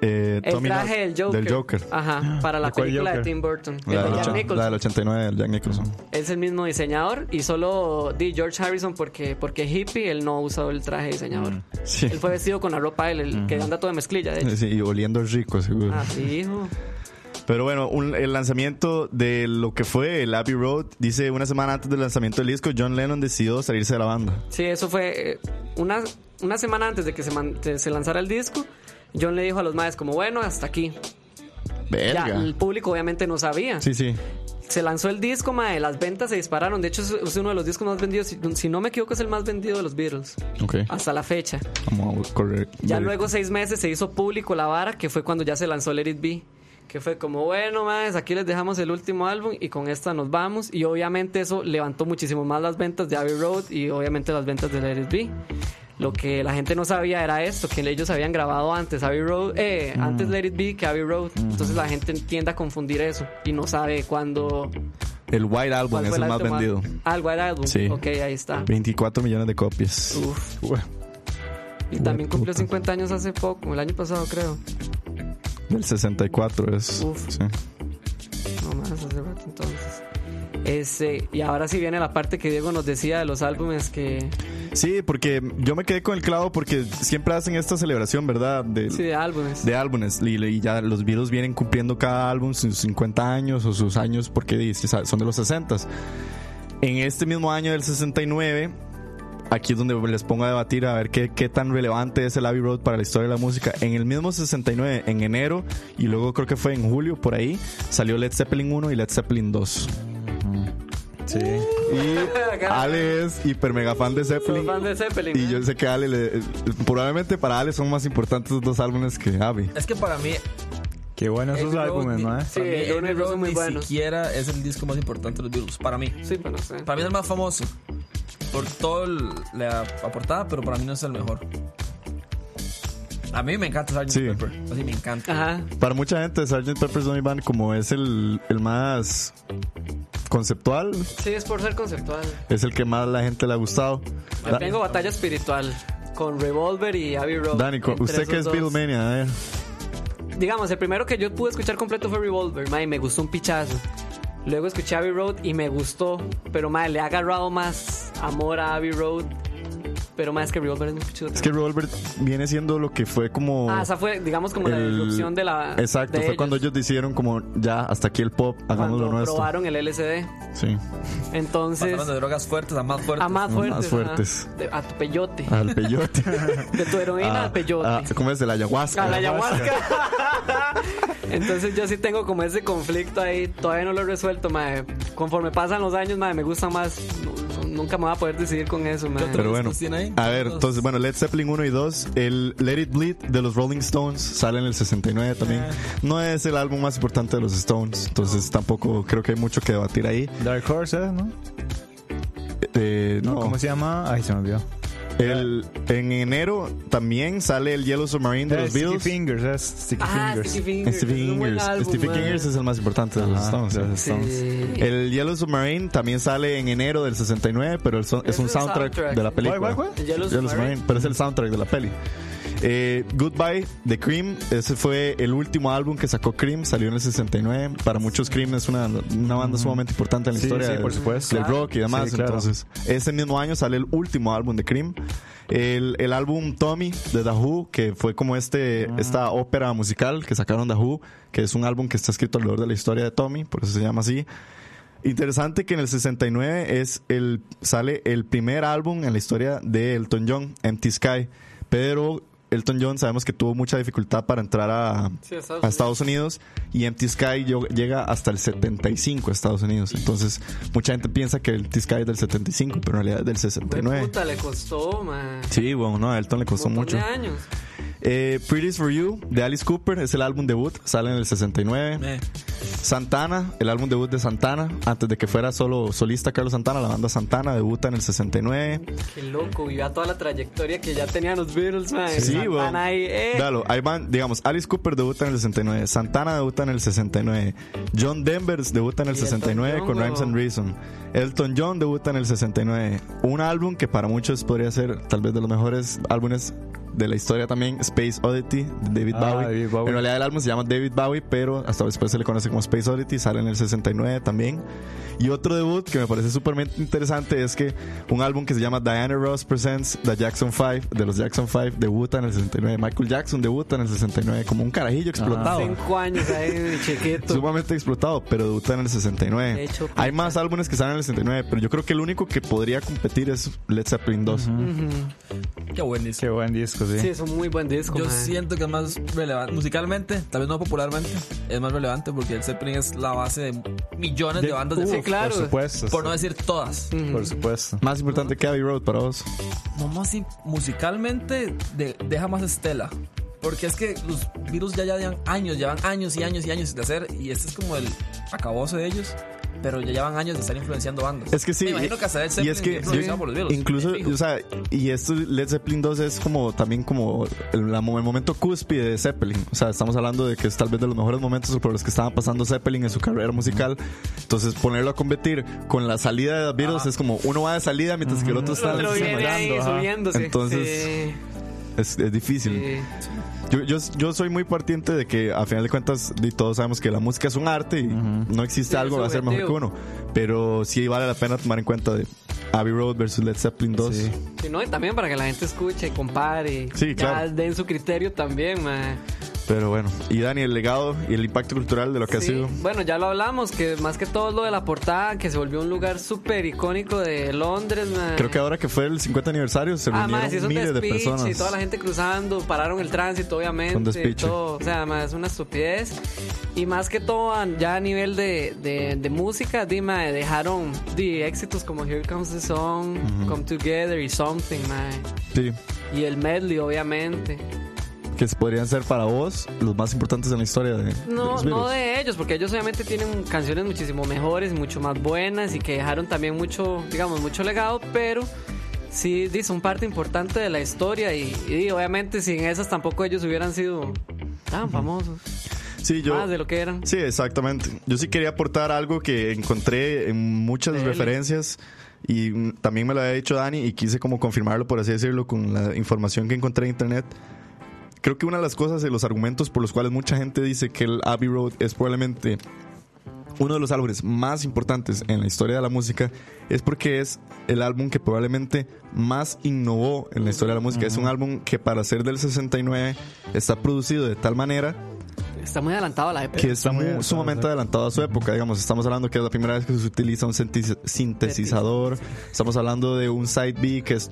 S1: eh,
S2: El
S1: Tommy
S2: traje del Joker.
S1: Del Joker.
S2: Ajá, para la
S3: ¿De cuál
S2: película de
S3: Joker?
S2: Tim Burton.
S1: La,
S2: el de
S1: del
S2: Jack
S1: ocho- la del
S2: Nicholson.
S1: 89 del Jack Nicholson.
S2: Es el mismo diseñador y solo di George Harrison porque, porque hippie, él no usó el traje de diseñador.
S1: Mm, Sí. Mm.
S2: Él fue vestido con la ropa él, el que anda todo de mezclilla, de hecho.
S1: [laughs] Sí, y oliendo rico, seguro.
S2: Eh. Ah, sí, hijo.
S1: Pero bueno, un- el lanzamiento de lo que fue el Abbey Road, dice una semana antes del lanzamiento del disco, John Lennon decidió salirse de la banda.
S2: Sí, eso fue eh, una, una semana antes de que se, man- se- se lanzara el disco. John le dijo a los madres como, bueno, hasta aquí. Ya,
S1: Verga.
S2: el público obviamente no sabía.
S1: Sí, sí.
S2: Se lanzó el disco, mae, las ventas se dispararon. De hecho, es- es uno de los discos más vendidos. Si, si no me equivoco, es el más vendido de los Beatles.
S1: Ok.
S2: Hasta la fecha.
S1: Vamos a correr.
S2: Ya luego, seis meses, se hizo público la vara, que fue cuando ya se lanzó Let It Be. Que fue como, bueno, maes, aquí les dejamos el último álbum y con esta nos vamos. Y obviamente eso levantó muchísimo más las ventas de Abbey Road y obviamente las ventas de Let It Be. Lo que la gente no sabía era esto, que ellos habían grabado antes Abbey Road, eh,
S1: Mm.
S2: antes Let It Be que Abbey Road. Entonces la gente tiende a confundir eso y no sabe cuándo...
S1: El White Album
S2: cuál
S1: es
S2: fue
S1: el más
S2: última-
S1: vendido.
S2: Ah, el White Album.
S1: Sí.
S2: Ok, ahí está.
S1: 24 millones de copias.
S2: Uf. Y también cumplió 50 años hace poco, el año pasado creo.
S1: Del 64 es.
S2: Uf.
S1: Sí.
S2: No más hace rato entonces. Ese, y ahora sí viene la parte que Diego nos decía de los álbumes que.
S1: Sí, porque yo me quedé con el clavo porque siempre hacen esta celebración, ¿verdad? De,
S2: Sí, de álbumes.
S1: de álbumes. Y, y ya los Beatles vienen cumpliendo cada álbum sus 50 años o sus años porque dice, sa- son de los 60. En este mismo año del 69, aquí es donde les pongo a debatir a ver qué, qué tan relevante es el Abbey Road para la historia de la música. En el mismo 69, en enero, y luego creo que fue en julio, por ahí, salió Led Zeppelin 1 y Led Zeppelin 2.
S3: Sí.
S1: Y Ale es hiper mega fan de
S2: Soy
S1: Zeppelin.
S2: fan de Zeppelin.
S1: Y
S2: ¿eh?
S1: yo sé que Ale, le- probablemente para Ale son más importantes los dos álbumes que Abby.
S4: Es que para mí
S3: Qué buenos esos
S4: Abbey Road
S3: álbumes,
S4: ni-
S1: eh?
S3: mae.
S2: Sí,
S4: para mí
S2: Abbey
S4: Abbey
S2: Road
S4: Road
S2: son muy
S4: ni
S2: buenos.
S4: siquiera es el disco más importante de los Beatles. Para mí.
S2: Sí, pero no sé.
S4: Para mí es el más famoso. Por todo el- la aportada, pero para mí no es el mejor. A mí me encanta Sgt.
S1: Sí.
S4: Pepper. Así me encanta.
S2: Ajá.
S1: Para mucha gente, Sgt. Pepper's Lonely Band como es el, el más conceptual,
S2: Sí, es por ser conceptual.
S1: es el que más la gente le ha gustado.
S2: Yo
S1: Da-
S2: tengo batalla espiritual con Revolver y Abbey Road.
S1: Dani, co-
S2: Entre
S1: usted que es
S2: esos dos.
S1: Beatlemania, a ver.
S2: Digamos, el primero que yo pude escuchar completo fue Revolver, mae, y me gustó un pichazo. Luego escuché Abbey Road y me gustó, pero mae, le ha agarrado más amor a Abbey Road. Pero más que Revolver es muy pichudo.
S1: Es que Revolver viene siendo lo que fue como...
S2: Ah, esa fue, digamos, como la
S1: el-
S2: irrupción de la.
S1: Exacto,
S2: de
S1: fue cuando ellos decidieron como ya, hasta aquí el pop, hagamos lo
S2: cuando
S1: nuestro.
S2: probaron el LSD.
S1: Sí,
S2: Entonces,
S4: Pasaron de drogas fuertes a más fuertes.
S2: a más
S1: Más
S2: fuertes. ajá.
S1: fuertes.
S2: De- a tu peyote. [laughs]
S1: al peyote.
S2: De tu heroína
S1: [laughs] Ah,
S2: al peyote.
S1: ah, ¿Cómo es? El ayahuasca.
S2: a la
S1: [laughs]
S2: ayahuasca. Entonces yo sí tengo como ese conflicto ahí, todavía no lo he resuelto, mae. Conforme pasan los años, mae, me gusta más. Nu- Nunca me voy a poder decidir con eso, mae.
S4: Yo
S1: Pero bueno,
S4: Discusión ahí.
S1: a ver, entonces, bueno, Led Zeppelin 1 y 2, el Let It Bleed de los Rolling Stones sale en el 69 también. No es el álbum más importante de los Stones, entonces tampoco creo que hay mucho que debatir ahí.
S3: Dark Horses, ¿no?
S1: Eh, no,
S3: ¿Cómo se llama? Ay, se me olvidó.
S1: el, en enero también sale el Yellow Submarine de
S3: Eh,
S1: los
S3: Sticky
S1: Beatles.
S3: Fingers, es Sticky
S2: Ah,
S3: Fingers.
S2: Stevie Fingers.
S1: Stephen
S2: es un buen
S1: Fingers.
S2: álbum,
S1: Stephen
S2: mae.
S1: Fingers es el más importante de los
S3: Ajá,
S1: Stones. ¿eh?
S3: de los
S2: Sí.
S3: Stones.
S1: El Yellow Submarine también sale en enero del 69, pero el son- es,
S2: Es
S1: un
S2: el
S1: soundtrack,
S2: soundtrack.
S1: de la película.
S3: ¿Cuál, cuál, cuál?
S2: El Yellow Submarine,
S1: pero es el soundtrack de la peli. Eh, Goodbye de Cream, ese fue el último álbum que sacó Cream, salió en el 69. Para muchos Cream es una, una banda sumamente importante en la
S3: Sí,
S1: historia
S3: sí,
S1: del-
S3: por supuesto.
S1: del rock y demás.
S3: Sí, claro.
S1: Entonces, ese mismo año sale el último álbum de Cream. El, el álbum Tommy de The Who, que fue como
S3: Ah.
S1: este, esta ópera musical que sacaron The Who, que es un álbum que está escrito alrededor de la historia de Tommy, por eso se llama así. Interesante que en el 69 es el, sale el primer álbum en la historia de Elton John, Empty Sky. Pero Elton John sabemos que tuvo mucha dificultad para entrar a,
S2: Sí,
S1: a
S2: a
S1: Estados,
S2: Estados
S1: Unidos. y Empty Sky llo- llega hasta el 75 a Estados Unidos. Entonces mucha gente piensa que Empty Sky es del 75, pero en realidad es del
S2: Fue
S1: 69.
S2: puta, le costó, mae.
S1: Sí, bueno, no, a Elton le costó
S2: Un montón
S1: mucho.
S2: de años.
S1: Eh, Pretty's for You de Alice Cooper es el álbum debut, sale en el 69.
S4: Eh,
S1: Santana, el álbum debut de Santana, antes de que fuera solo solista Carlos Santana, la banda Santana debuta en el 69.
S2: Qué loco, y vea toda la trayectoria que ya tenían los Beatles, mae.
S1: Sí,
S2: Santana
S1: weón.
S2: ahí, eh.
S1: Dalo, ahí van, digamos, Alice Cooper debuta en el 69, Santana debuta en el 69, John Denvers debuta en el
S2: Y Elton
S1: 69 con
S2: John,
S1: Rhymes and
S2: weón.
S1: Reason, Elton John debuta en el 69, un álbum que para muchos podría ser tal vez de los mejores álbumes de la historia también, Space Oddity, de David,
S3: Ah,
S1: Bowie.
S3: David Bowie.
S1: En realidad el álbum se llama David Bowie, pero hasta después se le conoce como Space Oddity, sale en el 69 también. Y otro debut que me parece súper interesante es que un álbum que se llama Diana Ross Presents The Jackson 5, de los Jackson 5, debuta en el 69. Michael Jackson debuta en el 69, como un carajillo explotado.
S2: Cinco años ahí, chiquito.
S1: Sumamente explotado, pero debuta en el 69.
S2: De hecho,
S4: pues,
S1: Hay más
S4: eh.
S1: álbumes que salen en el 69, pero yo creo que el único que podría competir es Led Zeppelin 2.
S4: Qué buen disco.
S3: Qué buen disco, sí.
S2: Sí, es un muy buen disco.
S4: Yo
S2: mae.
S4: siento que es más relevante musicalmente, tal vez no popularmente, es más relevante porque el Zeppelin es la base de millones de,
S3: De-
S4: bandas de
S2: Sí,
S4: rock,
S2: claro.
S3: Por supuesto.
S4: por no decir todas.
S3: Por supuesto.
S1: Más importante que Abbey Road para vos.
S4: No más si musicalmente de- deja más estela. Porque es que los virus ya ya llevan años, llevan años y años y años de hacer. Y este es como el acabose de ellos. Pero ya llevan años de estar influenciando bandas.
S1: Es que sí.
S4: Me imagino que hasta el
S1: y
S4: Zeppelin
S1: es que
S4: influenciado
S1: yo-
S4: por los Beatles,
S1: incluso,
S4: de fijo.
S1: o sea, y esto Led Zeppelin 2 es como también como el, la- el momento cúspide de Zeppelin. O sea, estamos hablando de que es tal vez de los mejores momentos por los que estaban pasando Zeppelin en su carrera musical. Entonces, ponerlo a competir con la salida de los Beatles es como uno va de salida mientras que el otro está
S2: Otro viene ahí
S3: Mandando, ajá.
S2: subiéndose.
S1: Entonces, es, es
S2: Sí,
S1: difícil.
S2: sí.
S1: Yo, yo, yo soy muy partiente de que a final de cuentas di- todos sabemos que la música es un arte y no existe
S2: Sí,
S1: algo que va a ser mejor que
S2: subjetivo.
S1: uno. Pero sí vale la pena tomar en cuenta de Abbey Road versus Led Zeppelin 2.
S3: Sí.
S2: Sí, no, y también para que la gente escuche, compare.
S1: Sí, claro.
S2: Ya den su criterio también, mae.
S1: Pero bueno, y Dani, el legado y el impacto cultural de lo que
S2: Sí,
S1: ha sido.
S2: Bueno, ya lo hablamos, que más que todo lo de la portada, que se volvió un lugar súper icónico de Londres, mae.
S1: Creo que ahora que fue el 50 aniversario se
S2: Ah,
S1: reunieron
S2: mae, se hizo un
S1: miles de
S2: despiche
S1: personas.
S2: y toda la gente cruzando, pararon el tránsito,
S1: Un
S2: obviamente.
S1: despiche.
S2: todo. O sea, mae, es una estupidez. Y más que todo, a- ya a nivel de, de, de música, dime, dejaron di, éxitos como Here Comes the Song, Come Together y Something, mae.
S1: Sí,
S2: Y el medley, obviamente.
S1: que podrían ser para vos los más importantes en la historia de, de
S2: No,
S1: los
S2: no
S1: Beatles.
S2: de ellos, porque ellos obviamente tienen canciones muchísimo mejores, mucho más buenas y que dejaron también mucho, digamos, mucho legado, pero sí di, son parte importante de la historia y, y obviamente sin esas tampoco ellos hubieran sido tan famosos,
S1: Sí, yo,
S2: más de lo que eran.
S1: Sí, exactamente. Yo sí quería aportar algo que encontré en muchas
S2: Dele.
S1: referencias y mm, también me lo había dicho Dani y quise como confirmarlo, por así decirlo, con la información que encontré en internet. Creo que una de las cosas y los argumentos por los cuales mucha gente dice que el Abbey Road es probablemente uno de los álbumes más importantes en la historia de la música es porque es el álbum que probablemente más innovó en la historia de la música. Es un álbum que para ser del 69 está producido de tal manera
S2: Está muy adelantado a la época.
S1: que está
S3: muy
S1: muy-
S3: adelantado,
S1: sumamente
S3: sí.
S1: adelantado a su época. Digamos, estamos hablando que es la primera vez que se utiliza un senti- sintetizador. Estamos hablando de un side B que es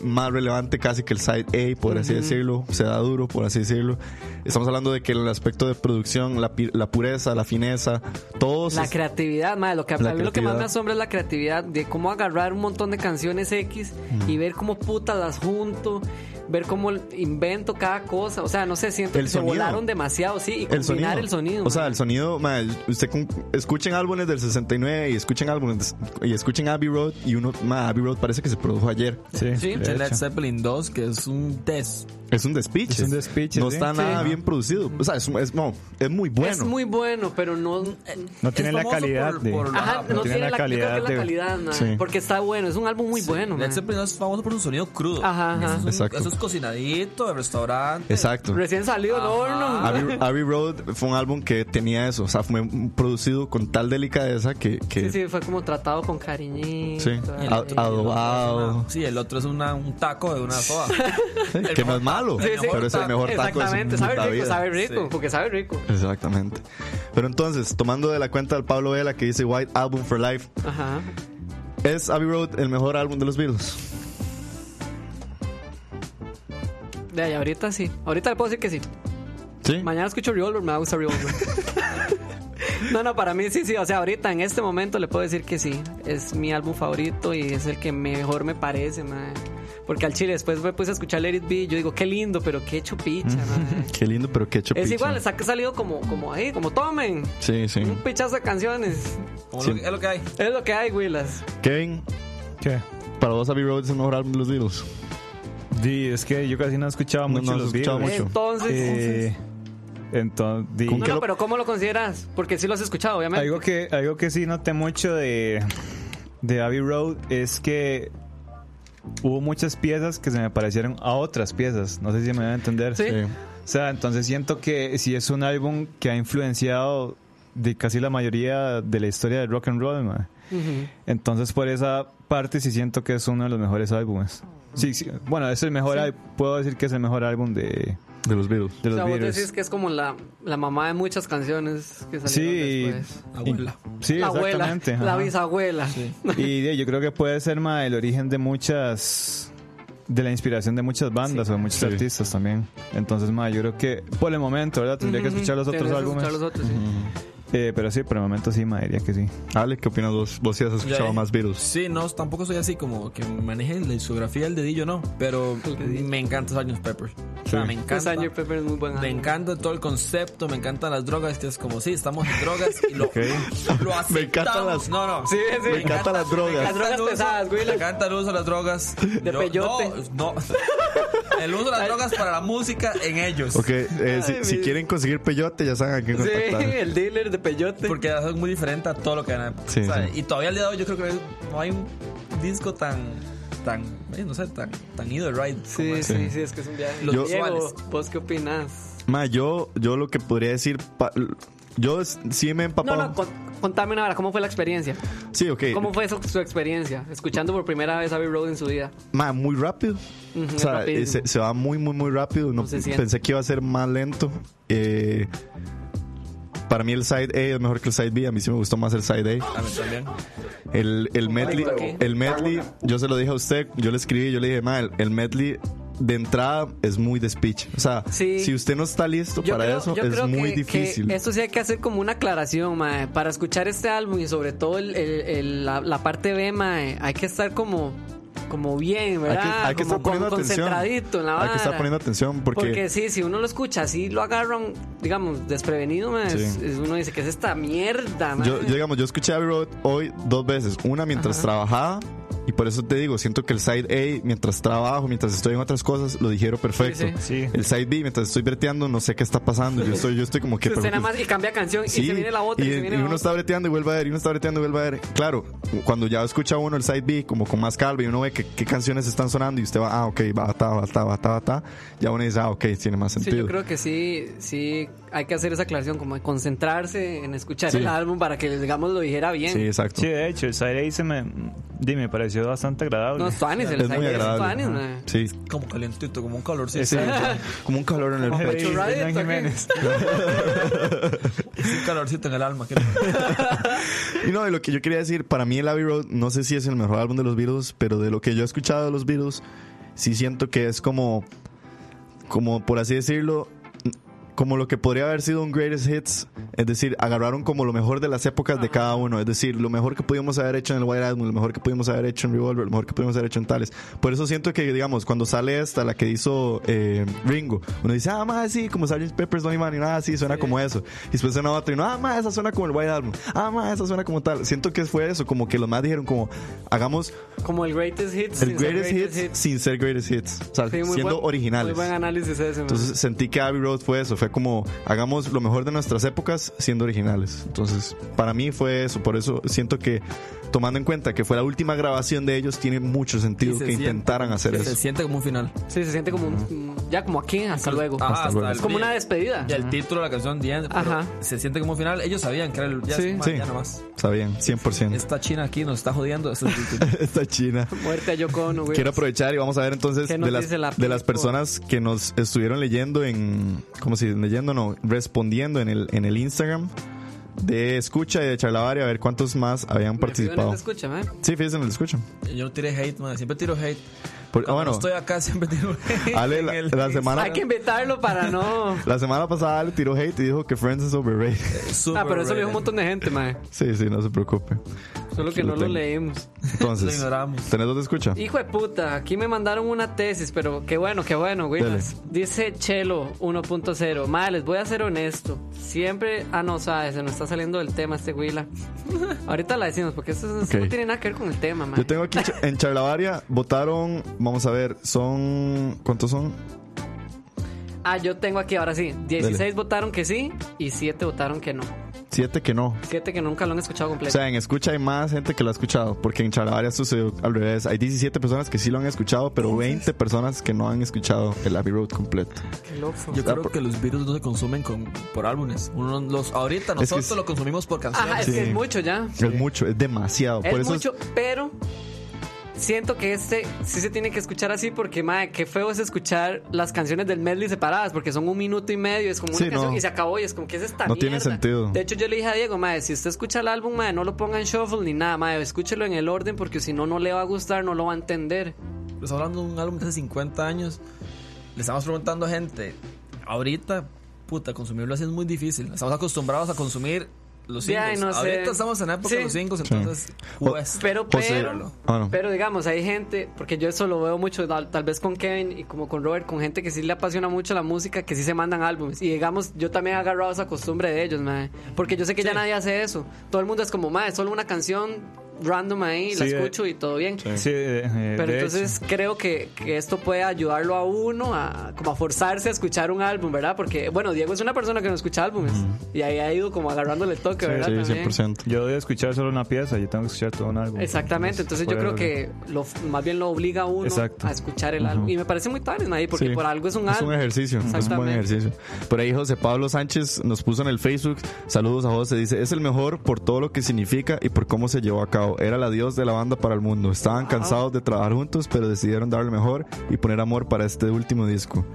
S1: más relevante casi que el side A, por así decirlo. Se da duro, por así decirlo. Estamos hablando de que en el aspecto de producción, la, pi- la pureza, la fineza, todos.
S2: La creatividad, madre, lo que, a mí
S1: Pues La
S2: lo que más
S1: creatividad.
S2: me asombra es la creatividad de cómo agarrar un montón de canciones X
S1: Mm.
S2: y ver cómo putas las junto, ver cómo invento cada cosa, o sea, no sé, siento
S1: El
S2: que
S1: sonido.
S2: se volaron demasiado, sí, y combinar el sonido.
S1: O sea,
S2: mae.
S1: el sonido, ma, usted con- escuchen álbumes del 69 y escuchen álbumes y escuchen Abbey Road y uno, ma, Abbey Road parece que se produjo ayer.
S3: Sí.
S2: Sí,
S3: de
S4: El Led
S3: hecho.
S4: Zeppelin 2, que es un test.
S1: Es un despiche.
S3: Es un despiche,
S1: No
S3: sí.
S1: está
S3: Sí.
S1: nada bien producido. O sea, es, es- no, es muy bueno.
S2: Es muy bueno, pero no. eh,
S3: No tiene la calidad
S4: Por,
S3: de-
S4: por-
S2: Ajá,
S4: ajá,
S2: no tiene la calidad. Yo creo que
S3: de-
S2: la calidad, man,
S1: Sí.
S2: Porque está bueno, es un álbum muy bueno.
S4: Led
S2: man.
S4: Zeppelin es famoso por su sonido crudo.
S2: Ajá, ajá.
S4: Eso, es un-
S1: Exacto.
S4: eso es cocinadito de restaurante.
S1: Exacto.
S2: Recién salido del
S4: Ajá.
S2: horno.
S1: Abbey, Abbey Road fue un álbum que tenía eso. O sea, fue producido con tal delicadeza que.
S2: Sí,
S1: que
S2: sí, fue como tratado con cariñito. eh,
S1: Sí.
S4: Y
S1: A-
S4: el- y el otro es
S1: adobado.
S4: una- Sí, el otro es una- un taco de una soda.
S2: [laughs]
S1: [laughs] Que no es malo,
S2: Sí, sí.
S1: pero es el mejor taco de su
S2: Exactamente,
S1: puta
S2: sabe rico,
S1: vida.
S2: sabe rico,
S4: Sí.
S2: porque sabe rico.
S1: Exactamente. Pero entonces, tomando de la cuenta al Pablo Vela que dice White Album for Life,
S2: Ajá.
S1: ¿es Abbey Road el mejor álbum de los Beatles?
S2: De ahí, ahorita sí. Ahorita le puedo decir que sí.
S1: Sí.
S2: Mañana escucho Revolver, me va a gustar [laughs] Revolver. No, no, para mí sí, sí. O sea, ahorita en este momento le puedo decir que sí. Es mi álbum favorito y es el que mejor me parece, mae. Porque al chile después me puse a escuchar Let It Be y yo digo, qué lindo, pero qué chupicha, mae.
S1: Qué lindo, pero [laughs] qué chupicha.
S2: Es igual, ha salido como, como ahí, como tomen.
S1: Sí, sí.
S2: Un pichazo de canciones.
S4: Como
S1: Sí.
S4: lo que- es lo que hay.
S2: Es lo que hay, Willas.
S1: Kevin,
S3: ¿Qué?
S1: para vos Abbey Road es el mejor álbum de los Beatles.
S3: Di, es que yo casi no escuchaba
S1: No,
S3: mucho
S1: no
S3: los
S1: escuchaba
S3: Beatles.
S1: Mucho.
S2: Entonces,
S3: Eh, entonces, di-
S1: ¿Con
S2: no,
S1: qué
S2: no,
S1: lo-
S2: pero ¿cómo lo consideras? Porque sí lo has escuchado, obviamente.
S3: Algo que, algo que sí noté mucho de, de Abbey Road es que hubo muchas piezas que se me parecieron a otras piezas. No sé si me van a entender.
S2: Sí. Sí.
S3: O sea, entonces siento que si es un álbum que ha influenciado de casi la mayoría de la historia del rock and roll, mae. Entonces por esa parte sí siento que es uno de los mejores álbumes. Sí, sí. Bueno, es el mejor, al- puedo decir que es el mejor álbum de,
S1: De los virus.
S2: O
S3: de los
S2: sea, vos
S3: Beatles.
S2: decís que es como la, la mamá de muchas canciones que salieron
S3: Sí,
S2: después.
S4: La abuela.
S3: sí,
S2: la abuela,
S3: exactamente.
S2: la
S3: ajá.
S2: bisabuela. [laughs]
S3: Y de- yo creo que puede ser más el origen de muchas. de la inspiración de muchas bandas o de muchos
S1: Sí.
S3: artistas también. Entonces, más yo creo que por el momento, ¿verdad? Tendría que escuchar los
S2: Tenés
S3: otros
S2: que
S3: álbumes.
S2: escuchar los otros, sí.
S3: Eh, pero sí, por el momento sí, ma, diría que sí.
S1: Ale, ¿qué opinas vos? Vos sí has
S4: Ya,
S1: escuchado
S4: eh.
S1: más virus.
S4: Sí, no, tampoco soy así como que maneje la discografía del dedillo, no. Pero me encanta Sgt. Pepper. O sea,
S1: Sí.
S4: me
S2: Que
S4: encanta.
S2: Sgt. Pepper es muy buen
S4: Me
S2: álbum.
S4: encanta todo el concepto, me encantan las drogas, que es como, sí, estamos en drogas y lo, lo
S1: [laughs]
S4: aceptamos.
S1: Me encantan las-
S4: No, no.
S2: Sí, sí.
S1: Me encantan las drogas.
S2: Las drogas
S4: el uso-
S2: pesadas, güey.
S4: Me
S3: [laughs]
S4: encanta el uso de las drogas.
S2: De
S4: Yo-
S2: peyote.
S4: No, [laughs] no. El uso de las drogas para la música en ellos.
S1: Ok, eh, si,
S2: Ay,
S1: si
S2: mi-
S1: quieren conseguir peyote, ya saben a quién
S2: Sí,
S1: contactar.
S2: el dealer de peyote.
S4: Porque es muy diferente a todo lo que ganan.
S1: Sí, sí.
S4: Y todavía al día de hoy yo creo que no hay un disco tan, tan, eh, no sé, tan, tan ido de ride. como
S2: Sí,
S4: ese.
S2: sí, sí, es que es un viaje.
S4: Los
S2: Diego,
S4: visuales.
S2: ¿vos qué opinás?
S1: Ma, yo, yo lo que podría decir. pa- yo es- sí me he
S2: No,
S1: empapado.
S2: no, con- contame ahora, ¿cómo fue la experiencia?
S1: sí, ok.
S2: ¿Cómo fue su, su experiencia? Escuchando por primera vez Abbey Road en su vida.
S1: Ma, muy rápido.
S2: Ujú,
S1: o sea,
S2: rapidísimo.
S1: eh, se, se va muy, muy, muy rápido. No,
S2: No se siente.
S1: pensé que iba a ser más lento. Eh, para mí el side A es mejor que el side B. A mí sí me gustó más el side A.
S4: A mí también.
S1: El, el medley, el medley, yo se lo dije a usted, yo le escribí, yo le dije, ma, el, el medley de entrada es muy de speech. O sea,
S2: Sí.
S1: si usted no está listo para eso,
S2: yo
S1: es
S2: creo
S1: muy
S2: que- que
S1: difícil.
S2: esto sí hay que hacer como una aclaración, mae. Para escuchar este álbum y sobre todo el- el- el- la, la parte B, mae, hay que estar como, como bien,
S1: Hay que,
S2: ¿verdad?
S1: hay que
S2: como
S1: estar poniendo
S2: con-
S1: atención.
S2: concentradito en la
S1: Hay que estar
S2: vara.
S1: poniendo atención porque,
S2: Porque sí, si uno lo escucha así, lo agarran, digamos, desprevenido, mae,
S1: Sí.
S2: es- es- uno dice que es esta mierda, mae.
S1: yo, yo, digamos, yo escuché Abbey Road hoy dos veces. Una mientras trabajaba y por eso te digo, siento que el side A, mientras trabajo, mientras estoy en otras cosas, lo dijeron perfecto.
S2: Sí,
S3: sí. Sí.
S1: El side B, mientras estoy verteando, no sé qué está pasando. Yo estoy, yo estoy como
S2: [laughs]
S1: que...
S2: Usted
S1: pero- pues
S2: nada más y cambia [laughs] canción
S1: Sí,
S2: y se viene la otra y,
S1: y,
S2: se viene la
S1: y uno
S2: otra.
S1: está breteando y vuelve a ver, y uno está breteando y vuelve a ver. Claro, cuando ya escucha uno el side B como con más calma y uno ve que- qué canciones están sonando y usted va, ah, ok, va, ta, va, ta, va, ta, va, ta, ya uno dice, ah, ok, tiene más
S2: Sí,
S1: sentido.
S2: yo creo que sí, sí, hay que hacer esa aclaración, como de concentrarse en escuchar
S1: Sí.
S2: el álbum para que, digamos, lo dijera bien.
S1: Sí, exacto.
S3: Sí, de hecho, el Side A se me, di, me pareció bastante agradable.
S2: No, Tuanis, el
S1: es muy
S2: Zaire es
S1: agradable.
S2: Tuanis,
S1: Ajá.
S2: mae.
S1: Sí.
S4: Como calentito, como un
S2: [laughs]
S4: calorcito.
S1: Sí, como un calor en el
S3: Como
S1: pecho.
S3: pecho.
S2: Pecho
S3: Hernán
S2: Rabbit, ¿o qué?
S3: Jiménez.
S4: Es un calorcito en el alma. que-
S1: Y no, de lo que yo quería decir, para mí el Abbey Road, no sé si es el mejor álbum de los Beatles, pero de lo que yo he escuchado de los Beatles, sí siento que es como, como por así decirlo, como lo que podría haber sido un greatest hits, es decir, agarraron como lo mejor de las épocas de cada uno, es decir, lo mejor que pudimos haber hecho en el White Album, lo mejor que pudimos haber hecho en Revolver, lo mejor que pudimos haber hecho en Tales. Por eso siento que, digamos, cuando sale esta, la que hizo eh, Ringo, uno dice, ah, más sí, como Sgt. Pepper's Lonely Man y nada así, suena como eso. Y después suena otra y no, ah, más esa suena como el White Album, ah, más esa suena como tal. Siento que fue eso, como que los más dijeron como, hagamos
S2: Como el Greatest Hits.
S1: el
S2: sin ser
S1: greatest, hits, sin ser greatest hits, o sea,
S2: Sí, muy
S1: siendo
S2: buen-
S1: originales.
S2: Muy buen análisis ese, mae.
S1: Entonces sentí que Abbey Road fue eso, fue como hagamos lo mejor de nuestras épocas siendo originales. Entonces, para mí fue eso, por eso siento que tomando en cuenta que fue la última grabación de ellos tiene mucho
S4: Y
S1: sentido
S4: se
S1: que
S4: siente-
S1: intentaran hacer
S4: Se
S1: eso.
S4: siente como un final.
S2: sí, se siente como un, ya como aquí, hasta luego.
S4: Ajá, hasta
S1: luego.
S4: el
S2: es como
S4: fin.
S2: una despedida.
S4: Y el título de la canción, The End, pero
S2: Ajá.
S4: se siente como un final. Ellos sabían que era el. Ya,
S2: Sí.
S4: es-
S1: Sí.
S4: ya nomás.
S1: Sabían, 100%. [laughs]
S4: Esta china aquí nos está jodiendo. ese es el título.
S1: Esta China.
S2: Muerte a Yoko Ono, güey.
S1: Quiero aprovechar y vamos a ver entonces
S2: Pues, ¿Qué nos
S1: de las,
S2: dice la
S1: de las
S2: pico?
S1: personas que nos estuvieron leyendo en, como si leyendo, no, respondiendo en el, en el Instagram de Escucha y de Charlavaria, a ver cuántos más habían
S2: Me pido en esta
S1: participado.
S2: escucha, mae.
S1: Sí, fíjense en el Escucha.
S4: Yo no tiré hate, man. Siempre tiro hate.
S1: Por- ah,
S4: Cuando
S1: bueno,
S4: no estoy acá, [laughs] siempre tiro hate.
S1: Ale,
S4: en
S1: la,
S4: el
S1: la
S4: Face.
S1: semana...
S2: Hay que invitarlo para
S1: [laughs]
S2: no.
S1: La semana pasada le tiró hate y dijo que Friends es overrated. [laughs]
S4: Super
S2: Ah, pero eso lo dijo un
S4: rated.
S2: montón de gente, mae.
S1: Sí, sí, no se preocupe.
S2: Solo que
S1: Aquí lo
S2: no lo
S1: tengo.
S2: leímos.
S1: Entonces,
S4: Lo ignoramos.
S1: ¿tenés dónde escucha?
S2: Hijo de puta, aquí me mandaron una tesis, pero qué bueno, qué bueno, güey.
S1: Dele.
S2: Dice Chelo 1.0. Madre, les voy a ser honesto. Siempre. Ah, no, sabes, se nos está saliendo del tema este
S1: [laughs]
S2: güila. Ahorita la decimos, porque esto, es-
S1: Ok.
S2: no tiene nada que ver con el tema, madre.
S1: Yo tengo aquí cha- en Charlavaria, votaron, vamos a ver, son. ¿Cuántos son?
S2: Ah, yo tengo aquí ahora sí. 16
S1: Dele.
S2: votaron que sí y 7 votaron que no.
S1: Siete que no.
S2: Siete que nunca lo han escuchado
S1: O
S2: completo.
S1: sea, en escucha hay más gente que lo ha escuchado, porque en Charlavaria sucedió al revés. Hay 17 personas que sí lo han escuchado, pero 20 personas que no han escuchado el Abbey Road completo.
S2: Qué loco.
S4: Yo creo
S1: por-
S4: que los virus no se consumen con, por álbumes. Uno los, ahorita
S1: que
S4: nosotros
S1: es-
S4: lo consumimos por canciones.
S2: Ajá, es que
S1: Sí.
S2: es mucho ya.
S1: Es mucho, es demasiado.
S2: Es
S1: Por eso es-
S2: mucho, pero siento que este sí se tiene que escuchar así porque, madre, qué feo es escuchar las canciones del medley separadas porque son un minuto y medio, es como una
S1: Sí,
S2: canción
S1: no.
S2: y se acabó y es como que es esta
S1: No tiene
S2: mierda?
S1: sentido.
S2: De hecho, yo le dije a Diego, madre, si usted escucha el álbum, madre, no lo ponga en shuffle ni nada, madre, escúchelo en el orden porque si no, no le va a gustar, no lo va a entender.
S4: Estamos hablando de un álbum de hace 50 años. Le estamos preguntando a gente, ahorita, puta, consumirlo así es muy difícil. Estamos acostumbrados a consumir los
S2: Sí,
S4: singles.
S2: ay, no sé.
S4: ahorita estamos en la época
S2: Sí.
S4: de los singles, entonces cuesta.
S2: Pero,
S1: José.
S2: pero,
S1: Ah, no.
S2: pero digamos, hay gente, porque yo eso lo veo mucho, tal, tal vez con Kevin y como con Robert, con gente que sí le apasiona mucho la música, que sí se mandan álbumes. Y digamos, yo también he agarrado esa costumbre de ellos, mae, porque yo sé que ya nadie hace eso. Todo el mundo es como, mae, solo una canción random ahí, la
S3: Sí, eh,
S2: escucho y todo bien.
S3: Sí, de- eh,
S2: Pero
S3: de
S2: entonces creo que, que esto puede ayudarlo a uno a como a forzarse a escuchar un álbum, ¿verdad? Porque, bueno, Diego es una persona que no escucha álbumes y ahí ha ido como agarrándole el toque, ¿verdad?
S1: Sí,
S2: También.
S1: 100%.
S3: hecho, yo voy a escuchar solo una pieza, yo tengo que escuchar todo un álbum. Pues,
S2: Exactamente, entonces yo creo
S3: por-
S2: que lo, más bien lo obliga a uno
S3: Exacto.
S2: a escuchar el álbum. Y me parece muy tarde, nadie, porque
S1: Sí.
S2: por algo es un
S1: Es
S2: álbum.
S1: un ejercicio, es un buen
S2: Exactamente.
S1: ejercicio. Por ahí José Pablo Sánchez nos puso en el Facebook, saludos a José, dice, es el mejor por todo lo que significa y por cómo se llevó a cabo. Era la dios de la banda para el mundo. Estaban cansados de trabajar juntos, pero decidieron dar lo mejor y poner amor para este último disco.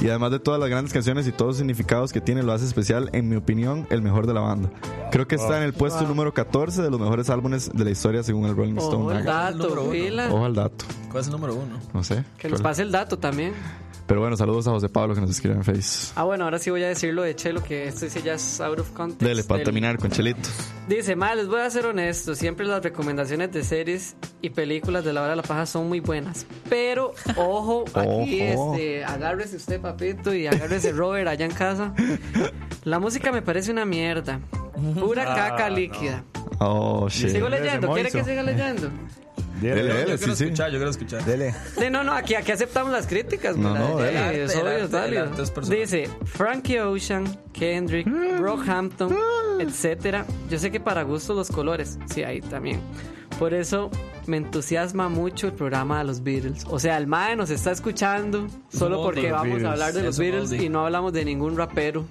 S1: Y además de todas las grandes canciones y todos los significados que tiene, lo hace especial, en mi opinión, el mejor de la banda. Creo que está en el puesto número 14 de los mejores álbumes de la historia según el Rolling
S2: Ojo
S1: Stone.
S2: Oh, el
S1: Haga-
S4: número
S2: dato,
S4: uno.
S2: pila.
S1: Ojo al dato,
S4: ¿Cuál es el número uno?
S1: no sé.
S2: Que nos
S1: Pero-
S2: pase el dato también.
S1: Pero bueno, saludos a José Pablo que nos escribe en Facebook.
S2: Ah, bueno, ahora sí voy a decir lo de Chelo, que esto sí ya es out of context.
S1: Dele, para
S2: del-
S1: terminar con Chelito.
S2: Dice, mal, les voy a ser honesto, siempre las recomendaciones de series y películas de la hora de la paja son muy buenas. Pero, ojo, aquí
S1: Ojo.
S2: este, agárrese usted, papito, y agárrese Robert allá en casa. La música me parece una mierda. Pura
S4: Ah,
S2: caca líquida.
S1: Oh, shit.
S2: Sigo leyendo, ¿quiere
S3: Moiso.
S2: que siga leyendo?
S3: Dele,
S1: Dele,
S4: Yo
S1: dele,
S4: quiero
S1: sí, sí.
S4: escuchar, yo quiero escuchar.
S1: Dele.
S2: Sí, no, no, aquí, aquí aceptamos las críticas.
S1: No,
S2: mira,
S1: no,
S2: eh,
S1: dale.
S2: es
S4: El
S2: obvio,
S4: arte,
S2: es
S4: el
S2: válido.
S4: arte es personal.
S2: Dice Frankie Ocean, Kendrick, Brockhampton, etcétera. Yo sé que para gusto los colores, sí, ahí también. Por eso me entusiasma mucho el programa de los Beatles. O sea, el MAE nos está escuchando solo
S4: No,
S2: porque
S4: los
S2: vamos
S4: Beatles.
S2: a hablar de los
S4: Eso
S2: Beatles
S4: maldito.
S2: y no hablamos de ningún rapero.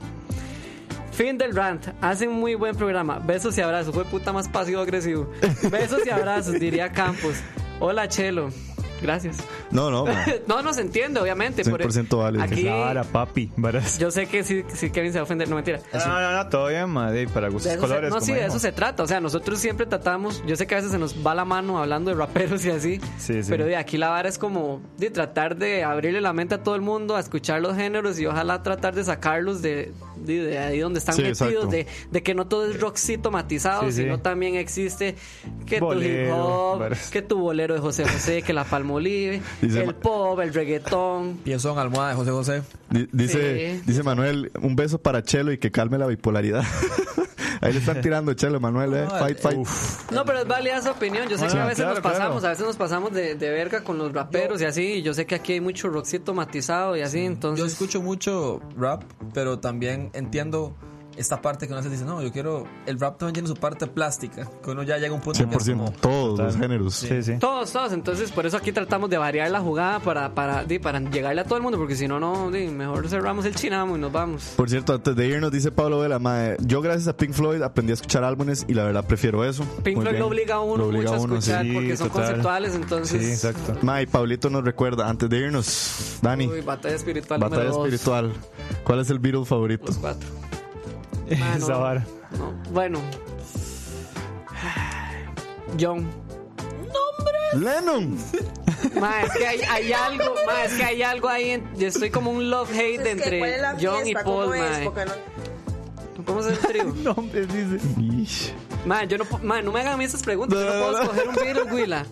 S2: Fin del rant. Hacen muy buen programa. Besos y abrazos. Fue puta más pasivo agresivo. Besos y abrazos, diría Campos. Hola, Chelo. Gracias.
S1: No, no, man.
S2: No, no [laughs] se entiende, obviamente.
S1: 100% válido.
S3: Es
S2: Aquí,
S3: la vara, papi. varas.
S2: yo sé que sí, sí Kevin se va a ofender, no mentira.
S3: No, no, no, todo bien, madre, para
S2: De
S3: gustos
S2: eso se-
S3: colores.
S2: no,
S3: como
S2: sí, de
S3: dijo.
S2: eso se trata. O sea, nosotros siempre tratamos. Yo sé que a veces se nos va la mano hablando de raperos y así.
S3: Sí, sí.
S2: Pero de aquí la vara es como de tratar de abrirle la mente a todo el mundo, a escuchar los géneros y ojalá tratar de sacarlos de, de- de ahí donde están
S1: Sí,
S2: metidos.
S1: exacto.
S2: De, de que no todo es rockcito matizado,
S3: Sí, sí.
S2: sino también existe que
S3: Bolero,
S2: tu hip hop,
S3: varas.
S2: que tu bolero de José José, que la palmolive,
S1: [laughs] Dice
S2: el
S1: Ma-
S2: pop, el reggaetón.
S4: Pienso en Almohada de José José.
S1: Di- Dice,
S2: Sí.
S1: dice Manuel, un beso para Chelo y que calme la bipolaridad. [laughs] Ahí le están tirando Chelo, Manuel, eh.
S4: Ay,
S1: Fight, fight.
S2: No, pero es válida esa opinión. Yo sé que a veces
S3: claro,
S2: nos pasamos,
S3: claro.
S2: a veces nos pasamos de, de verga con los raperos y así. Y yo sé que aquí hay mucho rockcito matizado y así,
S4: Yo
S2: entonces.
S4: escucho mucho rap, pero también entiendo esta parte que uno se dice, no, yo quiero... El rap también tiene su parte plástica, que uno ya llega a un punto en que es
S1: 100%.
S4: como,
S1: Todos los géneros.
S3: Sí, sí.
S2: Todos, todos. Entonces, por eso aquí tratamos de variar la jugada para, para, di, para llegarle a todo el mundo, porque si no, no, di, mejor cerramos el chinamo y nos vamos.
S1: Por cierto, antes de irnos, dice Pablo Vela, mae, yo gracias a Pink Floyd aprendí a escuchar álbumes y la verdad prefiero eso.
S2: Pink
S1: Muy
S2: Floyd
S1: bien.
S2: lo obliga a uno
S1: Lo obliga
S2: mucho a,
S1: uno,
S2: escuchar
S3: sí,
S2: porque son
S3: total.
S2: conceptuales, entonces.
S3: Sí, exacto.
S1: Mae, Pablito nos recuerda, antes de irnos, Dani,
S2: Uy, batalla espiritual.
S1: batalla
S2: número dos, Pues,
S1: espiritual. ¿Cuál es el Beatle favorito?
S2: Los cuatro. Ah, no,
S3: [laughs] Esa vara.
S2: no. Bueno. John.
S1: Lennon.
S2: pues, Ma, es que hay, hay algo, ma, es que hay algo ahí. en- yo estoy como un love hate
S8: Entonces, ¿qué? ¿Cuál es
S2: entre
S8: la
S2: John y
S8: fiesta?
S2: Paul,
S8: ¿Cómo es?
S2: ma.
S8: Porque no-
S2: Vamos a hacer un
S1: [laughs]
S2: trío.
S1: Nombre, dice. Ish.
S2: Ma, yo no, po- ma, no me hagan a mí esas preguntas.
S1: No,
S2: yo no
S1: no,
S2: puedo
S1: [laughs] no.
S2: escoger un Beatles, Willa.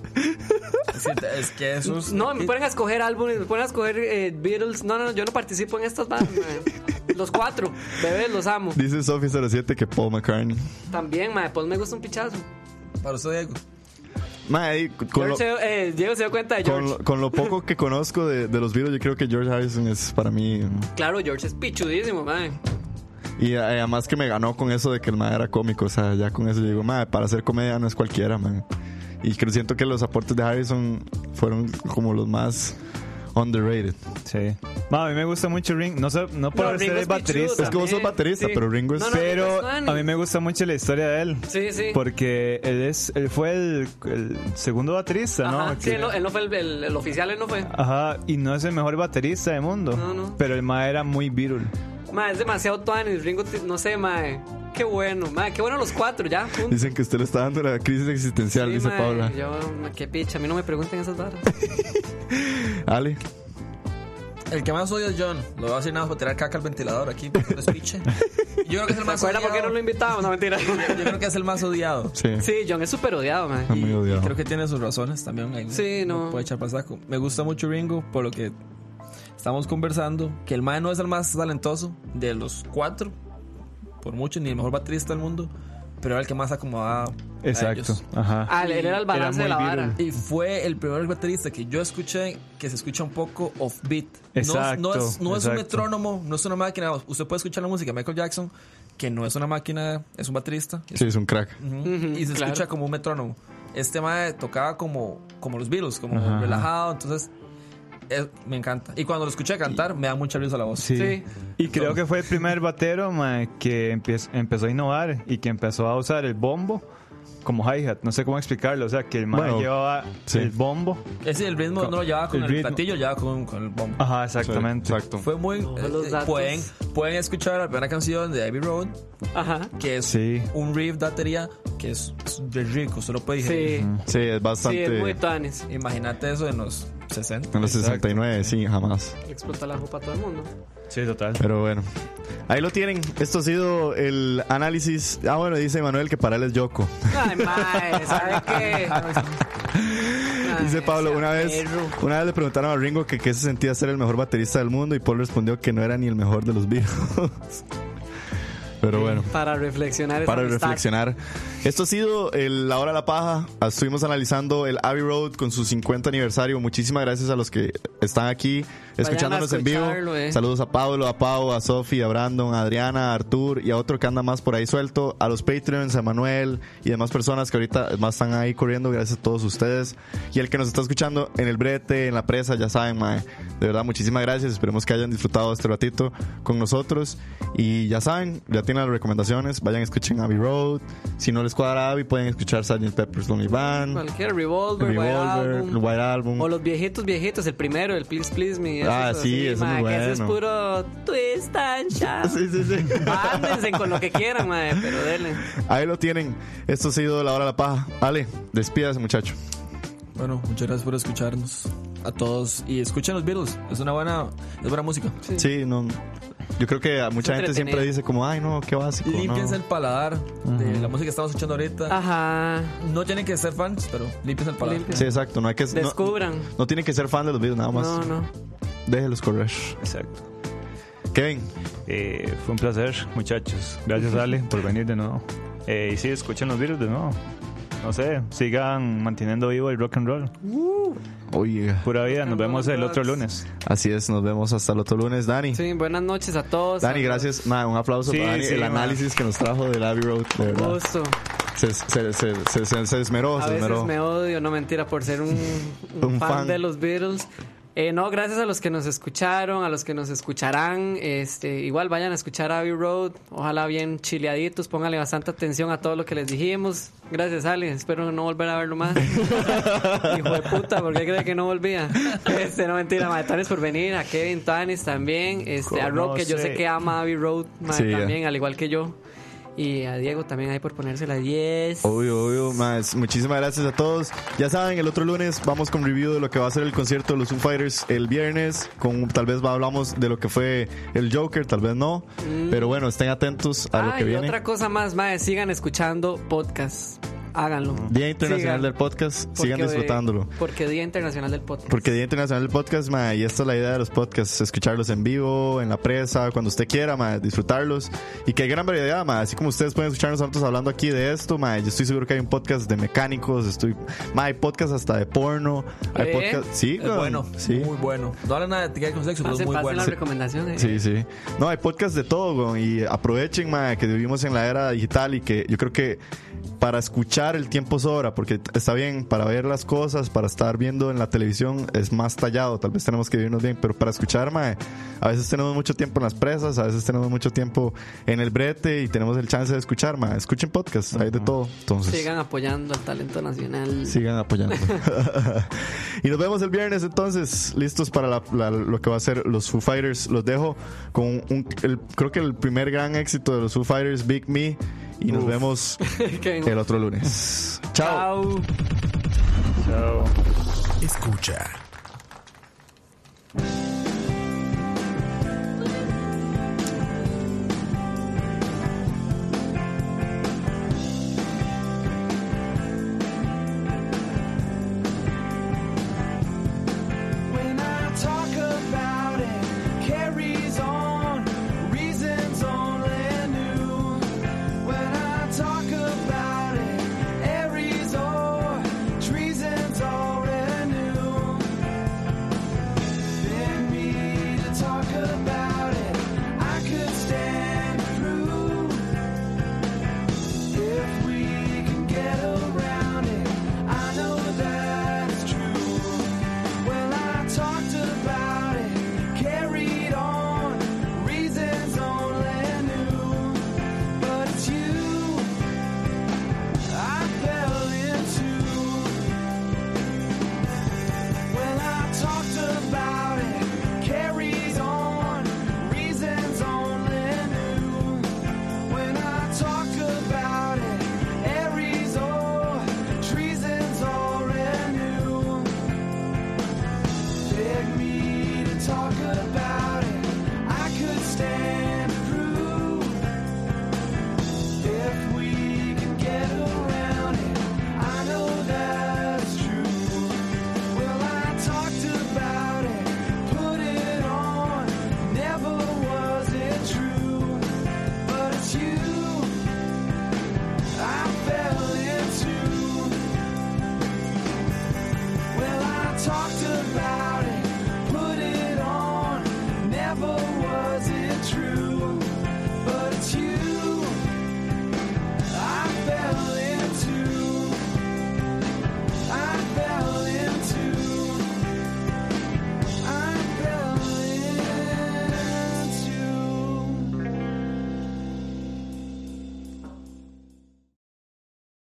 S4: es que- es que eso es...
S2: No, me ponen a escoger álbumes, me ponen a escoger eh, Beatles. No, no, no, yo no participo en estas bandas. ma. Los cuatro, bebés, los amo.
S1: Dice Sophie07 que Paul McCartney.
S2: También, ma, Paul me gusta un pichazo.
S4: Para usted, Diego.
S1: Mae, con
S2: George
S1: lo,
S2: se, eh, Diego se dio cuenta de
S1: con,
S2: George.
S1: lo, con lo poco que conozco de, de los Beatles, yo creo que George Harrison es para mí.
S2: Claro, George es pichudísimo, ma.
S1: Y eh, además que me ganó con eso de que el mae era cómico. O sea, ya con eso yo digo, mae, para hacer comedia no es cualquiera, man. Y creo siento que los aportes de Harrison fueron como los más underrated.
S3: Sí. Ma, a mí me gusta mucho Ring. No, sé, no por
S2: No,
S3: ser
S2: Ringo
S3: el
S2: es
S3: baterista.
S1: Es que vos sos
S2: también,
S1: baterista,
S2: sí.
S1: pero Ringo es.
S2: No, no,
S3: Pero
S2: Ringo es funny.
S3: a mí me gusta mucho la historia de él.
S2: Sí, sí.
S3: Porque él es él fue el, el segundo baterista,
S2: Ajá,
S3: ¿no?
S2: sí,
S3: Que-
S2: él, no- él no fue el, el- el oficial, él no fue.
S3: Ajá, y no es el mejor baterista del mundo.
S2: No, no.
S3: Pero el ma era muy viral.
S2: Ma, es demasiado tuanis, Ringo, ti- no sé, mae. Qué bueno, mae, qué bueno los cuatro, ya. punto.
S1: Dicen que usted le está dando la crisis existencial,
S2: Sí,
S1: dice
S2: mae,
S1: Paula.
S2: Yo, ma, qué picha, a mí no me pregunten esas
S1: [laughs]
S2: varas.
S1: Ale,
S4: El que más odio es John. Lo voy a decir nada más para tirar caca al ventilador aquí. porque no es piche. Yo creo que es
S2: ¿Se
S4: el más
S2: acuerdan
S4: odiado.
S2: por qué no lo invitamos? No, mentira.
S4: Yo creo que es el más odiado.
S1: sí.
S2: [laughs] Sí, John es súper odiado, mae.
S1: Está muy
S4: Y-
S1: odiado.
S4: y creo que tiene sus razones también. ahí
S2: Sí, no.
S4: Puede echar pasaco. Me gusta mucho Ringo por lo que estamos conversando. Que el Mae no es el más talentoso de los cuatro, por mucho, ni el mejor baterista del mundo, pero era el que más acomodaba. A
S3: Exacto.
S4: ellos.
S3: Ajá.
S2: Ah, él él era el balance
S3: Era
S2: de la
S3: muy
S2: vara.
S3: viral.
S4: Y fue el primer baterista que yo escuché que se escucha un poco offbeat. No es- No,
S3: Exacto,
S4: es, no es un
S3: exacto.
S4: metrónomo, no es una máquina. Usted puede escuchar la música de Michael Jackson, que no es una máquina, es un baterista.
S1: Sí, es un crack.
S4: Ujú, y se
S2: claro.
S4: escucha como un metrónomo. Este mae tocaba como, como los Beatles, como relajado, entonces eh, me encanta. Y cuando lo escuché cantar, me da mucha risa la voz.
S3: Sí.
S2: Sí.
S3: Y creo que fue el primer batero mae, que empie- empezó a innovar y que empezó a usar el bombo como hi-hat. No sé cómo explicarlo. O sea, que el mae
S1: Bueno,
S3: llevaba
S1: sí.
S3: el bombo.
S4: Ese el ritmo no lo llevaba con
S3: El
S4: el,
S3: ritmo.
S4: platillo, lo llevaba con, con el bombo.
S3: Ajá, exactamente.
S1: Exacto.
S4: Fue muy. eh,
S2: los
S4: eh,
S2: datos.
S4: pueden, pueden escuchar la primera canción de Abbey Road,
S2: Ajá.
S4: que es
S3: Sí.
S4: un riff de batería que es, es de rico, solo puede digerir.
S2: Sí,
S1: Sí, es
S2: sí,
S1: bastante.
S2: es muy tuanis.
S4: Imagínate eso en los 60.
S1: en los 69, sí, jamás.
S2: Le explota la ropa a todo el
S1: [laughs]
S2: mundo.
S3: Sí, total.
S1: Pero bueno. Ahí lo tienen. Esto ha sido el análisis. Ah, bueno, dice Manuel que para él es Yoko.
S2: Ay, mae, ¿sabe qué? Ay,
S1: Dice Pablo,
S2: Ah, sea
S1: una vez,
S2: perro.
S1: una vez le preguntaron a Ringo que qué se sentía ser el mejor baterista del mundo y Paul respondió que no era ni el mejor de los Beatles. [laughs] Pero bueno.
S2: Para reflexionar. esa
S1: Para
S2: amistad.
S1: reflexionar. Esto ha sido el La Hora de la Paja. Estuvimos analizando el Abbey Road con su 50 aniversario. Muchísimas gracias a los que están aquí escuchándonos en vivo.
S2: escucharlo, eh.
S1: Saludos a Pablo, a Pau, a Sofi, a Brandon, a Adriana, a Artur y a otro que anda más por ahí suelto. A los Patreons, a Manuel y demás personas que ahorita más están ahí corriendo. Gracias a todos ustedes. Y el que nos está escuchando en el brete, en la presa, ya saben, mae. De verdad, muchísimas gracias. Esperemos que hayan disfrutado este ratito con nosotros. Y ya saben, ya tienen las recomendaciones. Vayan, escuchen Abbey Road. Si no les cuadra Abbey, pueden escuchar Sgt. Pepper's Lonely Band,
S2: Cualquier revolver, White
S1: Revolver,
S2: Album.
S1: White Album.
S2: O los viejitos viejitos, el primero, el Please Please Me.
S1: Ah,
S2: esos
S1: sí,
S2: así,
S1: eso es
S2: mae,
S1: muy
S2: que Ese es
S1: bueno.
S2: puro twist
S1: [laughs]
S2: and shout.
S1: [laughs] Sí, sí, sí.
S2: Mándense con lo que quieran, mae, pero denle.
S1: Ahí lo tienen. Esto ha sido La Hora de la Paja. Ale, despídase, muchacho.
S4: Bueno, muchas gracias por escucharnos a todos y escuchen los Beatles. Es una buena, es buena música.
S1: Sí, no. Yo creo que a mucha gente
S2: entretenido.
S1: siempre dice como, ay, no, qué básico. no".
S4: Límpiense el paladar de la música que estamos escuchando
S2: Ah.
S4: ahorita.
S2: Ajá.
S4: No tienen que ser fans, pero límpiense el paladar.
S2: Limpio.
S1: Sí, exacto. No hay que... no-
S2: Descubran.
S1: No, tienen que ser fan de los Beatles, nada más.
S2: No, no.
S1: Déjelos correr.
S3: Exacto.
S1: Kevin,
S3: Eh, fue un placer, muchachos. [laughs] Gracias, Ale, por venir de nuevo. Eh, y sí, escuchen los virus de nuevo. No sé, sigan manteniendo vivo el rock and roll.
S1: oye,
S3: Pura vida, nos
S2: and
S3: vemos
S2: roll,
S3: el otro
S2: drugs.
S3: lunes.
S1: así es. Nos vemos hasta el otro lunes, Dani.
S2: Sí, buenas noches a todos.
S1: Dani, gracias. Nada, un aplauso
S3: Sí,
S1: para Dani.
S3: sí,
S1: el
S3: man.
S1: análisis que nos trajo del Abbey Road, de
S2: Un
S1: verdad.
S2: gusto.
S1: Se, se, se, se, se- se esmeró,
S2: A
S1: se
S2: veces
S1: esmeró.
S2: me odio, no mentira, por ser un, un
S1: Un
S2: fan,
S1: fan.
S2: de los Beatles. Eh, no, gracias a los que nos escucharon, a los que nos escucharán. Este, igual vayan a escuchar Abbey Road. Ojalá bien chileaditos. Pónganle bastante atención a todo lo que les dijimos. Gracias, Ale. Espero no volver a verlo más. Hijo de puta, ¿por qué cree que no volvía? Este, no mentira, mae, Tanis por venir. A Kevin Tanis también. Este, a Rob, que yo sé
S3: Conoce.
S2: que ama Abbey Road mae,
S1: Sí, ya.
S2: también, al igual que yo. Y a Diego también ahí por ponerse la 10.
S1: Obvio, obvio, más. Muchísimas gracias a todos. Ya saben, el otro lunes vamos con review de lo que va a ser el concierto de los Foo Fighters el viernes. Con tal vez hablamos de lo que fue el Joker, tal vez no.
S2: Mm.
S1: Pero bueno, estén atentos a lo
S2: Ah,
S1: que
S2: y
S1: viene.
S2: otra cosa más, mae, sigan escuchando podcast. háganlo.
S1: Día Internacional
S2: Sigan.
S1: del Podcast,
S2: Porque-
S1: sigan disfrutándolo.
S2: Porque Día Internacional del Podcast.
S1: Porque Día Internacional del Podcast, ma, y esta es la idea de los podcasts, escucharlos en vivo, en la presa, cuando usted quiera, ma, disfrutarlos. Y que hay gran variedad, ma, así como ustedes pueden escucharnos nosotros hablando aquí de esto, ma, yo estoy seguro que hay un podcast de mecánicos, estoy, ma, hay podcast hasta de porno, hay
S2: ¿Eh?
S1: podcast, sí,
S4: Es
S1: weón,
S4: bueno,
S1: sí.
S4: muy bueno. No hablan nada de etiqueta con sexo, pero es
S2: Pasen,
S4: muy
S2: pasen
S4: bueno.
S2: las recomendaciones.
S1: Sí, sí. No, hay podcast de todo, weón, y aprovechen, ma, que vivimos en la era digital y que yo creo que para escuchar el tiempo sobra, porque está bien, para ver las cosas, para estar viendo en la televisión es más tallado, tal vez tenemos que vivirnos bien, pero para escuchar, ma, a veces tenemos mucho tiempo en las presas, a veces tenemos mucho tiempo en el brete y tenemos el chance de escuchar, ma. Escuchen podcast, hay de todo. Entonces,
S2: Sigan apoyando al talento nacional.
S1: Sigan apoyando. [laughs] y nos vemos el viernes entonces, listos para la- la- lo que va a ser los Foo Fighters. Los dejo con un, el- creo que el primer gran éxito de los Foo Fighters, Big Me. Y nos vemos
S2: [laughs] Que-
S1: el otro lunes. Chao.
S2: Chao.
S5: Escucha.